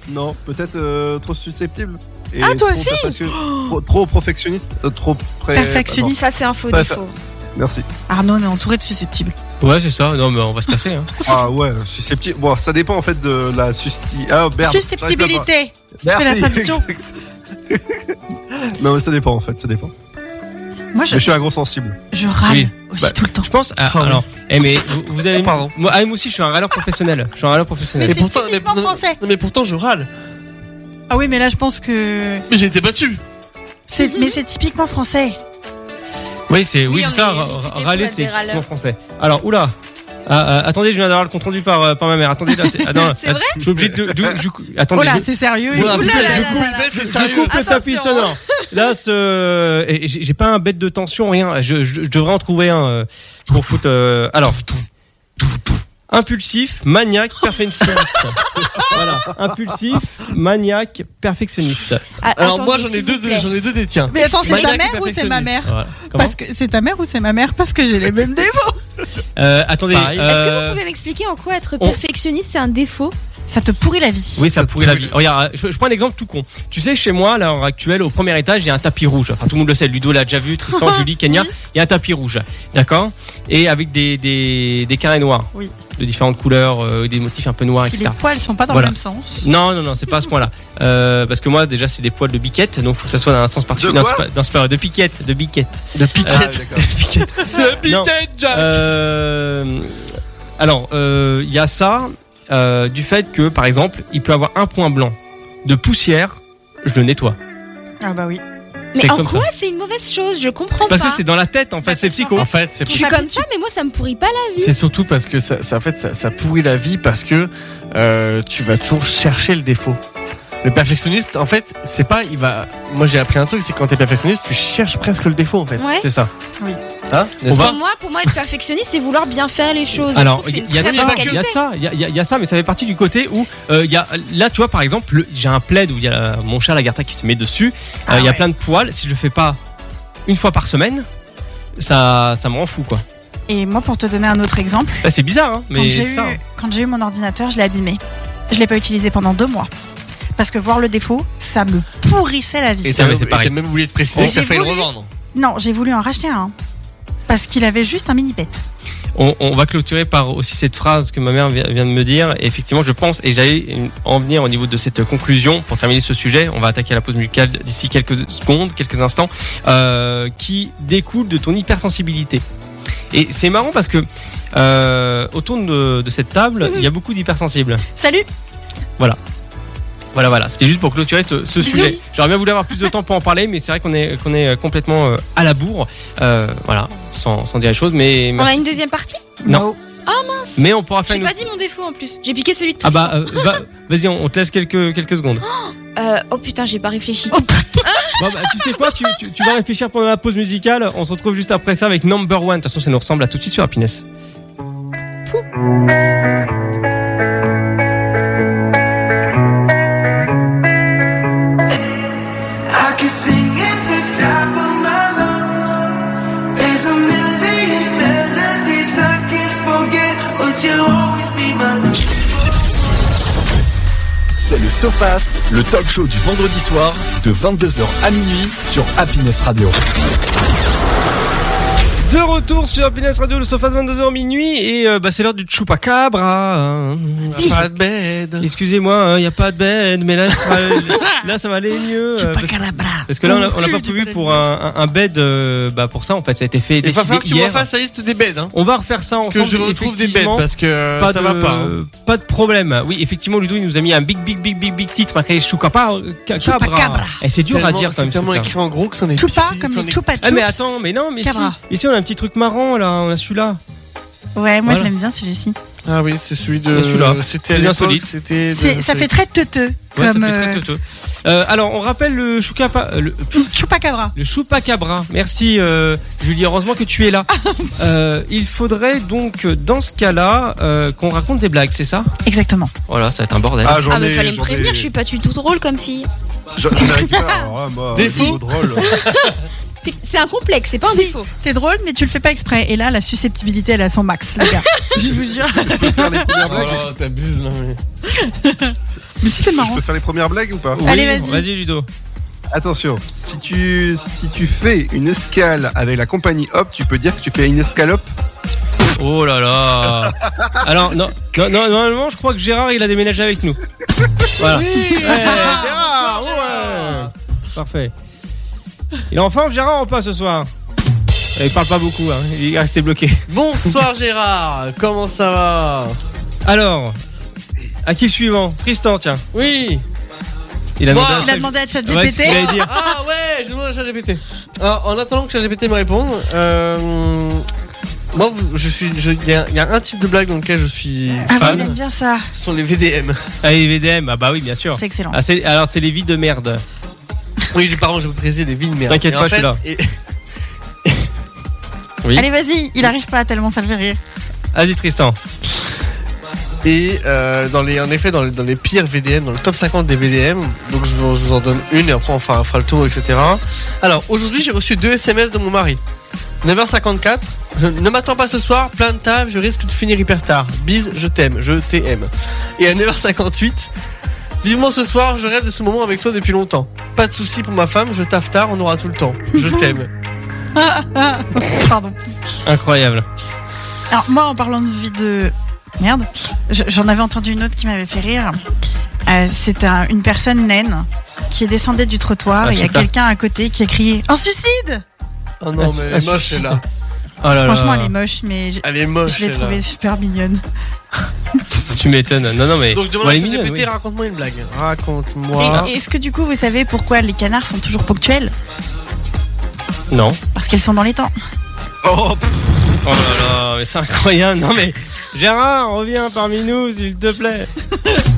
S3: Non, peut-être euh, trop susceptible. Et
S5: Ah, toi
S3: trop
S5: aussi Oh.
S3: perfectionniste- trop, trop perfectionniste. euh, trop pré-
S5: Perfectionniste.
S7: Ça, c'est un faux
S2: Bah,
S3: Pas-
S7: défaut.
S3: Attends, merci.
S5: Arnaud, on est entouré de susceptibles.
S2: Ouais, c'est ça. Non, mais on va se casser. Hein.
S3: Ah ouais, susceptible. Bon, ça dépend en fait de la susti. Ah merde. j'arrive
S5: Susceptibilité.
S3: pas à-
S5: fais la
S3: Merci.
S5: traduction.
S3: non, mais ça dépend en fait, ça dépend.
S5: Moi,
S3: Mais
S5: je,
S3: je suis un gros sensible.
S5: je râle
S2: Oui.
S5: aussi
S2: Bah,
S5: tout le temps.
S2: Je pense. ah,
S6: Oh, oui.
S2: alors, eh, mais vous, vous avez.
S6: Pardon.
S2: Moi, ah, moi aussi, je suis un râleur professionnel. Je suis un râleur professionnel.
S5: Mais c'est typiquement
S6: non, non,
S5: français.
S6: non, mais pourtant, je râle.
S5: Ah oui, mais là, je pense que.
S6: Mais j'ai été battu.
S5: c'est- Mais c'est typiquement français.
S2: Oui, c'est oui,
S7: Oui, on
S2: c'est ça,
S7: est
S2: ra-
S7: réputé pour
S2: râler,
S7: être des
S2: c'est
S7: râleurs.
S2: en français. Alors, oula. Ah, ah, attendez, je viens d'avoir le compte rendu par, euh, par ma mère. Attendez, là, c'est. ah, non,
S7: C'est vrai
S2: Je suis obligé de. du- du coup- attendez,
S5: Oh là,
S2: je-
S5: c'est sérieux.
S6: Ouais,
S7: là
S6: putain,
S7: là
S6: je
S7: là
S6: coupe
S7: là
S6: les
S7: là.
S6: bêtes, c'est
S2: je
S6: sérieux.
S2: coupe le
S7: Attention. hein.
S2: tapis sonore. Là, ce- et j'ai j'ai pas un bête de tension, rien. Je, je- je devrais en trouver un euh, pour foutre. euh, Alors, Impulsif, maniaque, perfectionniste. voilà, impulsif, maniaque, perfectionniste.
S4: Ah,
S6: Alors
S4: attendez,
S6: moi j'en ai
S4: s'il
S6: deux,
S4: vous plaît.
S6: j'en ai deux des tiens.
S5: Mais attends, c'est ta
S6: Maniaque
S5: mère ou c'est ma mère
S2: Voilà. Comment
S5: Parce que c'est ta mère ou c'est ma mère Parce que j'ai les mêmes défauts.
S2: Euh, Attendez.
S6: Pareil.
S2: euh,
S7: Est-ce que vous pouvez m'expliquer en quoi être
S2: on-
S7: perfectionniste c'est un défaut
S5: Ça te pourrit la vie.
S2: Oui, ça pourrit la
S6: pourrit
S2: vie. Regarde, euh, je, je prends un exemple tout con. Tu sais, chez moi, là, à l'heure actuelle, au premier étage, il y a un tapis rouge. Enfin, tout le monde le sait. Ludo l'a déjà vu, Tristan, Julie, Kenya. Il y a un tapis rouge. D'accord Et avec des, des, des carrés noirs.
S5: Oui.
S2: De différentes couleurs, euh, des motifs un peu noirs,
S5: si
S2: etc.
S5: les poils sont pas dans
S2: Voilà.
S5: le même sens.
S2: Non, non, non, c'est pas à ce point-là. Euh, parce que moi, déjà, c'est des poils de biquette. Donc, faut que ça soit dans un sens particulier.
S3: De
S2: Dans
S3: quoi
S2: ce pa- dans ce pas- de piquette. De biquette.
S6: De piquette.
S3: Ah, d'accord.
S2: De piquette. Euh, Non. Euh, alors, euh, il y a ça, euh, du fait que, par exemple, il peut avoir un point blanc de poussière, je le nettoie.
S5: Ah bah oui.
S2: C'est
S7: Mais en
S2: comme
S7: quoi c'est une mauvaise chose Je comprends
S2: Parce
S7: pas.
S2: que c'est dans la tête, en
S7: Bah,
S2: fait, c'est psycho.
S6: En fait, c'est
S7: je suis comme ça, mais moi ça me pourrit pas la vie.
S6: C'est surtout parce que ça, ça, en fait, ça, ça pourrit la vie parce que euh, tu vas toujours chercher le défaut. Le perfectionniste, en fait, c'est pas, il va. Moi, j'ai appris un truc, c'est quand t'es perfectionniste, tu cherches presque le défaut, en fait.
S7: Ouais.
S6: C'est ça.
S5: Oui.
S6: Hein
S2: On
S6: N'est-ce
S2: va-
S6: pas
S7: Pour moi, pour moi, être perfectionniste, c'est vouloir bien faire les choses.
S2: Alors,
S7: Je trouve que c'est
S2: il
S7: une
S2: y, a
S7: très
S2: de ça,
S7: bonne
S2: il y
S7: qualité.
S2: a de ça, il y a- il y, a- il y a ça, mais ça fait partie du côté où euh, il y a là, tu vois, par exemple, le- j'ai un plaid où il y a mon chat Lagarta qui se met dessus. Euh, Il y
S5: Ah
S2: a
S5: ouais.
S2: plein de poils. Si je le fais pas une fois par semaine, ça, ça me rend fou, quoi.
S5: Et moi, pour te donner un autre exemple,
S2: Là, c'est bizarre, hein,
S5: quand
S2: mais
S5: j'ai
S2: c'est
S5: eu,
S2: ça.
S5: quand j'ai eu mon ordinateur, je l'ai abîmé. Je l'ai pas utilisé pendant deux mois. Parce que voir le défaut, ça me pourrissait la vie.
S6: Et
S2: Ah,
S6: t'as
S2: mais c'est
S6: et
S2: pareil.
S6: t'as même voulu te préciser
S5: On-
S6: que ça
S5: J'ai
S6: fallait le
S5: voulu-
S6: revendre.
S5: Non, j'ai voulu en racheter un. hein. Parce qu'il avait juste un mini-pet.
S2: On, on va clôturer par aussi cette phrase que ma mère vi- vient de me dire. Et effectivement, je pense, et j'allais en venir au niveau de cette conclusion pour terminer ce sujet. On va attaquer la pause musicale d'ici quelques secondes, quelques instants, euh, qui découle de ton hypersensibilité. Et c'est marrant parce que euh, autour de, de cette table, il y a
S7: Mhm.
S2: beaucoup d'hypersensibles.
S5: Salut
S2: Voilà, voilà. C'était juste pour clôturer ce, ce sujet. J'aurais bien voulu avoir plus de temps pour en parler, mais c'est vrai qu'on est, qu'on est complètement euh, à la bourre. Euh, voilà, sans, sans dire les choses. Mais,
S7: On a une deuxième partie
S2: Non. mais on pourra faire
S7: J'ai
S2: une
S7: pas dit mon défaut en plus. J'ai piqué celui de
S2: Ah
S7: Tristan.
S2: bah, euh, va- vas-y, on, on te laisse quelques, quelques secondes.
S7: Euh, oh putain, j'ai pas réfléchi. Ah,
S2: Bon, bah, tu sais quoi, tu, tu- tu vas réfléchir pendant la pause musicale. On se retrouve juste après ça avec Number One. De toute façon, ça nous ressemble à tout de suite sur Happiness.
S9: I could sing at the top of my lungs. There's a million melodies I can't forget, but you'll always be my number.
S1: C'est le SoFast, le talk show du vendredi soir de 22h à minuit sur Happiness Radio.
S2: De retour sur Happiness Radio, le sofa 22h minuit. Et euh, bah, c'est l'heure du chupacabra. hein.
S6: Pas de bed.
S2: Excusez-moi, il n'y a pas de bed, mais là, ça va, là, ça va aller mieux. euh, parce, parce que là, on a- on l'a pas prévu pour un, un- un bed. euh, bah, pour ça, en fait, ça a été fait.
S6: Il va
S2: décidé
S6: falloir que tu
S2: hier.
S6: refasses la liste des beds. Hein.
S2: On va refaire ça ensemble.
S6: Que je retrouve des beds
S2: effectivement.
S6: parce que euh,
S2: pas
S6: ça
S2: de,
S6: va pas. hein.
S2: pas de problème. Oui, effectivement, Ludo, il nous a mis un big, big, big, big, big titre marqué Chupacabra.
S5: Chupacabra.
S2: Et Eh, c'est dur à
S6: Tellement-
S2: dire quand
S6: C'est
S2: même. ce
S6: tellement
S2: truc-là.
S6: écrit en gros que c'en est
S5: Choupa
S6: c'est-
S5: comme
S6: c'en
S5: les
S6: est-
S5: Choupa Chups.
S2: Ah, mais attends, mais non, mais si.
S5: Cabra.
S2: Ici, on a un petit truc marrant là, on a celui-là.
S5: Ouais, moi
S2: Voilà.
S5: je l'aime bien celui-ci.
S6: Ah oui, c'est celui
S2: Et
S6: de.
S2: celui-là.
S6: C'était à
S2: Plus
S6: l'époque,
S2: insolite.
S6: C'était. de-
S5: C'est- Ça fait très teuteux.
S2: Ouais, ça
S5: comme
S2: fait très
S5: euh,
S2: teuteux. Euh, alors, on rappelle le Choucapa. euh, Le,
S5: Chupacabra.
S2: le Chupacabra. Merci, euh, Julie, heureusement que tu es là. Euh, il faudrait donc, euh, dans ce cas-là, euh, qu'on raconte des blagues, c'est ça
S5: Exactement.
S2: Voilà, ça va être un bordel.
S3: Ah, j'en
S7: Ah, mais
S3: ai-
S7: fallait me
S3: j'en ai-
S7: prévenir, je suis pas du tout drôle comme fille.
S3: J'en j'en ai récupéré, alors là, moi,
S6: Défaut.
S3: niveau Oh, bah, drôle.
S7: Fait que C'est un complexe, c'est pas un
S5: Si.
S7: défaut.
S5: T'es drôle, mais tu le fais pas exprès. Et là, la susceptibilité, elle a son max, les gars. je vous jure.
S6: Oh là, t'abuses là. mais-
S5: Mais c'était
S3: Je
S5: marrant.
S3: peux faire les premières blagues ou pas
S2: Oui,
S5: Allez, vas-y.
S2: Vas-y, Ludo.
S3: Attention, si tu, si tu fais une escale avec la compagnie Hop, tu peux dire que tu fais une escalope.
S2: Oh là là Alors, non, non, non, normalement, je crois que Gérard, il a déménagé avec nous. Voilà. Ouais,
S5: Ah,
S2: Gérard, ouais. Parfait. Il est en forme, Gérard, ou pas ce soir Il parle pas beaucoup, hein. il est resté bloqué.
S6: Bonsoir Gérard, comment ça va
S2: Alors, à qui le suivant Tristan, tiens.
S6: Oui
S2: Il a
S6: Moi,
S2: demandé à
S5: Il a
S2: sa-
S5: demandé à ChatGPT.
S2: Ouais, ce qu'il allait dire.
S6: Ah ouais, je demande à ChatGPT. Alors, Ah, En attendant que ChatGPT me réponde, euh, moi vous- je suis, je- il y, a- il y a un type de blague dans lequel je suis
S5: ah oui,
S6: fan.
S5: il aime bien ça.
S6: ce sont les VDM.
S2: Ah, les VDM, ah bah oui, bien sûr.
S5: C'est excellent.
S2: Ah, c'est- alors, c'est les vies de merde.
S6: Oui, j'ai pardon, je vous précisais les vignes, mais
S2: T'inquiète
S6: et en
S2: pas, je
S6: fait-
S2: suis là.
S6: et-
S2: Oui.
S5: Allez, vas-y, il arrive pas tellement ça le fait rire.
S2: Vas-y, Tristan.
S6: Et euh, dans les, en effet, dans les, dans les pires VDM, dans le top 50 des VDM, donc je, vous- je vous en donne une et après on fera, on fera le tour, etc. Alors aujourd'hui, j'ai reçu deux SMS de mon mari. 9h54, je ne m'attends pas ce soir, plein de taf, je risque de finir hyper tard. Bise, je t'aime, je t'aime. Et à 9h58, vivement ce soir, je rêve de ce moment avec toi depuis longtemps. Pas de soucis pour ma femme, je taffe tard, on aura tout le temps. Je t'aime.
S5: Pardon.
S2: Incroyable.
S5: Alors moi, en parlant de vie de merde, je- j'en avais entendu une autre qui m'avait fait rire. Euh, c'est un- une personne naine qui est descendue du trottoir
S2: Ah,
S5: et il y a
S2: super.
S5: quelqu'un à côté qui a crié un suicide.
S6: Oh non, mais elle est moche, elle là.
S2: Oh là Ah, là.
S5: Franchement, elle est moche, mais je,
S6: Elle est
S5: je
S6: moche,
S5: l'ai
S6: elle là.
S5: trouvée super mignonne.
S2: Tu m'étonnes. Non, non, mais.
S6: Donc je demande
S2: Bon,
S6: à
S2: elle est
S6: ChatGPT,
S2: mignonne, oui.
S6: raconte-moi une blague.
S5: Et-
S6: Raconte-moi.
S5: et Est-ce que du coup, vous savez pourquoi les canards sont toujours ponctuels
S2: Non.
S5: Parce qu'elles sont dans les temps.
S2: Oh, pff. Oh là là, mais c'est incroyable. Non, mais Gérard, reviens parmi nous, s'il te plaît.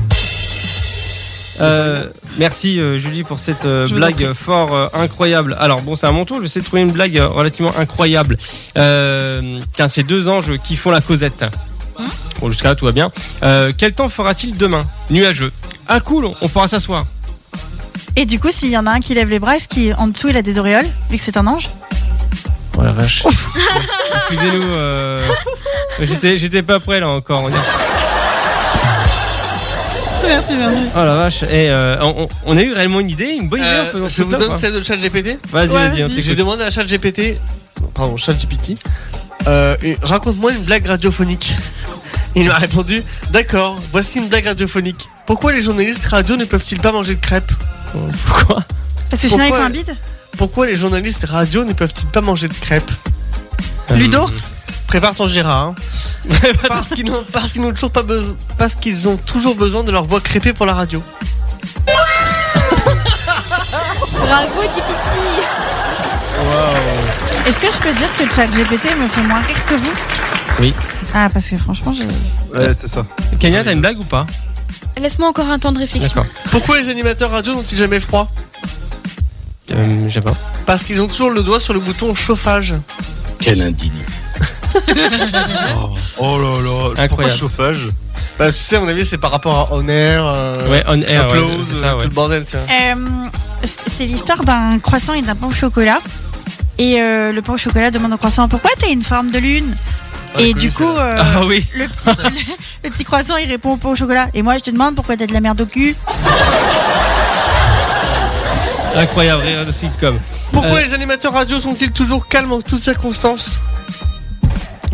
S2: Euh, merci euh, Julie pour cette euh,
S5: Je vous en
S2: blague fort euh, incroyable. Alors bon, c'est à mon tour. Je vais essayer de trouver une blague euh, relativement incroyable. Euh, tiens, ces deux anges qui font la Cosette.
S5: Hein
S2: Bon, jusqu'à là tout va bien. Euh, quel temps fera-t-il demain Nuageux. Ah cool, on pourra s'asseoir.
S5: Et du coup, s'il y en a un qui lève les bras, est-ce qu'en dessous il a des auréoles vu que c'est un ange
S6: Oh la vache.
S2: Excusez-nous, euh, j'étais, j'étais pas prêt là encore. on y est.
S5: Merci, merci.
S2: Oh la vache, Eh, euh, on, on- on a eu réellement une idée, une bonne idée en faisant
S6: Euh, je
S2: ce
S6: vous
S2: top,
S6: donne
S2: hein.
S6: celle de ChatGPT.
S2: Vas-y,
S5: Ouais,
S2: vas-y, on
S5: vas-y.
S2: t'écoute.
S6: J'ai demandé à ChatGPT, pardon, ChatGPT, euh, une- raconte-moi une blague radiophonique. Il m'a répondu, d'accord, voici une blague radiophonique. Pourquoi les journalistes radio ne peuvent-ils pas manger de crêpes
S2: Pourquoi
S5: Parce que sinon, il faut
S6: Pourquoi
S5: un bide
S6: Pourquoi les journalistes radio ne peuvent-ils pas manger de crêpes
S2: Euh,
S5: Ludo
S6: Prépare ton Gérard. hein. parce qu'ils n'ont parce qu'ils n'ont toujours pas besoin, parce qu'ils ont toujours besoin de leur voix crêpée pour la radio.
S7: Bravo, Tipiti
S5: Est-ce que je peux dire que le chat GPT me fait moins rire que vous
S2: Oui.
S5: Ah, parce que franchement, j'ai.
S3: Ouais, c'est ça.
S2: Kenya, t'as une blague ou pas
S7: Laisse-moi encore un temps de réflexion.
S6: Pourquoi les animateurs radio n'ont-ils jamais froid
S2: euh, J'ai pas.
S6: Parce qu'ils ont toujours le doigt sur le bouton chauffage.
S8: Quelle indignité.
S3: Oh là là, pourquoi
S2: Incroyable.
S3: chauffage
S6: Bah, tu sais, à mon avis, c'est par rapport à On Air, euh,
S2: Ouais, on air. ouais,
S6: Applause,
S2: c'est ça,
S6: euh,
S2: ouais.
S6: tout le bordel, tu vois.
S5: Euh, c'est- c'est l'histoire d'un croissant et d'un pain au chocolat. Et euh, le pain au chocolat demande au croissant Pourquoi t'as une forme de lune
S6: Ouais,
S5: Et
S6: cool,
S5: du coup,
S6: celle-là.
S5: euh,
S2: Ah oui,
S5: le, petit, le- le petit croissant il répond au pain au chocolat. Et moi, je te demande pourquoi t'as de la merde au cul.
S2: incroyable, rire de sitcom.
S6: Pourquoi
S2: Euh,
S6: les animateurs radio sont-ils toujours calmes en toutes circonstances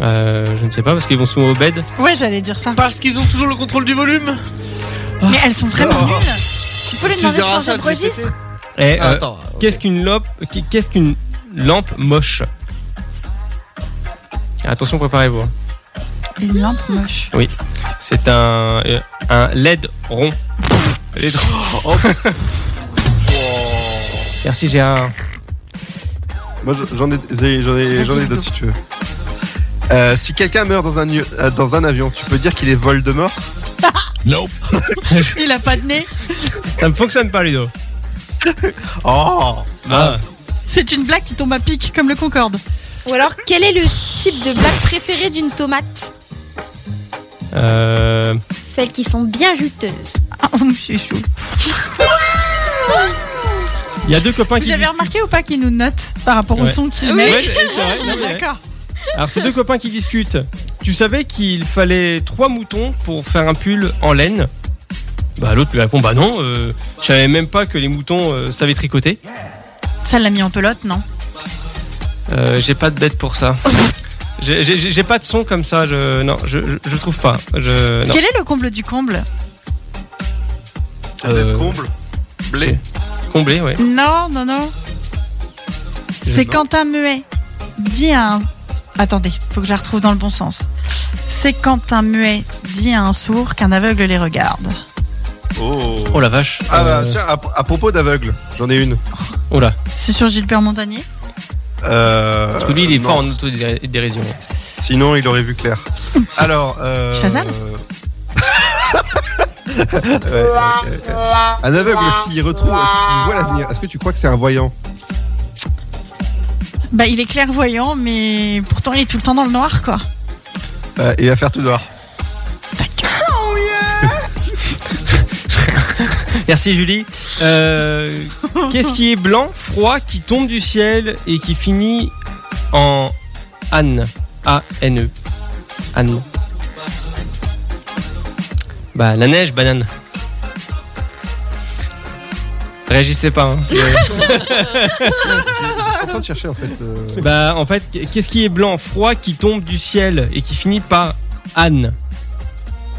S2: Euh, je ne sais pas, parce qu'ils vont souvent au bed.
S5: Ouais, j'allais dire ça.
S6: Parce qu'ils ont toujours le contrôle du volume
S5: Mais elles sont vraiment
S6: Oh.
S5: nulles. Tu peux lui
S6: Tu
S5: demander de
S6: diras
S5: changer
S6: ça,
S5: de
S6: tu sais.
S5: registre
S2: Et,
S6: Ah,
S2: euh,
S6: Attends.
S2: qu'est-ce qu'une lampe, qu'est-ce qu'une lampe moche Attention, préparez-vous. hein.
S5: Une lampe moche.
S2: C'est un, euh, un LED rond. LED rond. Merci Gérard.
S3: Moi je- j'en ai, j'ai- j'en ai,
S5: Vas-y,
S3: j'en ai
S5: Ludo.
S3: d'autres si tu veux. Euh, si quelqu'un meurt dans un, nu- euh, dans un avion, tu peux dire qu'il est Voldemort
S5: Il a pas de nez.
S2: Ça ne fonctionne pas, Ludo.
S3: Oh
S2: Ah,
S5: C'est une blague qui tombe à pic comme le Concorde.
S7: Ou alors, quel est le type de blague préférée d'une tomate
S2: euh,
S7: Celles qui sont bien juteuses.
S5: Ah, oh, c'est chaud.
S2: Il y a deux copains
S5: Vous
S2: qui
S5: avez
S2: discutent.
S5: remarqué ou pas qu'il nous note par rapport au
S2: Ouais.
S5: son qu'il
S2: Ouais,
S5: met
S2: c'est vrai, non, mais ouais.
S5: D'accord.
S2: Alors, ces deux copains qui discutent. Tu savais qu'il fallait trois moutons pour faire un pull en laine Bah, l'autre lui répond Bah non, euh, je savais même pas que les moutons euh, savaient tricoter.
S5: Ça l'a mis en pelote, non
S2: Euh, j'ai pas de bête pour ça. J'ai- J'ai j'ai pas de son comme ça, je. Non, je, je, je trouve pas. Je, non.
S5: Quel est le comble du comble
S2: Euh,
S3: Comble Blé
S2: comblé, ouais.
S5: Non, non, non.
S2: Euh,
S5: C'est quand un muet dit à un. Attendez, faut que je la retrouve dans le bon sens. C'est quand un muet dit à un sourd qu'un aveugle les regarde.
S3: Oh,
S2: Oh la vache.
S3: Ah bah
S2: Euh,
S3: tiens, à, à propos d'aveugle, j'en ai une.
S2: Oh là.
S5: C'est sur Gilbert Montagnier
S3: Euh,
S2: Parce que lui, il est
S3: non,
S2: fort en autodérision.
S3: Sinon, il aurait vu clair. Alors, euh...
S5: Shazam
S3: Ouais, ouais, ouais, ouais. Un aveugle, s'il retrouve, s'il voit l'avenir, est-ce que tu crois que c'est un voyant
S5: Bah, il est clairvoyant, mais pourtant il est tout le temps dans le noir, quoi.
S3: Euh, il va faire tout noir.
S2: Merci Julie. Euh, Qu'est-ce qui est blanc, froid, qui tombe du ciel et qui finit en Anne A-N-E. Anne. Bah, la neige, banane. Réagissez pas. hein.
S3: Je suis en train de chercher en fait. euh,
S2: Bah, en fait, qu'est-ce qui est blanc, froid, qui tombe du ciel et qui finit par Anne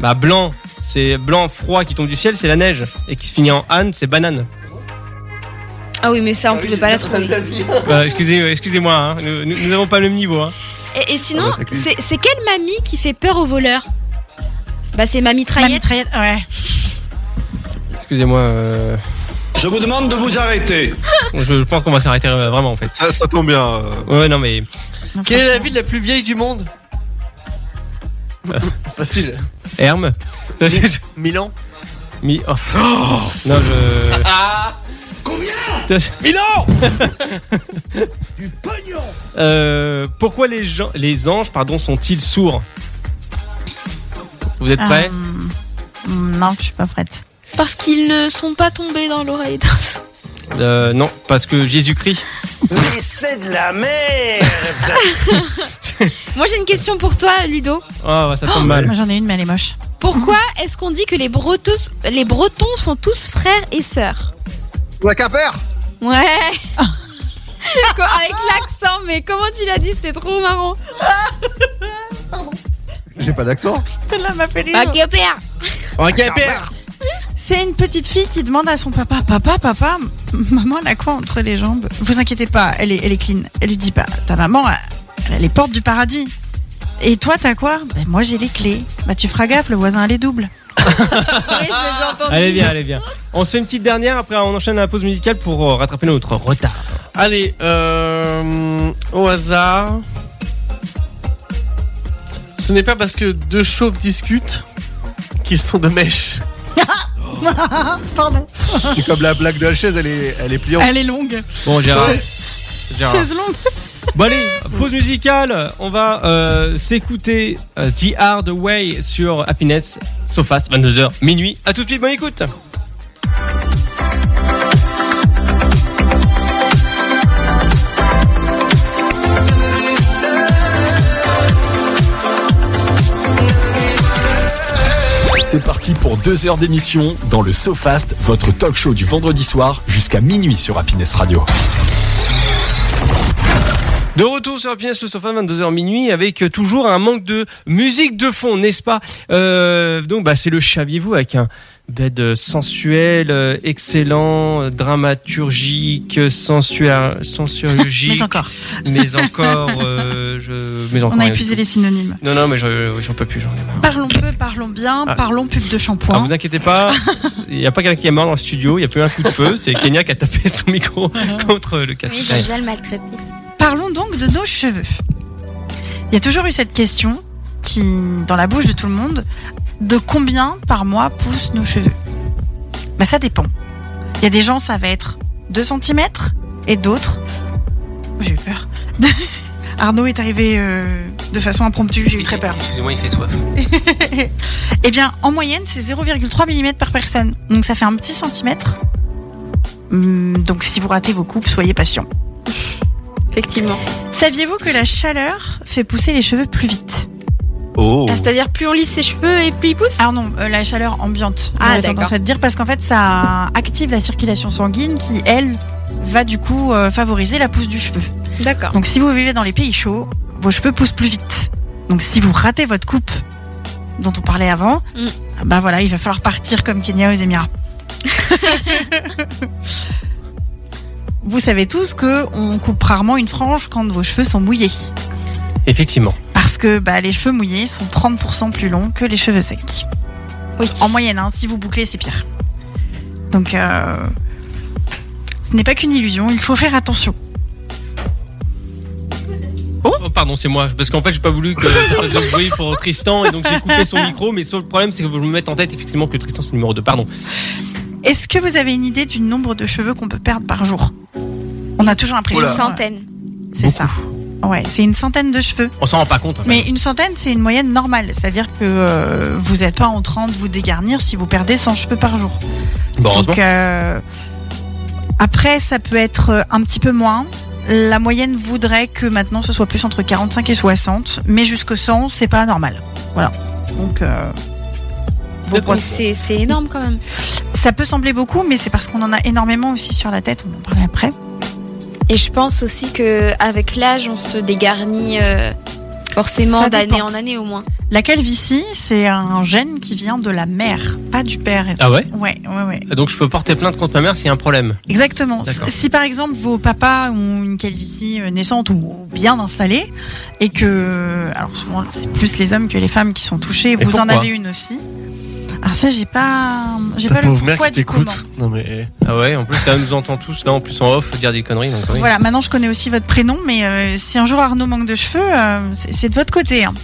S2: Bah, blanc, c'est blanc, froid, qui tombe du ciel, c'est la neige. Et qui se finit en Anne, c'est banane.
S7: Ah oui, mais ça, on ne pouvait pas la trouver.
S2: Bah, excusez- Excusez-moi, hein, nous- nous nous n'avons pas le même niveau. hein.
S7: Et, et sinon,
S3: Ah ouais, t'as
S7: c'est c'est quelle mamie qui fait peur aux voleurs Bah, c'est Mamie
S5: La
S7: Traillette.
S5: mitraillette, ouais.
S2: Excusez-moi. euh,
S10: Je vous demande de vous arrêter.
S2: je, je pense qu'on va s'arrêter euh, vraiment en fait.
S3: Ça, ça tombe bien. euh,
S2: Ouais, non mais.
S5: Non,
S6: Quelle est la ville la plus vieille du monde Facile.
S2: Herme
S6: Milan.
S2: Mi- oh. Non, je. Ah Combien
S6: Milan
S2: euh, Pourquoi les, gens, les anges pardon, sont-ils sourds Vous êtes
S5: Euh,
S2: prêts
S5: Non, je suis pas prête.
S4: Parce qu'ils ne sont pas tombés dans l'oreille. d'un-
S2: Euh, Non, parce que Jésus-Christ.
S9: Mais c'est de la merde
S7: Moi, j'ai une question pour toi, Ludo.
S2: Ah, bah, ça tombe mal.
S5: Moi j'en ai une, mais elle est moche.
S7: Pourquoi
S4: Mhm.
S7: est-ce qu'on dit que les, Bretos- les Bretons sont tous frères et sœurs
S3: Ouais, qu'un père
S7: Ouais Quoi, Avec l'accent, mais comment tu l'as dit C'était trop marrant.
S3: J'ai pas d'accent.
S5: Celle-là m'a fait rire.
S7: Bah, que père
S6: Ok, père.
S5: C'est une petite fille qui demande à son papa Papa, papa, maman, elle a quoi entre les jambes Vous inquiétez pas, elle est, elle est clean. Elle lui dit Bah, ta maman, elle, elle a les portes du paradis. Et toi, t'as quoi Bah, moi, j'ai les clés. Bah, tu feras gaffe, le voisin, elle est double.
S7: Oui, je les ai entendus.
S2: Allez, bien, allez, bien. On se fait une petite dernière, après on enchaîne à la pause musicale pour euh, rattraper notre retard.
S6: Allez, euh, au hasard. Ce n'est pas parce que deux chauves discutent qu'ils sont de mèche.
S5: Pardon.
S3: C'est comme la blague de la chaise, elle est, elle est pliante.
S5: Elle est longue.
S2: Bon, Gérard. Gérard.
S5: Chaise longue.
S2: Bon allez, pause musicale, on va euh, s'écouter euh, The Hard Way sur Happiness, so fast, 22h, minuit. À tout de suite, bonne écoute
S1: C'est parti pour deux heures d'émission dans le SoFast, votre talk show du vendredi soir jusqu'à minuit sur Happiness Radio.
S2: De retour sur Happiness le Sofa, 22h minuit, avec euh, toujours un manque de musique de fond, n'est-ce pas Euh, Donc bah, c'est le Chaviez-vous avec un bed euh, sensuel, euh, excellent, euh, dramaturgique, sensuel, sensuologique,
S5: Mais encore,
S2: mais encore, euh, je, mais encore
S5: on a épuisé les synonymes.
S2: Non, non, mais je- j'en peux plus, j'en ai marre.
S5: Parlons peu, parlons bien,
S2: Ah.
S5: parlons pub de
S2: Alors
S5: shampoing.
S2: vous inquiétez pas, il n'y a pas quelqu'un qui est mort dans le studio, il n'y a plus un coup de feu, c'est Kenya qui a tapé son micro contre le casque.
S7: Oui, j'ai déjà le maltraité.
S5: Parlons donc de nos cheveux. Il y a toujours eu cette question qui, dans la bouche de tout le monde, de combien par mois poussent nos cheveux Bah ça dépend. Il y a des gens, ça va être 2 cm et d'autres... Oh, J'ai eu peur. Arnaud est arrivé euh, de façon impromptue, j'ai eu très peur.
S2: Excusez-moi, il fait soif.
S5: Eh bien, en moyenne, c'est 0,3 mm par personne. Donc ça fait un petit centimètre. Hum, Donc si vous ratez vos coupes, soyez patient.
S7: Effectivement.
S5: Saviez-vous que la chaleur fait pousser les cheveux plus vite
S3: Oh.
S7: Ah, C'est-à-dire, plus on lisse ses cheveux et plus ils poussent
S2: Ah.
S5: Alors non, euh, la chaleur ambiante,
S7: Ah,
S5: j'aurais
S7: d'accord.
S5: tendance à te dire, parce qu'en fait ça active la circulation sanguine qui, elle, va du coup euh, favoriser la pousse du cheveu.
S7: D'accord.
S5: Donc si vous vivez dans les pays chauds, vos cheveux poussent plus vite. Donc si vous ratez votre coupe dont on parlait avant,
S7: Mm.
S5: bah voilà, il va falloir partir comme Kenya aux Émirats. vous savez tous que on coupe rarement une frange quand vos cheveux sont mouillés.
S2: Effectivement.
S5: Parce que bah, les cheveux mouillés sont 30% plus longs que les cheveux secs.
S7: Oui.
S5: En moyenne, hein, si vous bouclez, c'est pire. Donc, euh, ce n'est pas qu'une illusion, il faut faire attention.
S2: Oh pardon, c'est moi, parce qu'en fait j'ai pas voulu que ça fasse de bruit pour Tristan et donc j'ai coupé son micro, mais sauf le problème c'est que vous me mettez en tête effectivement que Tristan c'est le numéro 2, pardon.
S5: Est-ce que vous avez une idée du nombre de cheveux qu'on peut perdre par jour On a toujours l'impression
S7: Une
S5: que
S7: centaine.
S5: C'est ça. Ouais, c'est une centaine de cheveux.
S2: On s'en rend pas compte. hein, quand
S5: Mais
S2: même.
S5: une centaine, c'est une moyenne normale. C'est-à-dire que euh, vous n'êtes pas en train de vous dégarnir si vous perdez 100 cheveux par jour.
S2: Bon, heureusement.
S5: Donc, euh, après, ça peut être euh, un petit peu moins. La moyenne voudrait que maintenant ce soit plus entre 45 et 60, mais jusqu'au 100, c'est pas normal. Voilà. Donc, euh, vos
S7: Mais
S5: procès-
S7: C'est c'est énorme quand même.
S5: ça peut sembler beaucoup, mais c'est parce qu'on en a énormément aussi sur la tête. On en parle après.
S7: Et je pense aussi que avec l'âge, on se dégarnit euh, forcément
S5: Ça
S7: d'année
S5: dépend.
S7: en année au moins.
S5: La calvitie, c'est un gène qui vient de la mère, pas du père.
S2: Ah ouais
S5: Ouais, ouais, ouais.
S2: Donc je peux porter plainte contre ma mère s'il y a un problème.
S5: Exactement.
S2: D'accord.
S5: Si par exemple vos papas ont une calvitie euh, naissante ou bien installée, et que. Alors souvent, c'est plus les hommes que les femmes qui sont touchés, vous en
S2: pourquoi
S5: avez une aussi. Alors ça, j'ai pas. J'ai
S6: Ta
S5: pas le
S6: pauvre mère
S5: pourquoi
S6: qui
S5: du
S6: t'écoute.
S5: comment.
S6: Non mais. eh.
S2: Ah ouais, en plus, là, elle nous entend tous, là, en plus en off, dire des conneries. Donc, oui.
S5: Voilà, maintenant je connais aussi votre prénom, mais euh, si un jour Arnaud manque de cheveux, euh, c'est c'est de votre côté. hein.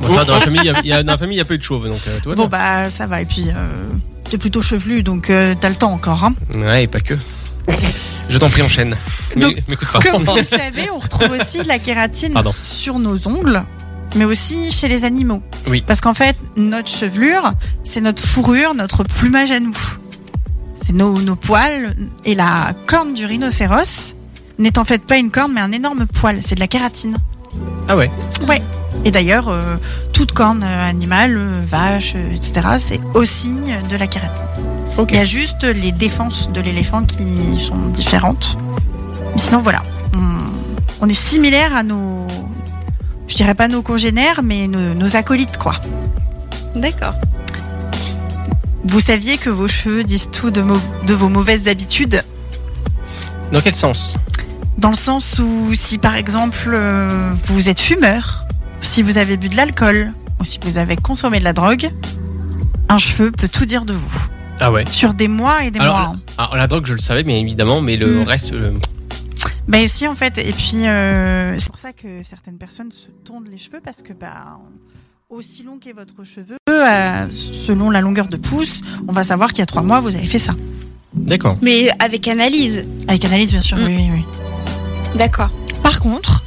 S2: Bon, ça, va, dans la famille, il y a- il y a, dans la famille, il y a peu de chauves, donc euh, tout va
S5: Bon,
S2: bien.
S5: bah ça va, et puis euh, t'es plutôt chevelu, donc euh, t'as le temps encore. hein.
S2: Ouais, et pas que. Je t'en prie, enchaîne. Mais-
S5: Donc,
S2: M'écoute pas.
S5: Comme vous le savez, on retrouve aussi de la kératine
S2: Pardon.
S5: sur nos ongles, mais aussi chez les animaux.
S2: Oui.
S5: Parce qu'en fait, notre chevelure, c'est notre fourrure, notre plumage à nous. C'est nos, nos poils et la corne du rhinocéros n'est en fait pas une corne, mais un énorme poil. C'est de la kératine.
S2: Ah ouais.
S5: Et d'ailleurs, euh, toute corne euh, animale, euh, vache, euh, etc., c'est aussi euh, de la kératine. Il y a juste les défenses de l'éléphant qui sont différentes. Mais sinon, voilà. On, on est similaire à nos. Je dirais pas nos congénères, mais nos, nos acolytes, quoi.
S7: D'accord.
S5: Vous saviez que vos cheveux disent tout de, mau- de vos mauvaises habitudes
S2: Dans quel sens
S5: Dans le sens où, si par exemple, euh, vous êtes fumeur, si vous avez bu de l'alcool, ou si vous avez consommé de la drogue, un cheveu peut tout dire de vous.
S2: Ah ouais.
S5: Sur des mois et des
S2: Alors,
S5: mois. hein.
S2: Ah, la drogue, je le savais, bien évidemment, mais le
S5: Mm.
S2: reste. euh,
S5: Ben si en fait, et puis euh, c'est pour ça que certaines personnes se tondent les cheveux parce que bah, aussi long qu'est votre cheveu, euh, selon la longueur de pouce, on va savoir qu'il y a trois mois vous avez fait ça.
S2: D'accord.
S7: Mais avec analyse.
S5: Avec analyse bien sûr.
S7: Mm.
S5: Oui, oui, oui.
S7: D'accord.
S5: Par contre,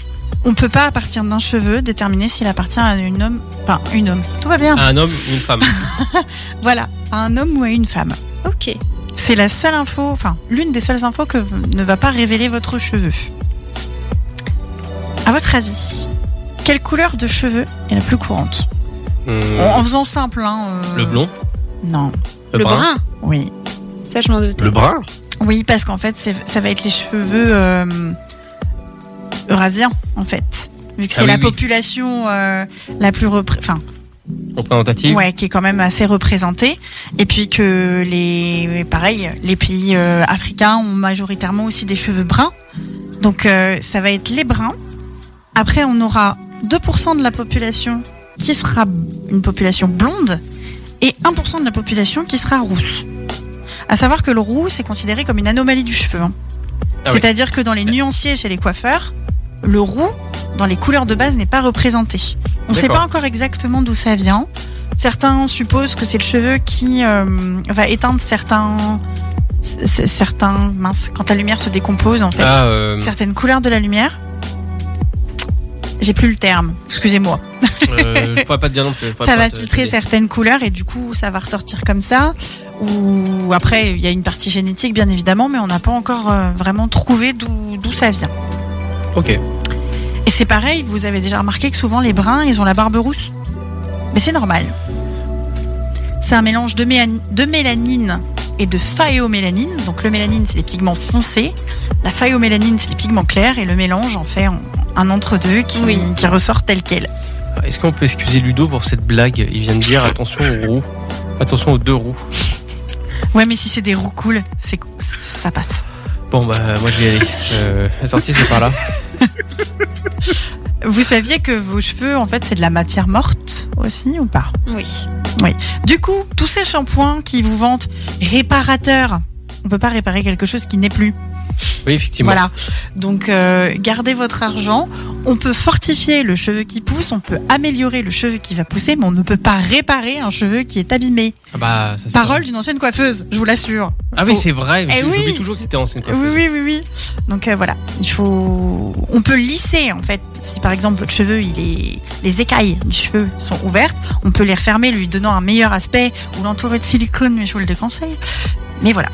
S5: on peut pas à partir d'un cheveu déterminer s'il appartient à une homme, enfin une homme. Tout va bien.
S2: À un homme ou une femme
S5: Ah. Voilà, à un homme ou à une femme.
S7: Ok.
S5: C'est la seule info, enfin l'une des seules infos que v- ne va pas révéler votre cheveu. À votre avis, quelle couleur de cheveux est la plus courante
S2: Mm.
S5: En, en faisant simple, hein. euh,
S2: Le blond
S5: Non.
S2: Le, brun,
S5: Oui.
S7: Ça, je m'en doutais.
S3: Le brun
S5: Oui, parce qu'en fait, c'est- ça va être les cheveux euh, eurasiens, en fait. Vu que
S2: Ah
S5: c'est
S2: oui,
S5: la
S2: oui.
S5: population euh, la plus repré- enfin,
S2: Représentatif
S5: ouais, qui est quand même assez représentée, et puis que les, pareil, les pays euh, africains ont majoritairement aussi des cheveux bruns. Donc euh, ça va être les bruns. Après, on aura 2% de la population qui sera une population blonde et 1% de la population qui sera rousse. À savoir que le roux, c'est considéré comme une anomalie du cheveu. hein.
S2: Ah oui.
S5: C'est-à-dire que dans les nuanciers chez les coiffeurs, le roux, dans les couleurs de base, n'est pas représenté. On ne sait
S2: D'accord.
S5: pas encore exactement d'où ça vient. Certains supposent que c'est le cheveu qui euh, va éteindre certains, c- c- certains mince, quand la lumière se décompose en fait,
S2: Ah, euh,
S5: certaines couleurs de la lumière. J'ai plus le terme, excusez-moi.
S2: euh, je pourrais pas te dire non plus. je pourrais
S5: Ça
S2: pas euh,
S5: va
S2: te-
S5: filtrer
S2: t'aider.
S5: certaines couleurs et du coup ça va ressortir comme ça. Ou après il y a une partie génétique bien évidemment, mais on n'a pas encore euh, vraiment trouvé d'où d'où ça vient.
S2: Ok.
S5: Et c'est pareil, vous avez déjà remarqué que souvent les bruns, ils ont la barbe rousse. Mais c'est normal. C'est un mélange de, mélan- de mélanine et de phaéomélanine. Donc le mélanine, c'est les pigments foncés. La phaéomélanine, c'est les pigments clairs. Et le mélange en fait un- un entre-deux qui,
S7: Oui.
S5: qui ressort tel quel.
S2: Est-ce qu'on peut excuser Ludo pour cette blague Il vient de dire attention aux roues. Attention aux deux roues.
S5: Ouais, mais si c'est des roues cool, c'est cou- ça passe.
S2: Bon, bah, moi, je vais y aller. Euh, la sortie, c'est par là.
S5: Vous saviez que vos cheveux, en fait, c'est de la matière morte aussi ou pas
S7: Oui.
S5: Du coup, tous ces shampoings qui vous vantent réparateurs, on peut pas réparer quelque chose qui n'est plus.
S2: Oui, effectivement.
S5: Voilà. Donc, euh, gardez votre argent. On peut fortifier le cheveu qui pousse, on peut améliorer le cheveu qui va pousser, mais on ne peut pas réparer un cheveu qui est abîmé.
S2: Ah bah, ça, c'est
S5: Parole
S2: vrai.
S5: d'une ancienne coiffeuse, je vous l'assure.
S2: Ah oui,
S5: Faut-
S2: c'est vrai.
S5: Eh
S2: J'oublie
S5: oui.
S2: toujours que c'était ancienne
S5: Oui,
S2: coiffeuse.
S5: oui, oui, oui. Donc euh, voilà, il faut. On peut lisser en fait. Si par exemple votre cheveu, il est... les écailles du cheveu sont ouvertes, on peut les refermer, lui donnant un meilleur aspect ou l'entourer de silicone, mais je vous le déconseille. Mais voilà,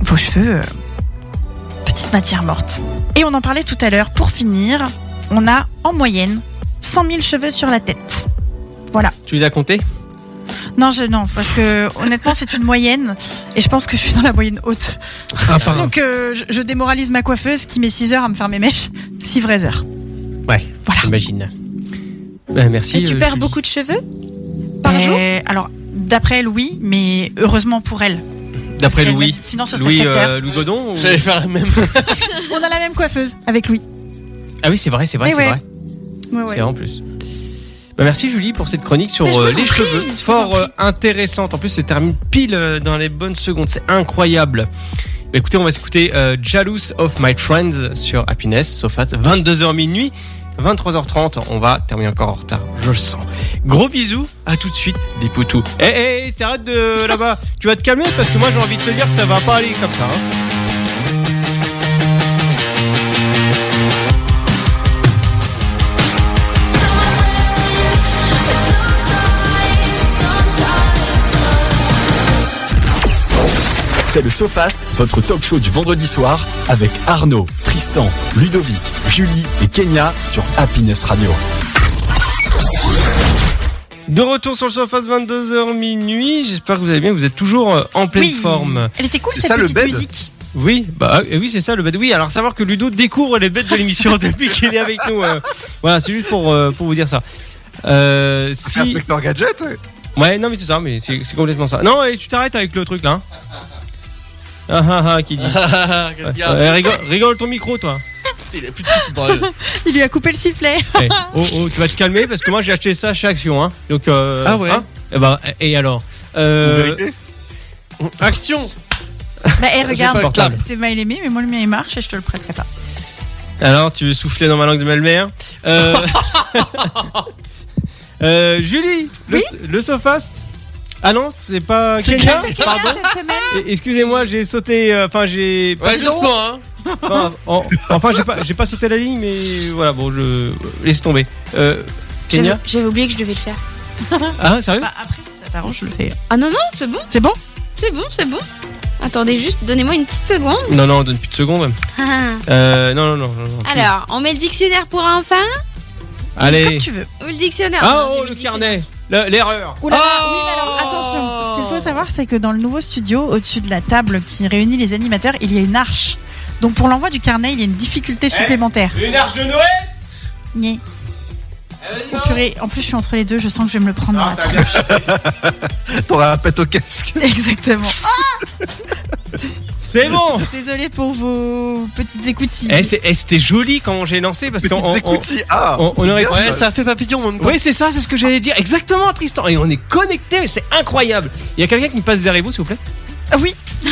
S5: vos cheveux, euh, petite matière morte. Et on en parlait tout à l'heure. Pour finir, on a en moyenne 100 000 cheveux sur la tête.
S2: Tu les as comptés
S5: Non, je non, parce que honnêtement, c'est une moyenne, et je pense que je suis dans la moyenne haute.
S6: Ah, pardon.
S5: Donc euh, je, je démoralise ma coiffeuse qui met 6 heures à me faire mes mèches, 6 vraies heures.
S2: Ouais,
S5: Voilà.
S2: j'imagine. Bah, merci.
S4: Et tu
S2: euh,
S4: perds
S2: Julie.
S4: beaucoup de cheveux par
S2: Eh,
S4: jour
S5: Euh, Alors d'après elle oui, mais heureusement pour elle. Parce
S2: D'après
S5: qu'elle
S2: Louis.
S5: m'a dit, Sinon ce serait
S2: Louis,
S5: sept heures.
S2: euh, Louis Godon ou-
S6: J'allais faire la même.
S5: On a la même coiffeuse avec Louis.
S2: Ah oui, c'est vrai, c'est vrai,
S5: Eh
S2: c'est
S5: ouais.
S2: vrai.
S5: Ouais,
S2: C'est
S5: ouais.
S2: vrai en plus. Bah, merci Julie pour cette chronique sur
S4: Mais je vous
S2: euh,
S4: en
S2: les
S4: prie,
S2: cheveux.
S4: je vous en
S2: Fort
S4: prie.
S2: euh, intéressante. En plus, c'est termine pile euh, dans les bonnes secondes. C'est incroyable. Bah, écoutez, on va s'écouter euh, Jealous of My Friends sur Happiness, sauf à 22h minuit, 23h30. On va terminer encore en retard, je le sens. Gros bisous, à tout de suite, des poutous. Eh, eh, t'arrêtes de là-bas. tu vas te calmer parce que moi j'ai envie de te dire que ça va pas aller comme ça. hein.
S1: C'est le SoFast, votre talk show du vendredi soir avec Arnaud, Tristan, Ludovic, Julie et Kenya sur Happiness Radio.
S2: De retour sur le sofa de 22h minuit. J'espère que vous allez bien. Vous êtes toujours euh, en pleine
S5: Oui.
S2: forme.
S5: Elle était cool
S3: C'est
S5: cette
S3: ça, le
S5: petite
S3: bed
S5: musique.
S2: Oui, bah euh, oui, c'est ça le bête. Oui, alors savoir que Ludo découvre les bêtes de l'émission depuis qu'il est avec nous. euh, voilà, c'est juste pour euh, pour vous dire ça. Euh, si
S3: Ah, Inspecteur Gadget
S2: ouais, non mais c'est ça, mais c'est c'est complètement ça. Non, et tu t'arrêtes avec le truc là. hein. Ah ah ah, qui dit.
S6: Quel gars.
S2: Euh, rigole, rigole ton micro toi.
S6: Il a plus de petite brûle.
S4: Il lui a coupé le sifflet.
S2: Eh, oh, oh, tu vas te calmer parce que moi j'ai acheté ça chez Action, hein. Donc euh,
S6: Ah ouais.
S2: hein. Eh ben, et alors. Euh,
S3: En vérité
S6: Action
S5: Bah, eh,
S2: pas
S5: regarde,
S2: portable.
S5: c'était mal aimé, mais moi le mien il marche et je te le prêterai pas.
S2: Alors, tu veux souffler dans ma langue de malmère euh... euh, Julie, le, le sofast Ah non, c'est pas Kenya Pardon
S5: Cette semaine,
S2: Eh, Excusez-moi, j'ai sauté. euh, Enfin, j'ai. pas-
S6: Ouais, doucement, hein
S2: enfin, en- enfin, j'ai pas, j'ai pas sauté la ligne, mais voilà, bon, je. Laisse tomber. Euh,
S4: J'avais
S2: Kenya
S4: j'avais oublié que je devais le faire.
S2: Ah, sérieux
S5: bah, après si ça t'arrange, je le fais.
S7: Ah non, non, c'est bon,
S5: C'est bon
S7: c'est bon, c'est bon. Attendez juste, donnez-moi une petite seconde.
S2: Non, non, on donne plus de secondes. Euh, non, non, non. non, non.
S7: Alors, on met le dictionnaire pour enfin
S5: Comme
S2: Allez.
S5: tu veux.
S7: ou le dictionnaire
S2: Ah,
S7: Non, j'ai
S2: oh,
S7: mis
S2: le
S7: dictionnaire.
S2: carnet Le- L'erreur
S5: Oula,
S6: Oh
S5: oui, mais alors attention, ce qu'il faut savoir, c'est que dans le nouveau studio, au-dessus de la table qui réunit les animateurs, il y a une arche. Donc pour l'envoi du carnet, il y a une difficulté supplémentaire.
S2: Une arche de Noël
S5: Nyeh. Oh purée, en plus je suis entre les deux, je sens que je vais me le prendre dans la tronche.
S3: T'auras la pète au casque.
S5: Exactement.
S2: C'est bon
S5: Désolée pour vos petites écoutilles.
S2: Eh, c'est- eh, c'était joli quand j'ai lancé parce qu'on.
S3: Petites
S2: on- on-
S3: écoutilles. Ah
S2: on- on
S3: c'est
S2: aurait-
S3: bien,
S6: Ouais,
S3: ça.
S6: ça fait papillon en même temps.
S2: Oui, c'est ça, c'est ce que j'allais dire. Exactement, Tristan. Et on est connecté, c'est incroyable. Il y a quelqu'un qui me passe derrière vous, s'il vous plaît
S5: Ah oui.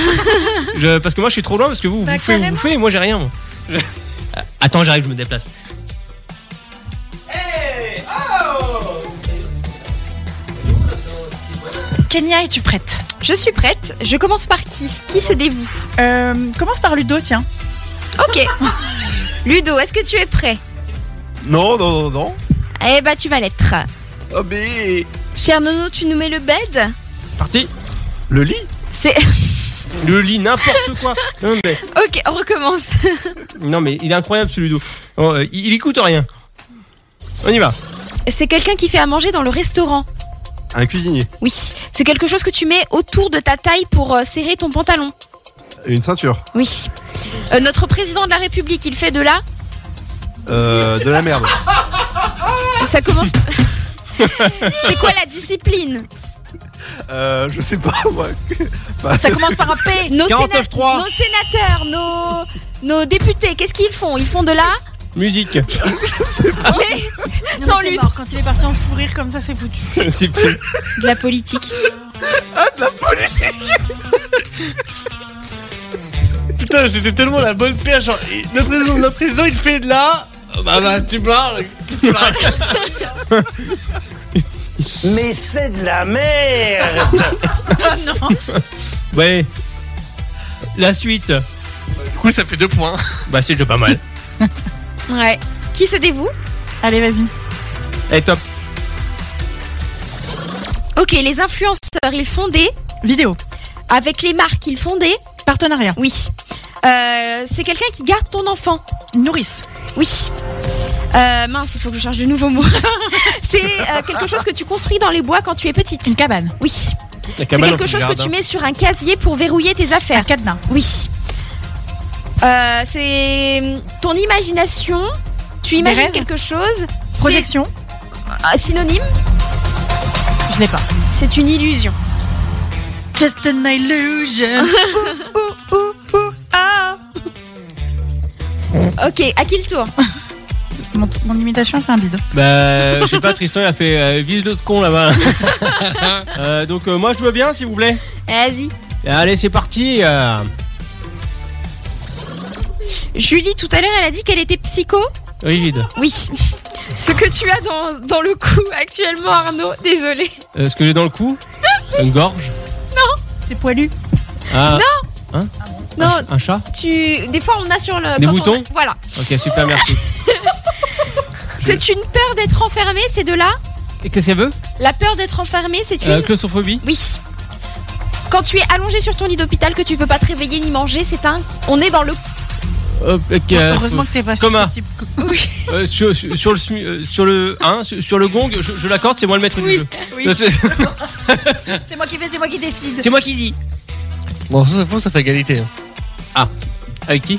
S2: Je- parce que moi, je suis trop loin, parce que vous, vous
S5: Bah,
S2: bouffez, vous
S5: carrément.
S2: bouffez, et moi, j'ai rien. moi. Je- Euh, Attends, j'arrive, je me déplace.
S5: Kenya, es-tu prête
S7: Je suis prête. Je commence par qui Qui se dévoue
S5: Euh, Commence par Ludo, tiens.
S7: Ok. Ludo, est-ce que tu es prêt
S3: Non, non, non, non.
S7: Eh bah, tu vas l'être.
S3: Oh, mais.
S7: Cher Nono, tu nous mets le bed
S2: Parti.
S3: Le lit
S7: C'est.
S2: Le lit, n'importe quoi. Non mais,
S7: Ok, on recommence.
S2: non, mais il est incroyable, ce Ludo. Oh, euh, il, il écoute rien. On y va.
S7: C'est quelqu'un qui fait à manger dans le restaurant.
S3: Un cuisinier.
S7: Oui. C'est quelque chose que tu mets autour de ta taille pour euh, serrer ton pantalon.
S3: Une ceinture.
S7: Oui. Euh, notre président de la République, il fait de là.
S3: Euh, de la merde.
S7: Ça commence. C'est quoi la discipline
S3: Euh, je sais pas, moi. Bah,
S5: Ça commence par un P.
S7: Ah, nos,
S2: 49-3.
S7: nos sénateurs, nos, nos députés, qu'est-ce qu'ils font Ils font de là.
S2: Musique.
S7: Mais-
S5: Non,
S7: Non,
S5: mais c'est
S7: Ludo.
S5: mort. Quand il est parti en fou rire comme ça, c'est foutu.
S2: C'est plus-
S7: De la politique.
S2: Putain,
S6: Putain, c'était tellement la bonne paire. Genre, il- le président de la prison, il fait de là. Bah, bah, tu parles. Qu'est-ce que tu parles
S9: Mais c'est de la merde
S7: Ah,
S2: Ouais. La suite.
S6: Du coup, ça fait deux points.
S2: Bah, c'est déjà pas mal.
S7: Ouais. Qui c'était-vous
S5: Allez, vas-y.
S2: Et Eh, top.
S7: Ok, les influenceurs, ils font des.
S5: Vidéo.
S7: Avec les marques, ils font des.
S5: Partenariat.
S7: Oui. Euh, c'est quelqu'un qui garde ton enfant.
S5: Nourrice.
S7: Oui. Euh, mince, il faut que je cherche de nouveaux mots. c'est euh, quelque chose que tu construis dans les bois quand tu es petite.
S5: Une cabane.
S7: Oui. C'est quelque chose
S2: hein.
S7: que tu mets sur un casier pour verrouiller tes
S5: Un
S7: affaires.
S5: cadenas.
S7: Oui. Euh, c'est mm, ton imagination. Tu imagines
S5: rêves.
S7: quelque chose. c'est-
S5: Projection.
S7: Ah, synonyme,
S5: Je l'ai pas.
S7: c'est une illusion.
S5: Just an illusion.
S7: Ouh, ouh, ah. Ok, à qui le tour
S5: mon, mon imitation fait un bide.
S2: Bah, je sais pas, Tristan, il a fait euh, vise l'autre con là-bas. Euh, donc, euh, moi, je veux bien, s'il vous plaît.
S7: Vas-y.
S2: Allez, c'est parti. euh,
S7: Julie, tout à l'heure, elle a dit qu'elle était psycho.
S2: rigide.
S7: Oui. Ce que tu as dans, dans le cou actuellement, Arnaud, désolé.
S2: Euh, ce que j'ai dans le cou Une gorge
S5: C'est poilu.
S2: Ah,
S7: Non,
S2: Un chat
S7: tu. Des fois, on a sur le.
S2: Des
S7: quand on-
S2: moutons
S7: Voilà.
S2: Ok, super, merci.
S7: C'est une peur d'être enfermé, c'est de là
S2: Et qu'est-ce qu'elle veut
S7: La peur d'être enfermé, c'est une.
S2: Euh, Claustrophobie
S7: Oui. Quand tu es allongé sur ton lit d'hôpital, que tu peux pas te réveiller ni manger, c'est un. On est dans le.
S2: Hop, ok, euh,
S5: Heureusement que t'es pas
S2: Comme un-
S5: susceptible.
S2: euh, sur, sur- sur le, smu- euh, sur le, hein, sur, sur le gong, je, je l'accorde, c'est moi le maître du jeu.
S5: oui.
S2: C'est
S5: C'est moi qui fais, c'est moi qui décide.
S2: c'est moi qui dis. Ah.
S6: Bon, ça, c'est faux, ça fait égalité. hein.
S2: Avec qui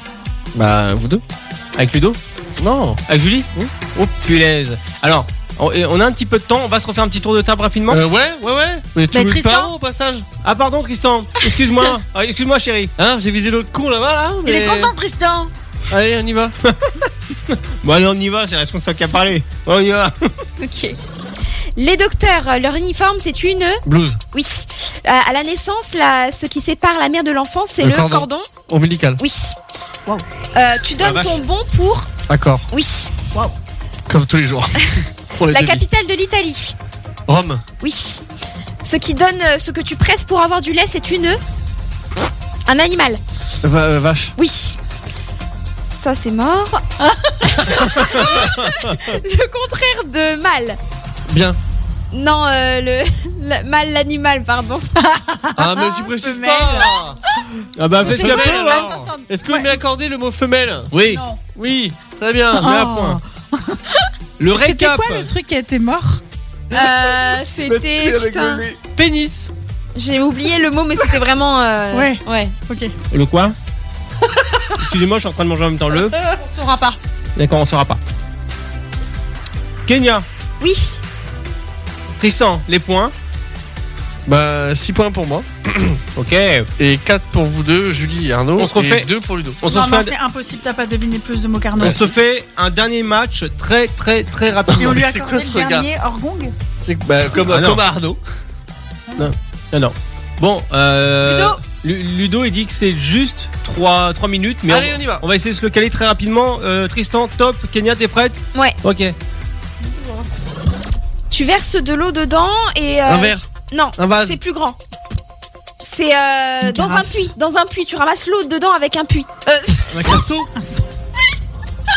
S6: Bah, vous deux
S2: Avec Ludo
S6: Non.
S2: Avec Julie
S6: Oui.
S2: Oh punaise. Alors, on, et on a un petit peu de temps, on va se refaire un petit tour de table rapidement.
S6: Euh, ouais, ouais, ouais. Mais tu
S5: Mais
S6: me
S5: Tristan
S6: parles au passage
S2: Ah pardon Tristan, excuse-moi, Ah, excuse-moi chérie.
S6: Hein, j'ai visé l'autre con là-bas, là.
S5: Il est
S6: mais-
S5: content, Tristan.
S6: Ah, Allez, on y va.
S2: Bon allez on y va, c'est la responsable qui a parlé. On y va.
S7: Ok. Les docteurs, euh, leur uniforme, c'est une.
S6: Blouse.
S7: Oui. Euh, à la naissance, la- ce qui sépare la mère de l'enfant, c'est
S6: Le
S7: le,
S6: cordon.
S7: cordon.
S6: Ombilical.
S7: Oui.
S6: Wow.
S7: Euh, tu donnes
S2: vache.
S7: ton bon pour.
S6: Accord.
S7: Oui.
S6: Comme tous les jours. Pour les
S7: La
S6: devis.
S7: capitale de l'Italie.
S6: Rome.
S7: Oui. Ce qui donne. euh, Ce que tu presses pour avoir du lait, c'est une. Un animal.
S6: Va- euh, vache.
S7: Oui. Ça, c'est mort. le contraire de mal.
S6: Bien.
S7: Non, euh, le, la- mal l'animal, pardon.
S6: Ah, mais tu précises
S5: Femelle.
S6: pas.
S2: Ah bah
S6: Femelle,
S2: fais ce qu'il y a peu, hein.
S6: alors. Est-ce que vous m'avez accordé le mot femelle
S2: Oui,
S5: Non. Oh.
S6: Oui. Très bien.
S2: mets à point. Le
S5: C'était
S2: récap.
S5: quoi le truc qui était mort
S7: Euh, c'était. Putain.
S6: Pénis.
S7: J'ai oublié le mot, mais c'était vraiment. euh,
S5: Ouais.
S7: Ouais.
S5: Ok.
S2: Le quoi Excusez-moi, je suis en train de manger en même temps le.
S5: On saura pas.
S2: D'accord, on saura pas. Kenya,
S7: Oui.
S2: Tristan, les points.
S6: Bah, 6 points pour moi.
S2: Ok.
S6: Et 4 pour vous deux, Julie et Arnaud.
S2: On se refait.
S6: Et 2 pour Ludo.
S2: On se Bah,
S5: non, non,
S2: fait,
S5: c'est impossible, t'as pas deviné plus de mots
S2: un,
S5: qu'Arnaud.
S2: on se fait un dernier match très très très
S5: Et on
S2: rapidement.
S5: lui a
S6: C'est
S5: accordé
S6: quoi ce
S5: le
S6: regard
S5: dernier hors gong
S6: C'est bah, comme,
S2: Ah, non.
S6: comme Arnaud.
S2: Non, non. Bon, euh,
S5: Ludo.
S2: Lu- Ludo, il dit que c'est juste 3, 3 minutes, mais
S6: Allez,
S2: on,
S6: on y va.
S2: on va essayer de se le caler très rapidement. Euh, Tristan, top. Kenya, t'es prête
S7: Ouais.
S2: Ok.
S7: Tu verses de l'eau dedans et. euh,
S6: Un verre.
S7: Non,
S6: Un vase.
S7: c'est plus grand. C'est euh,
S5: Une
S7: dans un
S5: carafe.
S7: puits. Dans un puits. Tu ramasses l'eau dedans avec un puits. Euh,
S6: Un casseau.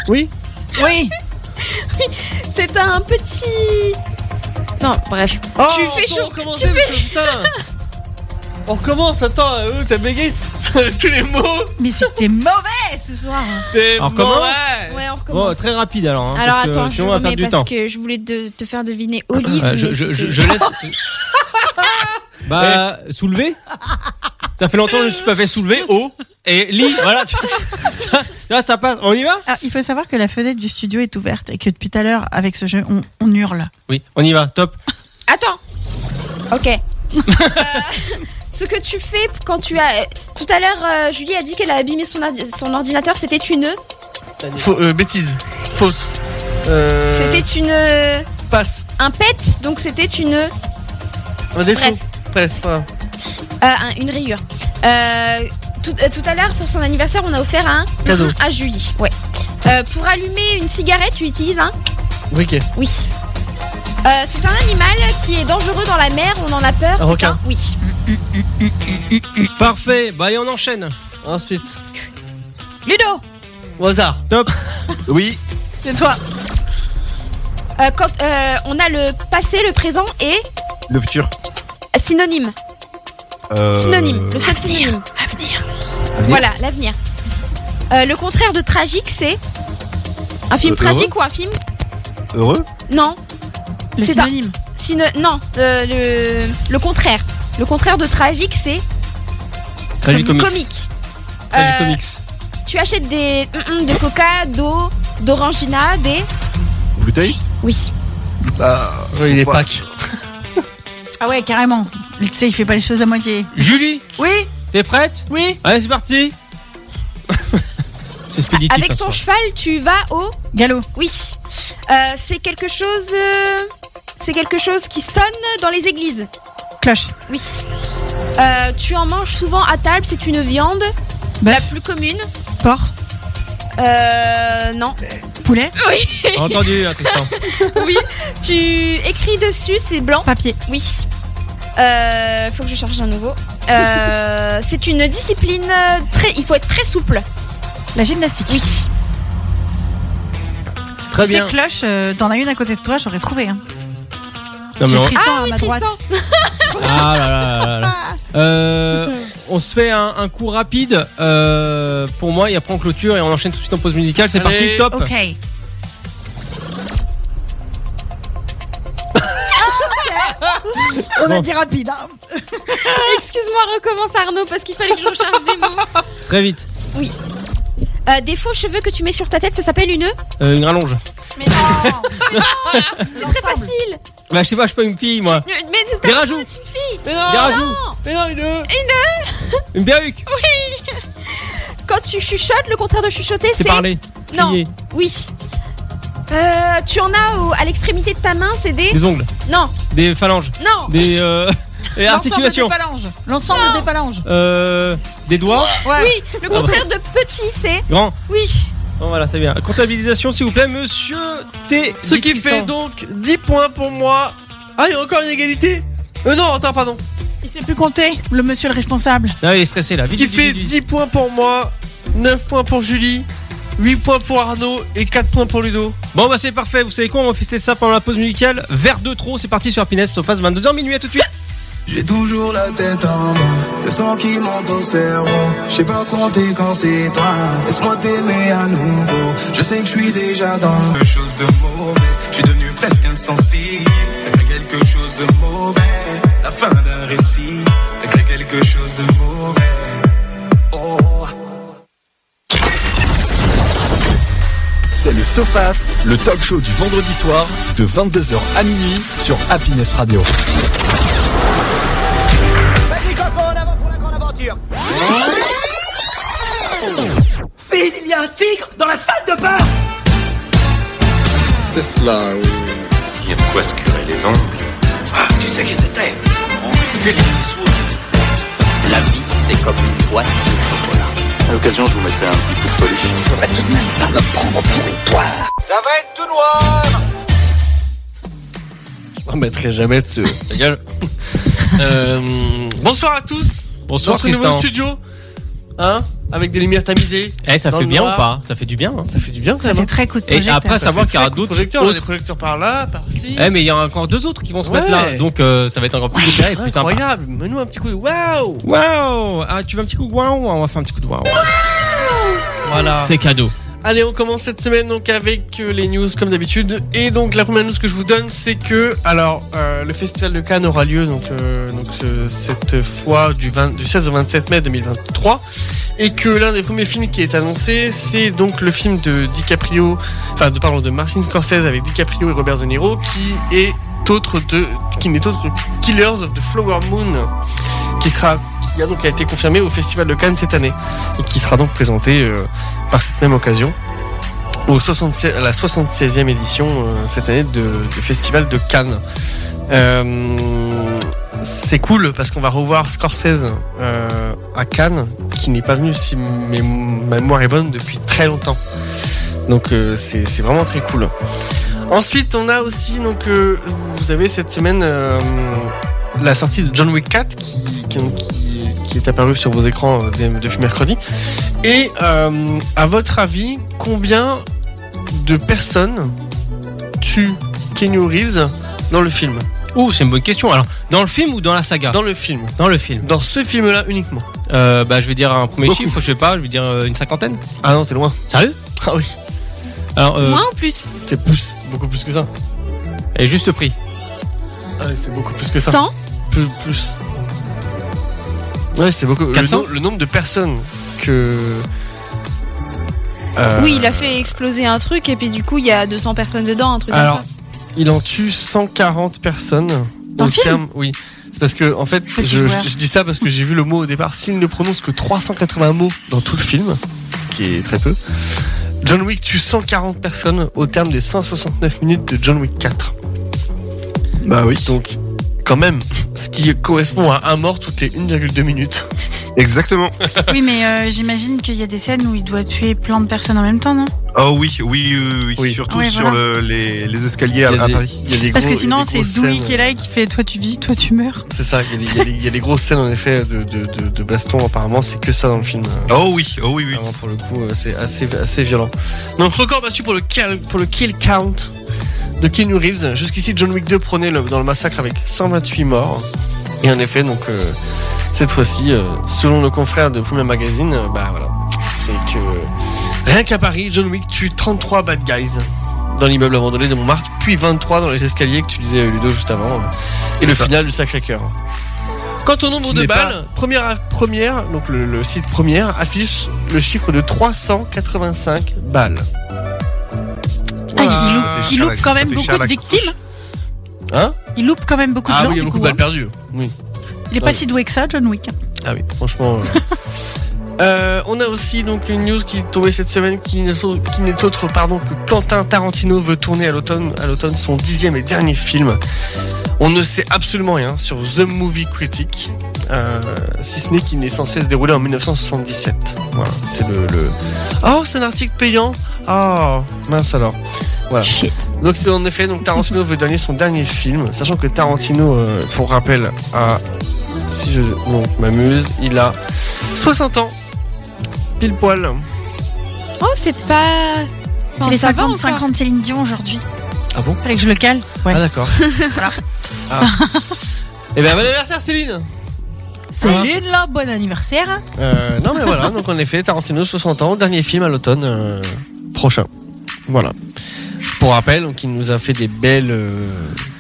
S5: Oui
S7: c'est un petit. Non, bref.
S6: Oh,
S7: Tu fais
S6: attends,
S7: chaud,
S6: On recommence, parce que, putain. On recommence, attends, euh, t'as bégayé sur tous les mots.
S5: Mais c'était mauvais ce soir
S6: T'es
S2: On recommence
S6: mauvais.
S7: Ouais,
S2: Bon,
S7: on
S6: Oh,
S7: recommence.
S2: très rapide alors. hein,
S7: Alors
S2: parce que
S7: attends, je
S2: sinon, on va
S7: remets
S2: perdre du
S7: parce
S2: temps.
S7: que je voulais te, te faire deviner Olive.
S2: Euh, je,
S7: mais
S2: je-
S7: c'était-
S2: je- je laisse. bah, soulever Ça fait longtemps que je ne suis pas fait soulever. Haut et lit. Voilà. tu- Là, ça passe. On y va
S5: Ah, il faut savoir que la fenêtre du studio est ouverte et que depuis tout à l'heure, avec ce jeu, on, on hurle.
S2: Oui, on y va. Top.
S7: Attends. Ok. Euh, ce que tu fais quand tu as. Tout à l'heure, euh, Julie a dit qu'elle a abîmé son, ordi- son ordinateur. C'était une.
S6: Faux- euh, bêtise. Faute. Euh,
S7: C'était une.
S6: Passe.
S7: Un pet. Donc c'était une. euh,
S6: Un défaut. Presse, voilà.
S7: un- une rayure. Euh, tout, euh, tout à l'heure, pour son anniversaire, on a offert un
S6: Cadeau.
S7: à Julie. Ouais. Euh, pour allumer une cigarette, tu utilises un
S6: Briquet.
S7: Oui. Euh, c'est un animal qui est dangereux dans la mer, on en a peur. c'est
S6: requin.
S7: un- Oui.
S2: Parfait, bah allez, on enchaîne.
S6: Ensuite,
S7: Ludo,
S6: au hasard.
S2: Top.
S3: Oui,
S7: c'est toi. Euh, quand, euh, on a le passé, le présent et
S3: le futur.
S7: synonyme.
S3: Euh,
S7: Synonyme, le seul synonyme. Avenir. Voilà, l'avenir. Euh, le contraire de tragique, c'est un film
S3: Euh,
S7: tragique ou un film
S3: Heureux
S7: Non.
S5: Le
S7: C'est un-
S5: synonyme.
S7: Sino- Non, euh, le... le contraire. Le contraire de tragique, c'est
S2: Tragicomics.
S7: comique. Euh,
S2: Tragicomics.
S7: tu achètes des mm, mm, de coca, d'eau, d'orangina, des
S3: Bouteille
S7: oui.
S3: Bah,
S6: Oui, il est
S3: Bah,
S6: Pâques.
S5: Ah ouais, carrément. Tu sais, il fait pas les choses à moitié.
S2: Julie,
S5: Oui,
S2: t'es prête
S5: oui.
S2: Allez, c'est parti. c'est expéditif.
S7: Avec
S2: hein,
S7: ton
S2: ce soir.
S7: cheval, tu vas au
S5: Galop.
S7: oui. Euh, c'est quelque chose. euh, C'est quelque chose qui sonne dans les églises.
S5: Cloche.
S7: Oui. Euh, tu en manges souvent à table. C'est une viande la plus commune.
S5: Porc.
S7: Euh, non.
S5: Poulet.
S2: Entendu, hein, Tristan.
S7: Tu écris dessus. C'est blanc.
S5: Papier.
S7: Oui. Euh, faut que je cherche un nouveau. Euh, c'est une discipline euh, très. Il faut être très souple.
S5: La gymnastique.
S7: Oui.
S2: Très
S5: tu
S2: bien.
S5: sais, cloche, euh, t'en as une à côté de toi, j'aurais trouvé. Hein.
S2: Non, mais
S5: J'ai
S2: on-
S5: Tristan à
S7: Oui,
S5: ma
S7: Tristan.
S5: droite.
S2: Ah là là là là là. Euh, on se fait un, un coup rapide euh, pour moi et après on clôture et on enchaîne tout de suite en pause musicale. C'est parti,
S6: Allez.
S2: top.
S5: Ok.
S2: On a dit
S5: rapide. Hein.
S7: Ah, Excuse-moi, recommence Arnaud parce qu'il fallait que je recherche des mots.
S2: Très vite.
S7: Euh, des faux cheveux que tu mets sur ta tête, ça s'appelle une
S2: Euh, une rallonge.
S5: Mais non
S7: C'est très facile.
S2: Bah, je sais pas, je suis pas une fille moi.
S7: Mais c'est
S2: Des rajouts.
S6: Mais non
S2: Des rajouts.
S6: Mais non, une
S2: Une perruque.
S6: Oh,
S7: Quand tu chuchotes, le contraire de chuchoter,
S2: C'est
S7: c'est.
S2: parler.
S7: Non.
S2: Crier.
S7: Oui. Euh, tu en as au- à l'extrémité de ta main, c'est des.
S2: Des ongles.
S7: Non,
S2: Des phalanges.
S7: non.
S2: Des euh, des articulations.
S5: L'ensemble des phalanges. L'ensemble des phalanges.
S2: Euh, des doigts.
S7: Oui, le
S6: Ah,
S7: contraire de petit, c'est.
S2: Grand.
S7: Oui.
S2: Bon, voilà, c'est bien. Comptabilisation, s'il vous plaît, monsieur T.
S6: Ce qui
S2: Tristan.
S6: fait donc 10 points pour moi. Ah, il y a encore une égalité euh, Non, attends, pardon.
S5: Il sait plus compter, le monsieur le responsable.
S2: Ah, il est stressé là.
S6: Ce
S2: Vite,
S6: qui
S2: vite,
S6: fait
S2: vite, vite.
S6: 10 points pour moi, 9 points pour Julie, 8 points pour Arnaud et 4 points pour Ludo.
S2: Bon, bah, c'est parfait. Vous savez quoi On va fester ça pendant la pause musicale. Vers de trop, c'est parti sur Happiness. Sauf 22h minuit. À tout de suite.
S8: J'ai toujours la tête en bas, le sang qui monte au cerveau. Je sais pas compter quand c'est toi. Laisse-moi t'aimer à nouveau. Je sais que je suis déjà dans quelque chose de mauvais. Je suis devenu presque insensible. T'as créé quelque chose de mauvais. La fin d'un récit. T'as créé quelque chose de mauvais. Oh.
S1: C'est le SoFast, le talk show du vendredi soir de 22h à minuit sur Happiness Radio.
S9: Phil, il y a un tigre dans la salle de bain
S8: Il y a de quoi se curer les ongles. Ah, tu sais qui c'était Clint Eastwood. La vie, c'est comme une boîte de chocolat. À l'occasion, je vous mettrai un petit coup de polish. Il faudrait tout de même pas me prendre pour une poire. Ça va être tout noir
S6: Je m'en mettrai jamais dessus. La gueule. Euh, bonsoir à tous.
S2: Bonsoir,
S6: dans ce nouveau
S2: Tristan.
S6: studio. Hein Avec des lumières tamisées.
S2: Eh, ça
S6: Dans
S2: fait
S6: le
S2: bien ou
S6: noir.
S2: pas Ça fait du bien. hein.
S6: Ça fait du bien quand
S5: Ça
S6: même.
S5: fait
S6: hein.
S5: très coup de
S2: Et
S5: projecteur.
S2: après, savoir qu'il y aura d'autres.
S6: Projecteurs, on a des
S2: autres-
S6: projecteurs par là, par ci.
S2: Eh, mais il y aura encore deux autres qui vont se
S6: Ouais.
S2: mettre là. Donc, euh, ça va être encore plus libéré et plus sympa.
S6: Incroyable. Mets-nous un petit coup de waouh.
S2: Waouh Ah, tu veux un petit coup de waouh On va faire un petit coup de waouh.
S6: Voilà.
S2: C'est cadeau.
S6: Allez, on commence cette semaine donc avec euh, les news comme d'habitude. Et donc la première news que je vous donne, c'est que alors euh, le festival de Cannes aura lieu donc, euh, donc ce- cette fois du, 20 du 16 au 27 mai 2023 et que l'un des premiers films qui est annoncé, c'est donc le film de DiCaprio, enfin de pardon de Martin Scorsese avec DiCaprio et Robert De Niro qui est autre de qui n'est autre que Killers of the Flower Moon qui sera qui a donc été confirmé au festival de Cannes cette année et qui sera donc présenté euh, par cette même occasion au 76 à la 76e édition euh, cette année de- du festival de Cannes. Euh, c'est cool parce qu'on va revoir Scorsese euh, à Cannes, qui n'est pas venu, si mes- ma mémoire est bonne, depuis très longtemps. Donc euh, c'est c'est vraiment très cool. Ensuite, on a aussi, donc, euh, vous avez cette semaine euh, la sortie de John Wick 4 qui, qui, qui- qui est apparue sur vos écrans euh, dès- depuis mercredi. Et euh, à votre avis, combien de personnes tue Kenny Reeves dans le film
S2: Ouh, c'est une bonne question. Alors, dans le film ou dans la saga
S6: Dans le film
S2: Dans le film.
S6: Dans ce film-là uniquement
S2: Euh, bah, je vais dire un premier
S6: Beaucoup.
S2: chiffre, je sais pas, je vais dire euh, une cinquantaine.
S6: Ah non, t'es loin.
S2: Sérieux
S6: Ah oui.
S2: Alors, euh,
S4: Moins ou plus
S6: C'est plus, beaucoup plus que ça.
S2: et juste prix.
S6: Ah oui, c'est beaucoup plus que ça.
S4: 100
S6: Plus, plus. Ouais, c'est beaucoup. le
S2: 400?
S6: nom- le, nombre de personnes que. Euh,
S4: Oui, il a fait exploser un truc et puis du coup, il y a 200 personnes dedans, un truc
S6: Alors,
S4: comme ça.
S6: il en tue 140 personnes.
S5: Dans
S6: au
S5: le film
S6: terme- Oui. C'est parce que, en fait, je,
S5: Petit joueur.
S6: je- je dis ça parce que j'ai vu le mot au départ. S'il ne prononce que 380 mots dans tout le film, ce qui est très peu, John Wick tue 140 personnes au terme des 169 minutes de John Wick 4.
S3: Bah oui.
S6: Donc, quand même, ce qui correspond à un mort toutes les 1,2 minutes.
S3: Exactement.
S5: Oui, mais euh, j'imagine qu'il y a des scènes où il doit tuer plein de personnes en même temps, non
S3: Oh oui, oui, oui, oui,
S6: Oui.
S3: surtout
S5: Ouais,
S3: sur
S5: voilà.
S3: le- les, les escaliers à,
S6: Il y a
S3: à
S6: des-
S3: Paris.
S6: il y a des
S5: Parce que
S6: gros-
S5: sinon,
S6: il y a
S5: c'est
S6: des grosses
S5: Dewey
S6: scènes.
S5: qui est là et qui fait Toi tu vis, toi tu meurs.
S6: C'est ça, il y, a des- il y a des- il y a des grosses scènes en effet de, de, de, de baston, apparemment, c'est que ça dans le film.
S3: Oh oui, oh oui, oui.
S6: Vraiment, pour le coup, euh, c'est assez, assez violent. Donc, record battu pour le, kill- pour le kill count de Keanu Reeves. Jusqu'ici, John Wick 2 prenait le- dans le massacre avec 128 morts. Et en effet, donc, euh, cette fois-ci, euh, selon nos confrères de Premier Magazine, euh, bah voilà. C'est que euh, rien qu'à Paris, John Wick tue 33 bad guys dans l'immeuble abandonné de Montmartre, puis 23 dans les escaliers que tu disais, euh, Ludo, juste avant. Et le
S3: C'est ça.
S6: final du Sacré-Cœur. Quant au nombre
S3: Qui
S6: de
S3: n'est
S6: balles, première, première, donc le, le site première affiche le chiffre de 385 balles.
S5: Ah,
S6: Voilà.
S5: il loupe,
S3: Ça fait
S5: il
S3: cher
S5: loupe
S3: la-
S5: quand
S3: ça
S5: même
S3: fait
S5: beaucoup
S3: cher
S5: de
S3: la
S5: victimes.
S6: Hein
S5: Il loupe quand même beaucoup de
S6: Ah
S5: gens.
S6: oui, il y a
S5: du
S6: beaucoup
S5: coup,
S6: de balles
S5: hein.
S6: perdues. Oui.
S5: Il est
S6: Ouais.
S5: pas si doué que ça, John Wick.
S6: Ah oui, franchement. euh. Euh, on a aussi donc une news qui est tombée cette semaine qui n'est au- qui n'est autre pardon que Quentin Tarantino veut tourner à l'automne à l'automne son dixième et dernier film. On ne sait absolument rien sur The Movie Critic, euh, si ce n'est qu'il est censé se dérouler en 1977. Voilà, c'est le, le- Oh, c'est un article payant. Oh, mince alors. Voilà.
S4: Shit.
S6: Donc c'est en effet, donc Tarantino veut donner son dernier film, sachant que Tarantino, euh, pour rappel, a, si je donc, m'amuse, il a 60 ans, pile poil.
S4: Oh, c'est pas.
S5: C'est
S4: Enfin,
S5: les
S4: ça va
S5: 55
S4: encore.
S5: ans de Céline Dion aujourd'hui.
S6: Ah bon
S5: Fallait que je le cale. Ouais.
S6: Ah d'accord. Ah. Et ben bon anniversaire Céline.
S5: Céline, là, bon anniversaire.
S6: Euh, non mais voilà, donc en effet Tarantino 60 ans, dernier film à l'automne euh, prochain. Voilà. Pour rappel, donc il nous a fait des belles, euh,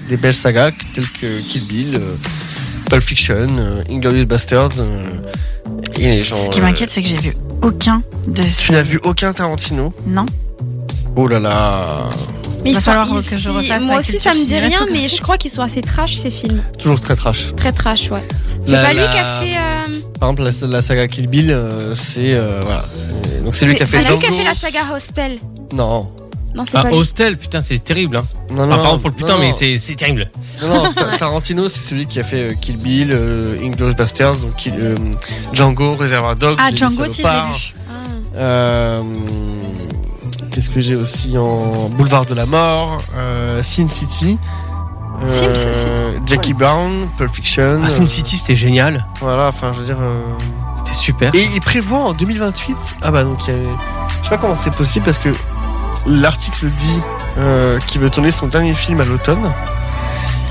S6: des belles sagas telles que Kill Bill, euh, Pulp Fiction, euh, Inglourious Basterds. euh, et les gens,
S5: Ce qui
S6: euh,
S5: m'inquiète, c'est que j'ai vu aucun de
S6: Tu
S5: ceux.
S6: n'as vu aucun Tarantino
S5: Non.
S6: Oh là là
S5: Va
S7: Mais ils sont
S5: falloir que je
S7: ici-
S5: refasse
S7: Moi
S5: la
S7: aussi,
S5: culture
S7: ça me dit rien, mais
S5: cinématographique.
S7: je crois qu'ils sont assez trash ces films.
S6: Toujours très trash.
S7: Très trash, ouais. C'est
S6: La-
S7: pas lui
S6: la-
S7: qui a fait. euh,
S6: Par exemple, la, la saga Kill Bill, euh, c'est. euh, voilà. C'est- Donc c'est lui qui a fait
S7: C'est lui
S6: Django.
S7: qui a fait la saga Hostel.
S6: Non.
S7: Non, c'est
S2: Ah,
S7: pas lui.
S2: hostel, putain, c'est terrible. Hein.
S6: Non,
S2: Enfin,
S6: non.
S2: pardon pour le putain,
S6: non,
S2: mais
S6: non.
S2: c'est c'est terrible.
S6: Non, non, Ta- Tarantino, c'est celui qui a fait euh, Kill Bill, euh, Inglourious Basterds, donc Kill- euh, Django, Reservoir Dogs.
S5: Ah,
S6: Les
S5: Django, si je l'ai
S6: Salopards.
S5: vu.
S7: Ah.
S6: Euh, Qu'est-ce que j'ai aussi en Boulevard de la Mort, euh, Sin City, euh,
S7: Sin City.
S6: Jackie Brown, Pulp Fiction.
S2: Ah, Sin City, c'était génial.
S6: euh, voilà, enfin, je veux dire. euh,
S2: C'était super.
S6: Et il prévoit en 2028. Ah bah donc il y a- Je sais pas comment c'est possible parce que l'article dit euh, qu'il veut tourner son dernier film à l'automne.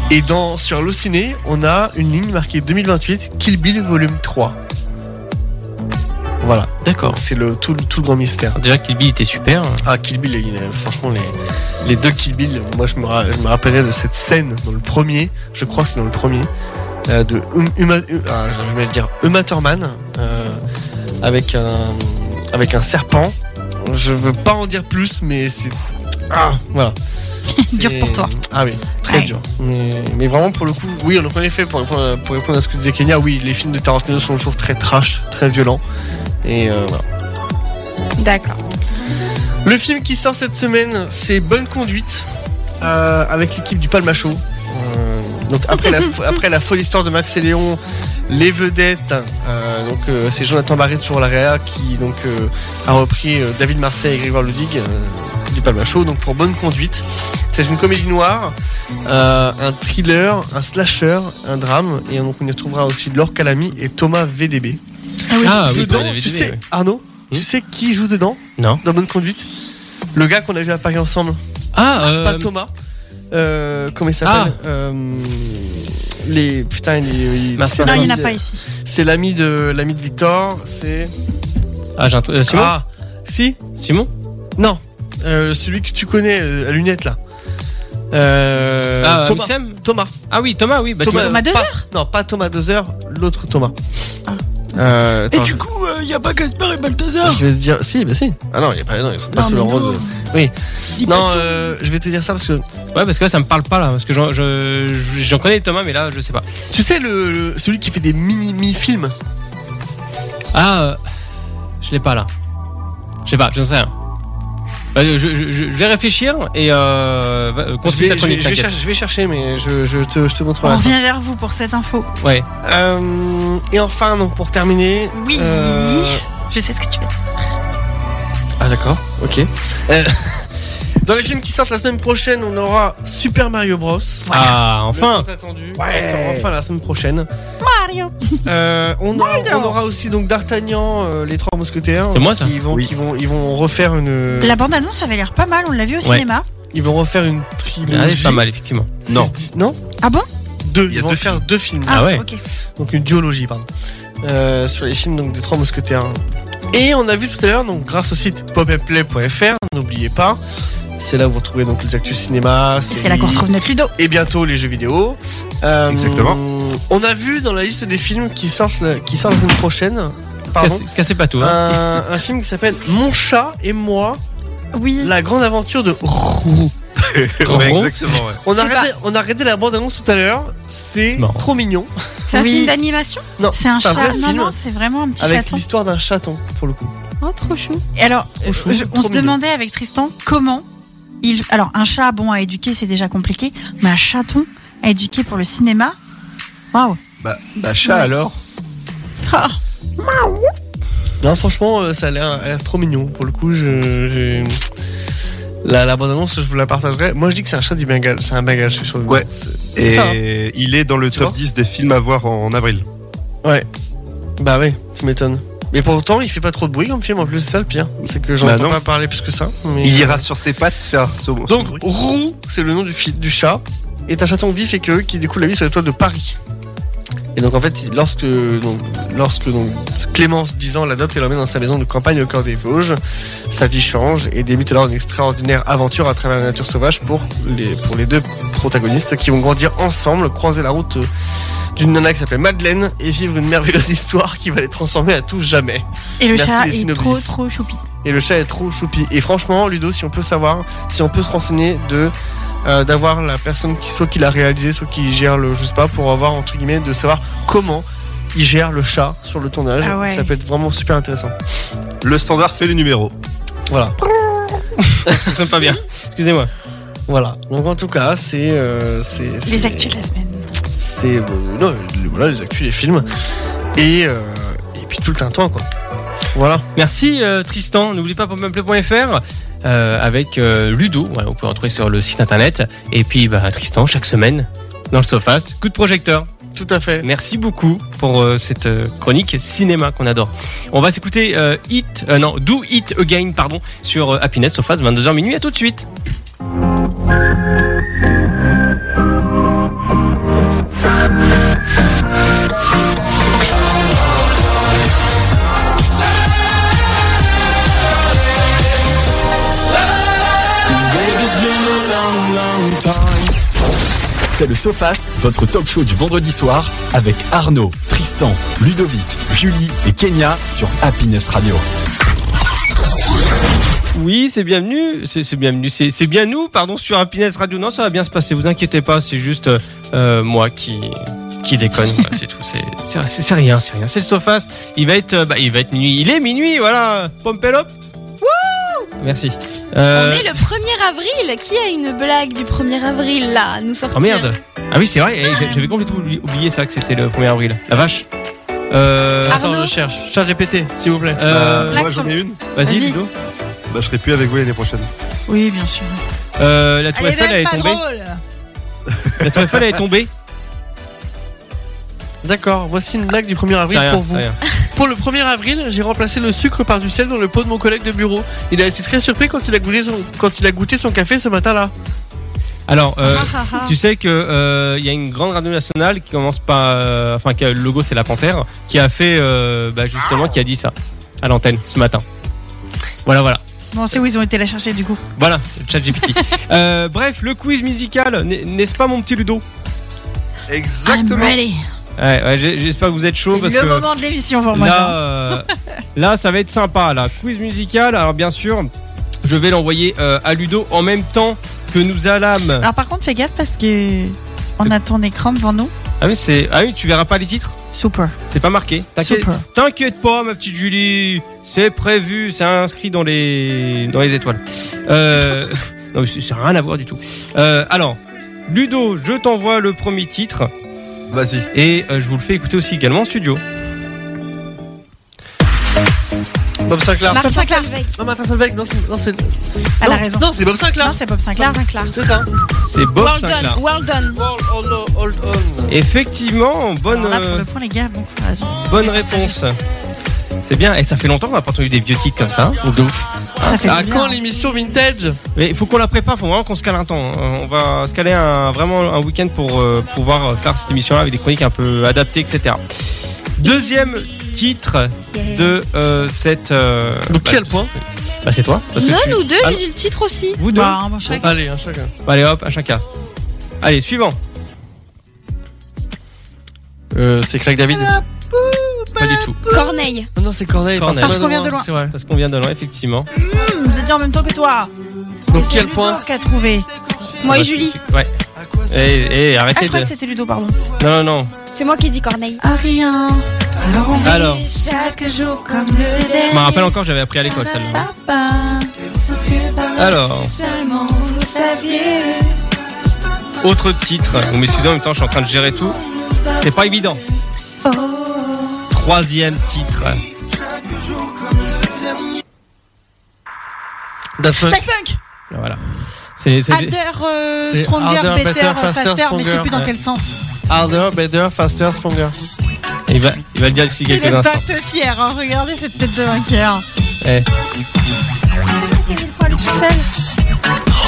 S6: Et dans sur Allociné, on a une ligne marquée 2028, Kill Bill volume 3. Voilà,
S2: D'accord.
S6: Donc, c'est le tout, le- tout le grand mystère.
S2: Déjà, Kill Bill était super.
S6: Ah Kill Bill, il est- franchement les, les deux Kill Bill, moi je me, ra- je me rappellerai de cette scène dans le premier, je crois que c'est dans le premier, euh, de Um- Uma, U- ah, j'arrive pas à le dire, Uma Thurman euh, avec un avec un serpent. Je veux pas en dire plus, mais c'est ah voilà.
S5: C'est dur pour toi.
S6: Ah oui, très
S5: Ouais.
S6: dur. Mais, mais vraiment pour le coup, oui, donc en effet, pour répondre, pour répondre à ce que disait Kenya, oui, les films de Tarantino sont toujours très trash, très violents. Et euh, voilà.
S7: D'accord.
S6: Le film qui sort cette semaine, c'est Bonne Conduite euh, avec l'équipe du Palma Show. Euh, donc après la, fo- après la folle histoire de Max et Léon, les vedettes. euh, donc euh, c'est Jonathan Barré sur la réa qui donc euh, a repris euh, David Marseille et Grégoire Ludig euh, du Palma Show donc pour Bonne Conduite. C'est une comédie noire, euh, un thriller, un slasher, un drame et donc on y retrouvera aussi Laure Calami et Thomas VDB.
S2: Ah oui,
S6: Dedans,
S2: Thomas VDB,
S6: tu sais
S2: ouais. Hmm
S6: Arnaud, tu sais qui joue dedans
S2: Non.
S6: Dans Bonne Conduite Le gars qu'on a vu à Paris ensemble.
S2: Ah, euh, Ah.
S6: Pas Thomas. Euh, comment il s'appelle Euh, Les putain, il, il-
S2: Mince,
S6: c'est
S5: Non, il n'y en a
S6: l'ami-
S5: pas ici.
S6: C'est l'ami de l'ami de Victor. C'est
S2: ah, j'ai un truc- euh, Simon
S6: Ah, si
S2: Simon
S6: non Euh, celui que tu connais euh, à lunettes là. Euh,
S2: Ah,
S6: Thomas.
S2: Mixem
S6: Thomas.
S2: Ah oui, Thomas, oui. bah, tu
S6: Thomas,
S2: vois.
S5: Thomas Dezer
S6: pas- Non, pas Thomas Dozer, l'autre Thomas.
S5: Ah.
S6: Euh, attends, je-
S9: coup, il n'y a pas Gaspard et Balthazar
S6: Je vais te dire. Si, bah si. Ah non, il n'y a pas. Non, ils sont pas
S5: Non,
S6: sous le
S5: mais
S6: rôle.
S5: non.
S6: de- Oui. Non, euh, je vais te dire ça parce que
S2: Ouais, parce que là, ça me parle pas là. Parce que j'en je- je- j'en connais Thomas, mais là, je sais pas.
S6: tu sais le, le- celui qui fait des mini mi films.
S2: Ah, euh, je l'ai pas là. Je sais pas, je ne sais rien. Bah, je, je- je vais réfléchir et euh, va- euh,
S6: Je
S2: continue
S6: vais,
S2: ta
S6: je, vais-
S2: chronique.
S6: je vais
S2: t'inquiète.
S6: chercher, je vais chercher, mais je, je te, je te montrerai.
S5: On
S6: ça.
S5: revient vers vous pour cette info.
S2: Ouais.
S6: Euh, et enfin, donc pour terminer.
S5: Oui.
S6: euh,
S5: Je sais ce que tu veux.
S6: Ah d'accord, ok. Euh, Dans les films qui sortent la semaine prochaine, on aura Super Mario Bros.
S2: Ah,
S6: Le
S2: enfin.
S6: tant attendu. Il sort enfin la semaine prochaine.
S5: Mario.
S6: Euh, on, aura- on aura aussi donc D'Artagnan, euh, les trois mousquetaires.
S2: C'est moi, ça
S6: qui vont,
S3: Oui.
S6: qui vont, ils vont refaire une.
S5: La bande annonce avait l'air pas mal. On l'a vu au
S2: Ouais.
S5: cinéma.
S6: Ils vont refaire une
S2: Ah,
S6: trilogie.
S2: c'est pas mal, effectivement.
S3: Non.
S6: Non.
S5: Ah bon
S6: Deux.
S3: Il y
S6: Ils
S3: a
S6: vont
S3: deux
S6: faire deux films.
S2: Ah ouais.
S5: Ok.
S6: donc une duologie pardon, Euh, sur les films donc des Trois Mousquetaires. Et on a vu tout à l'heure donc grâce au site popupplay.fr, n'oubliez pas, c'est là où vous retrouvez donc les actus cinéma,
S5: Et
S6: séries,
S5: c'est là qu'on retrouve notre Ludo.
S6: et bientôt les jeux vidéo. Euh,
S3: Exactement.
S6: On a vu dans la liste des films qui sortent la- qui sortent la semaine prochaine, pardon,
S2: Cassez, cassez pas tout. Hein.
S6: un, un film qui s'appelle Mon chat et moi,
S5: Oui.
S6: la grande aventure de Roux.
S2: Gros.
S3: exactement, ouais.
S6: On a,
S5: C'est
S6: regardé, on a regardé la bande annonce tout à l'heure, c'est
S2: C'est marrant.
S6: trop mignon.
S4: C'est un
S5: Oui.
S4: film d'animation
S6: Non,
S5: C'est un chat.
S6: vrai
S5: non,
S6: film.
S5: non, c'est vraiment un petit
S6: avec
S5: chaton.
S6: l'histoire d'un chaton pour le coup.
S4: Oh, trop chou.
S5: Et alors,
S6: Trop chou,
S5: euh, je-
S6: trop
S5: on se
S6: mignon.
S5: demandait avec Tristan comment il. Alors, un chat, bon, à éduquer, c'est déjà compliqué. Mais un chaton à éduquer pour le cinéma. Waouh.
S3: Bah, bah, chat
S5: Ouais.
S3: alors.
S5: Ah,
S6: Non, franchement, euh, ça a l'air a l'air trop mignon. Pour le coup, je, je- La, la bande-annonce, je vous la partagerai. Moi, je dis que c'est un chat du Bengale. C'est un Bengale, je suis sûr. de moi.
S3: Ouais.
S6: C'est- C'est
S3: Et
S6: ça. hein.
S3: il est dans le
S6: Tu
S3: top
S6: vois
S3: 10 des films à voir en, en avril.
S6: Bah oui, tu m'étonnes. Mais pour autant, il fait pas trop de bruit comme film en plus, c'est ça le pire. C'est que j'en
S3: Bah
S6: entends
S3: non.
S6: pas parler plus que ça. mais-
S3: Il ira sur ses pattes faire son.
S6: Donc, Roux, c'est le nom du, fi- du chat, est un chaton vif et queue qui découle la vie sur les toits de Paris. Et donc, en fait, il- lorsque, donc, lorsque donc, Clémence, 10 ans, l'adopte et l'emmène dans sa maison de campagne au cœur des Vosges, sa vie change et débute alors une extraordinaire aventure à travers la nature sauvage pour les, pour les deux protagonistes qui vont grandir ensemble, croiser la route euh, d'une nana qui s'appelle Madeleine et vivre une merveilleuse histoire qui va les transformer à tout jamais.
S5: Et le
S6: Merci,
S5: chat
S6: les
S5: est
S6: synopsis.
S5: trop, trop choupi.
S6: Et le chat est trop choupi. Et franchement, Ludo, si on peut savoir, si on peut se renseigner de euh, d'avoir la personne qui soit qui l'a réalisé, soit qui gère le, je sais pas, pour avoir entre guillemets de savoir comment il gère le chat sur le tournage.
S5: Ah ouais.
S6: Ça peut être vraiment super intéressant.
S3: Le standard fait le numéro.
S6: Voilà,
S2: Ça
S6: Ah.
S2: fonctionne pas bien. Excusez-moi.
S6: voilà. Donc en tout cas, c'est euh, c'est
S5: Les
S6: c'est-
S5: actus de la semaine.
S6: C'est euh, non, les- voilà les actus, les films et euh, et puis tout le tintouin quoi. Voilà.
S2: Merci euh, Tristan. N'oublie pas pommeplay.fr euh, avec euh, Ludo. Voilà, vous pouvez retrouver sur le site internet. Et puis bah, Tristan, chaque semaine, dans le Sofast, coup de projecteur.
S6: Tout à fait.
S2: Merci beaucoup pour euh, cette euh, chronique cinéma qu'on adore. On va s'écouter euh, Hit, euh, non, Do It Again, pardon, sur euh, Happiness Sofast, 22h minuit. À tout de suite.
S8: Baby's been a long, long time.
S1: C'est le SoFast, votre talk show du vendredi soir avec Arnaud, Tristan, Ludovic, Julie et Kenya sur Happiness Radio.
S2: Oui, c'est bienvenu, c'est c'est bienvenu, c'est c'est bien nous, pardon, sur Happiness Radio. Non, ça va bien se passer, vous inquiétez pas, c'est juste euh, moi qui qui déconne, Voilà, c'est tout, c'est- c'est c'est- c'est rien, c'est rien, c'est le Sofast. Il va être, euh, bah, il va être minuit, il est minuit, voilà. Pompelop. merci. Euh,
S4: On est le 1er avril. Qui a une blague du 1er avril là à nous sortir
S2: Oh merde Ah oui, c'est vrai, eh, j'ai- j'avais complètement oubli- oublié ça que c'était le 1er avril. La vache euh,
S5: Ah.
S6: Attends, je cherche. Chat GPT, s'il vous plaît.
S2: euh,
S3: Bah, moi j'en ai une.
S2: Vas-y,
S5: vas-y.
S2: Ludo.
S3: Bah, je serai plus avec vous l'année prochaine.
S5: Oui, bien sûr.
S2: Euh, la tour
S5: Elle est
S2: Eiffel, elle
S5: même
S2: est
S5: pas
S2: tombée.
S5: drôle.
S2: La tour Eiffel, elle est tombée.
S6: D'accord, voici une blague du 1er
S2: C'est
S6: avril
S2: rien,
S6: pour
S2: c'est
S6: vous.
S2: rien.
S6: Pour le 1er avril, j'ai remplacé le sucre par du sel dans le pot de mon collègue de bureau. Il a été très surpris quand il a goûté son, quand il a goûté son café ce matin-là.
S2: Alors, euh,
S5: Ah, ah, ah.
S2: tu sais que euh, il y a une grande radio nationale qui commence par, euh, enfin, qui a- le logo c'est la panthère, qui a fait euh, bah, justement, qui a dit ça à l'antenne ce matin. Voilà, voilà.
S5: Bon, c'est où ils ont été la chercher du coup
S2: Voilà, chat GPT. Euh, bref, le quiz musical, n'est- n'est-ce pas mon petit Ludo
S5: I'm
S3: Exactement.
S5: ready.
S2: Ouais, ouais, j'ai- j'espère que vous êtes chaud
S5: C'est
S2: parce
S5: le
S2: que
S5: moment de l'émission pour moi.
S2: là,
S5: ça.
S2: euh, là, ça va être sympa. Là, quiz musical. Alors bien sûr, je vais l'envoyer euh, à Ludo en même temps que nous à l'âme.
S5: Alors par contre, fais gaffe parce que on a ton écran devant nous.
S2: Ah oui, c'est ah oui, tu verras pas les titres.
S5: Super.
S2: C'est pas marqué. T'inquiète,
S5: Super.
S2: t'inquiète pas, ma petite Julie. C'est prévu, c'est inscrit dans les dans les étoiles. Euh, non, mais c'est- ça n'a rien à voir du tout. Euh, alors, Ludo, je t'envoie le premier titre
S3: Vas-y.
S2: et euh, je vous le fais écouter aussi également en studio.
S6: Bob Sinclair.
S4: Martin Sinclair.
S6: Non, Martin Solveig, non, c'est. Non, c'est. c'est-
S5: Elle a
S6: non,
S5: raison.
S6: Non, c'est Bob Sinclair.
S5: Non, c'est Bob Sinclair.
S4: Bob Sinclair.
S6: C'est ça.
S2: C'est Bob
S4: Well
S2: Oh, Sinclair.
S4: done, well done.
S6: World Hold On. Hold on.
S2: Effectivement, bonne
S5: Alors là,
S2: euh,
S5: pour le point, les gars, bon, faut raison.
S2: bonne réponse. C'est bien, et ça fait longtemps qu'on n'a pas entendu des vieux titres comme ça. hein.
S5: Ça fait
S2: Ah,
S6: À
S5: du
S6: quand
S5: bien.
S6: l'émission vintage
S2: Mais il faut qu'on la prépare, faut vraiment qu'on se cale un temps. Euh, On va se caler un, vraiment un week-end pour euh, pouvoir faire cette émission-là avec des chroniques un peu adaptées, etc. Deuxième titre de euh, cette. euh,
S6: Donc, qui a le point
S2: Bah c'est toi. Parce que
S4: Non,
S2: tu-
S4: nous deux,
S2: Ah,
S4: j'ai dit le titre aussi.
S2: vous deux. Bah,
S5: Bah, un bon chèque.
S6: Allez, un chacun.
S2: Allez hop, à chacun. Allez, suivant.
S6: Euh, c'est Craig David.
S2: Pas
S6: Bah.
S2: du tout.
S4: Corneille.
S6: Ah Non, non, c'est Corneille.
S2: Corneille.
S5: Parce qu'on vient
S6: loin,
S5: de loin.
S6: C'est vrai.
S2: Parce qu'on vient de loin, effectivement.
S5: Je l'ai dit en même temps que toi.
S6: Donc,
S5: C'est
S6: quel point
S5: Ludo qui a trouvé
S4: Moi
S2: Bah,
S4: et
S2: c'est-
S4: Julie.
S2: c'est- Ouais. Et,
S5: Ah, je
S2: arrêtez
S5: crois que
S2: de.
S5: c'était Ludo, pardon.
S2: Non, non, non.
S4: C'est moi qui ai dit Corneille.
S9: À Ah, rien. Alors on
S2: Alors,
S9: chaque jour comme le
S2: je me rappelle encore, j'avais appris à l'école celle-là. Ah.
S9: Papa,
S5: Ah.
S2: Alors.
S9: seulement vous saviez.
S2: Autre titre, vous m'excusez en même temps, je suis en train de gérer tout. C'est pas évident. Troisième titre.
S6: Daft Punk.
S5: Tac, tac
S2: Voilà. C'est c'est-
S5: Harder, euh,
S6: C'est
S5: stronger, better,
S6: harder, better,
S5: faster,
S6: faster,
S5: mais je sais plus dans
S2: stronger.
S5: quel sens.
S6: Harder, better, faster, stronger.
S2: il, va, il va le dire d'ici
S5: Il
S2: quelques
S5: est
S2: instants.
S5: acte fier, hein. regardez cette tête de vainqueur.
S2: Eh.
S5: Poil du sel.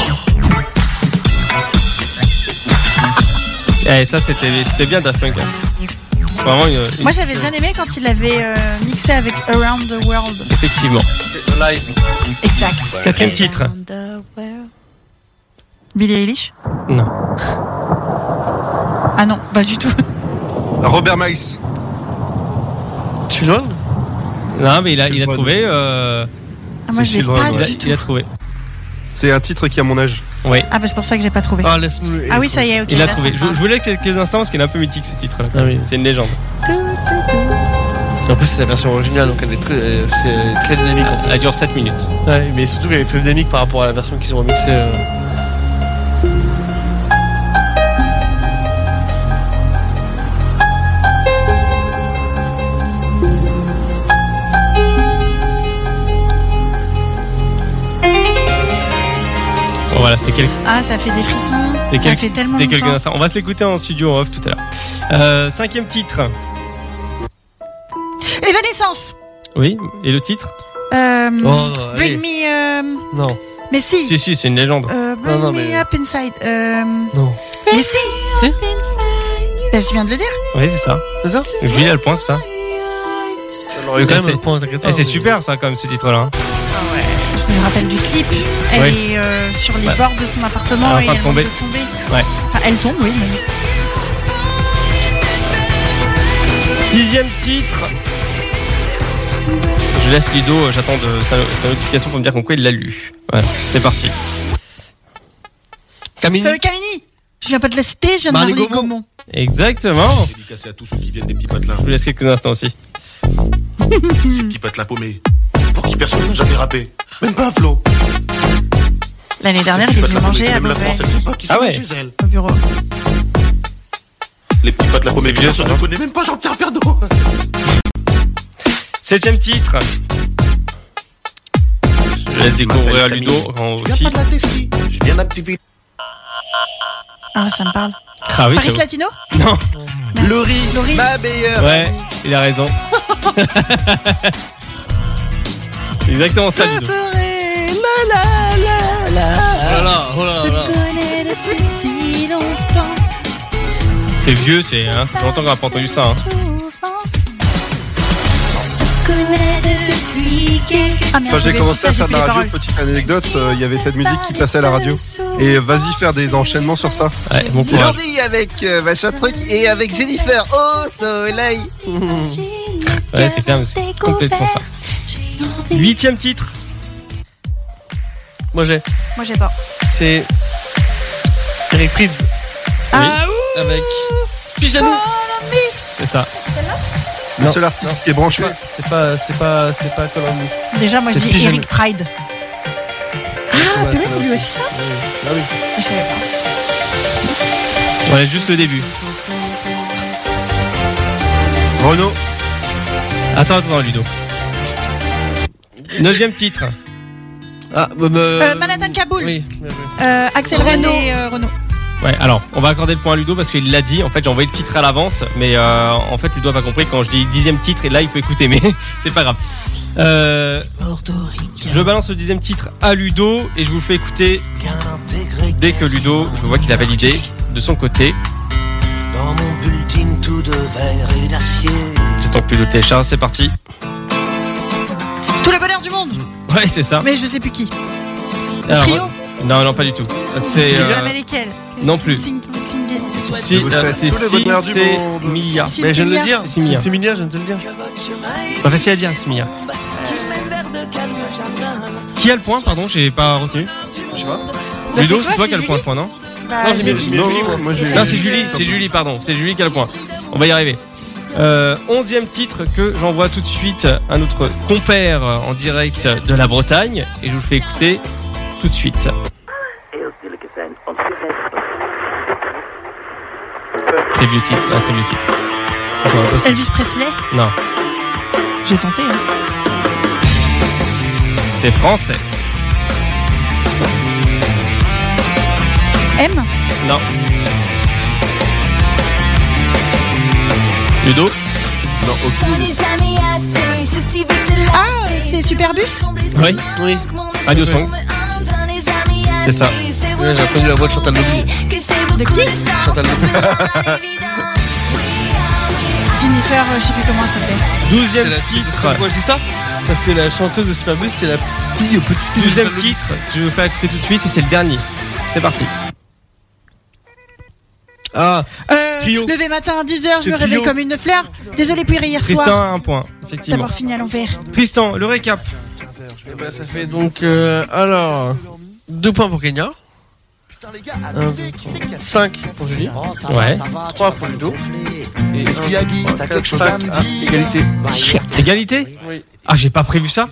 S2: Eh, ça, c'était c'était bien Daft Punk. hein. Vraiment, une- une-
S5: Moi j'avais bien aimé quand il avait euh, mixé avec Around the World.
S2: effectivement.
S6: Live.
S5: Exact.
S2: Quatrième titre.
S5: Billie Eilish
S2: Non.
S5: Ah non, pas du tout.
S3: Robert Miles.
S6: Tu l'as
S2: Non, mais il a,
S3: Je
S2: il a
S3: sais pas,
S2: trouvé. euh,
S5: Ah, moi
S3: C'est
S5: je l'ai
S3: Children,
S5: pas
S2: il, a,
S5: du tout.
S2: il a trouvé.
S3: C'est un titre qui a mon âge.
S5: Ah bah c'est pour ça que j'ai pas trouvé.
S6: Ah, laisse-nous.
S5: Ah oui, ça y est, ok.
S2: Il
S5: là,
S2: l'a
S5: ça
S2: trouvé.
S5: me
S2: Je,
S5: parle.
S2: je voulais quelques instants parce qu'il est un peu mythique ce titre-là.
S6: Ah oui.
S2: C'est une légende.
S6: En plus, c'est la version originale, donc elle est très, euh, c'est- elle est très dynamique. en plus.
S2: Elle dure 7 minutes.
S6: Ouais, mais surtout qu'elle est très dynamique par rapport à la version qu'ils ont remixée. euh.
S2: Bon, voilà, c'était quelques,
S5: Ah, ça fait des frissons.
S2: c'était
S5: Ça
S2: quelques-
S5: fait tellement
S2: c'était quelques
S5: longtemps.
S2: instants. On va se l'écouter en studio en off tout à l'heure. Euh, cinquième titre.
S5: Evanescence
S2: Oui, et le titre
S5: euh,
S6: Oh, non, allez.
S5: Bring me. euh,
S6: Non,
S5: Mais si
S2: Si, si, c'est une légende.
S5: Euh, bring
S6: non,
S5: me
S6: mais-
S5: up inside. Euh...
S6: non.
S5: Mais si Bah, je viens de le dire.
S2: Oui, c'est ça.
S6: C'est ça
S2: Julie, elle pense ça.
S6: Alors, il y a
S2: Là,
S6: quand
S2: c'est-
S6: même un point, t'inquiète pas.
S2: Eh, c'est
S6: mais-
S2: super, ça, quand même, ce titre-là. hein.
S5: Je me rappelle du clip. Elle
S2: Ouais.
S5: est euh, sur les
S2: Bah,
S5: bords de son appartement
S2: elle va
S5: et
S2: pas
S5: elle
S2: tomber.
S5: manque de tomber.
S2: Ouais.
S5: Enfin, elle tombe, oui. mais-
S2: Sixième titre. Je laisse Ludo, euh, j'attends de sa, sa notification pour me dire qu'on quoi il l'a lu. Voilà, c'est parti.
S6: Camille
S5: Euh, Camini Je viens pas de la citer, je viens de
S6: Marley
S5: Marley
S6: Gaumont.
S5: Gaumont.
S2: Exactement.
S11: Dédicacé à tous ceux qui viennent des petits patelins.
S2: Je vous laisse quelques instants aussi.
S11: Ces petits patelins paumés. France, personne n'a jamais rappé. Même pas un flot.
S5: L'année dernière,
S11: Ces
S5: il
S11: petits
S5: faisait
S11: pattes-là
S5: manger
S11: qu'on
S5: à
S11: aime la
S5: Beauvais.
S11: France, elles sont pas qui
S2: Ah
S11: sont chez elles.
S5: Au bureau.
S11: Les petits pattes la première personne ne connaît même pas Jean-Pierre Pernaut.
S2: Septième titre. Je laisse découvrir à Ludo en- aussi.
S11: Je viens d'un petit village.
S5: Ah, ça me parle.
S2: Ah oui,
S5: Paris
S2: ça-
S5: Latino
S2: Non.
S3: Laurie, ma meilleure.
S2: Ouais, il a raison. C'est Exactement ça, Ludo. là là, oh là là. C'est vieux, c'est hein, ça fait longtemps qu'on n'a pas entendu ça. hein.
S3: Quand j'ai commencé à faire de la radio, petite anecdote, euh, il y avait cette musique qui passait à la radio. Et vas-y faire des enchaînements sur ça.
S2: Ouais, bon courage.
S3: Laurie avec euh, machin truc et avec Jennifer au soleil.
S2: Ouais, c'est clair, mais c'est complètement ça. Huitième titre.
S6: Moi j'ai.
S5: Moi, j'ai pas.
S6: C'est. Eric Prydz.
S5: Ah,
S6: Avec. Pyjama.
S2: C'est ça.
S3: Le seul artiste qui est branché.
S6: C'est pas. bah, C'est pas. C'est pas Colombie.
S5: Déjà, moi, je
S6: C'est
S5: dis
S6: Pyjama.
S5: Eric Pride. Ah,
S6: Ouais,
S5: purée,
S6: ça
S5: c'est
S6: va
S5: lui
S6: aussi.
S5: aussi, ça
S6: Ah oui.
S5: Je savais pas.
S2: Voilà, juste le début.
S3: Renaud.
S2: Attends, attends, Ludo. Neuvième titre.
S6: Ah, bah, bah,
S5: Euh, Manhattan Kaboul.
S6: Oui.
S4: Euh, Axel Renault.
S5: Renault.
S2: Ouais, alors, on va accorder le point à Ludo parce qu'il l'a dit. En fait, j'ai envoyé le titre à l'avance, mais euh, en fait, Ludo a pas compris quand je dis dixième titre, et là, il peut écouter, mais c'est pas grave. Euh, je balance le dixième titre à Ludo et je vous fais écouter dès que Ludo, je vois qu'il a validé de son côté.
S9: Dans mon bulletin tout de verre et d'acier.
S2: J'attends que Ludo télécharge, c'est parti.
S5: Tout le bonheur du monde.
S2: Ouais, c'est ça.
S5: Mais je sais plus qui. Le
S2: Alors, euh,
S5: trio
S2: Non, non, pas du tout.
S5: Je
S2: Ah, C'est.
S5: sais
S2: euh,
S5: jamais lesquels.
S2: non plus.
S5: Sing- Singing.
S2: si,
S3: Je vous
S2: euh,
S3: souhaite
S2: c'est
S3: tout le
S2: si,
S3: bonheur du
S2: c'est
S3: monde.
S2: Mia.
S5: Si,
S6: Mais je viens de le
S5: Mia.
S6: dire.
S2: C'est Mia.
S6: C'est Mia, je viens de te le dire.
S2: Pas facile à dire, hein, c'est Mia. Qui a le point, pardon, j'ai pas retenu.
S3: Je sais pas.
S2: Ludo,
S5: Bah, c'est
S2: c'est toi
S5: toi,
S2: qui as le
S5: c'est
S2: point, le point, non
S5: Bah,
S6: Non,
S5: j'ai
S6: j'ai
S5: dit-
S6: mis-
S3: Non,
S6: Julie, quoi.
S3: moi, j'ai-
S2: Non, c'est Julie, c'est Julie, pardon, c'est Julie qui a le point. On va y arriver. Euh, onzième titre que j'envoie tout de suite à notre compère en direct de la Bretagne et je vous le fais écouter tout de suite. C'est vieux titre, un très vieux titre. J'aurais pas su.
S4: Elvis Presley.
S2: Non,
S5: J'ai tenté. hein.
S2: c'est français.
S5: M.
S2: Non. Ludo
S3: Non, aucune idée.
S5: Ah, euh, c'est Superbus.
S2: Oui.
S6: Oui.
S2: Radio Song. C'est ça.
S6: Ouais, j'ai reconnu la voix de Chantal Lobby.
S5: De qui
S6: Chantal Lobby.
S5: Jennifer, euh, je sais plus comment elle s'appelait.
S6: C'est
S2: Douzième
S6: la titre.
S2: titre.
S6: Pourquoi je dis ça Parce que la chanteuse de Superbus, c'est la fille au petit fille.
S2: Deuxième titre, je vais vous faire écouter tout de suite et c'est le dernier. C'est parti.
S6: Ah,
S5: Euh,
S6: Trio.
S5: Levé matin, 10h, je
S6: C'est
S5: me réveille
S6: Trio.
S5: comme une fleur. Désolée pour hier
S2: Tristan
S5: soir
S2: a un point, effectivement.
S5: d'avoir fini à l'envers.
S2: Tristan, le récap.
S6: eh ben, ça fait donc. euh, alors. Deux points pour Kenya. 5 pour Julie.
S2: Ouais.
S6: 3 pour Ludo. Et
S11: Qu'est-ce qu'il y a, Guy T'as quelque chose à me dire
S6: Égalité.
S2: Égalité
S6: Oui.
S2: Ah, j'ai pas prévu ça.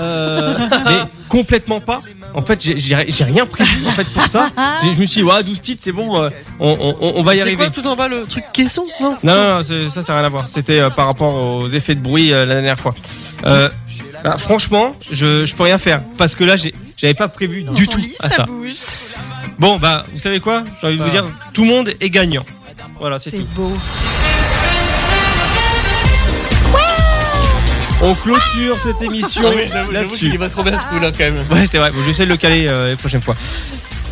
S2: Euh, mais complètement pas. En fait, j'ai- j'ai j'ai rien prévu en fait, pour ça. J'ai- Je me suis dit, ouais, 12 titres, c'est bon, euh, on, on- on- on va y
S6: C'est
S2: arriver.
S6: quoi tout en bas le truc caisson Non.
S2: Non, non, non, c'est- ça, ça n'a rien à voir. C'était euh, par rapport aux effets de bruit euh, la dernière fois. Euh, bah, franchement, je, je peux rien faire parce que là, j'ai- j'avais pas prévu du tout à Ah, ça.
S5: bouge.
S2: Bon, bah, vous savez quoi J'ai envie de vous dire, tout le monde est gagnant. Voilà, c'est tout.
S5: C'est beau.
S2: On clôture cette
S6: Ah
S2: émission là-dessus.
S6: va trop bien ce poulain quand même.
S2: Ouais, c'est vrai. Bon, je vais essayer de le caler euh, les prochaines fois.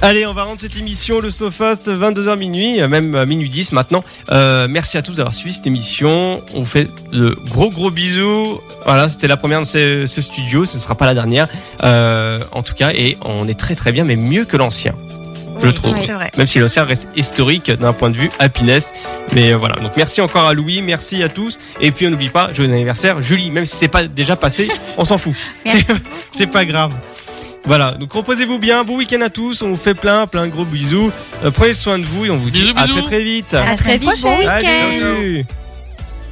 S2: Allez, on va rendre cette émission, le SoFast, 22h minuit, euh, même euh, minuit 10 maintenant. Euh, merci à tous d'avoir suivi cette émission. On vous fait de gros gros bisous. Voilà, c'était la première de ce, ce studio, ce ne sera pas la dernière. Euh, en tout cas, et on est très très bien, mais mieux que l'ancien. Je
S5: Oui,
S2: trouve.
S5: C'est vrai.
S2: Même si l'ancien reste historique d'un point de vue happiness. Mais euh, voilà, donc merci encore à Louis, merci à tous. Et puis on n'oublie pas, joyeux anniversaire, Julie, même si c'est pas déjà passé, on s'en fout.
S5: Merci
S2: C'est- C'est pas grave. Voilà, donc reposez-vous bien, bon week-end à tous, on vous fait plein, plein de gros bisous. Euh, prenez soin de vous et on vous dit
S6: Bisous,
S2: à
S6: bisous.
S2: très très vite.
S4: À très vite. Bon
S2: Salut.
S4: week-end.
S2: Salut.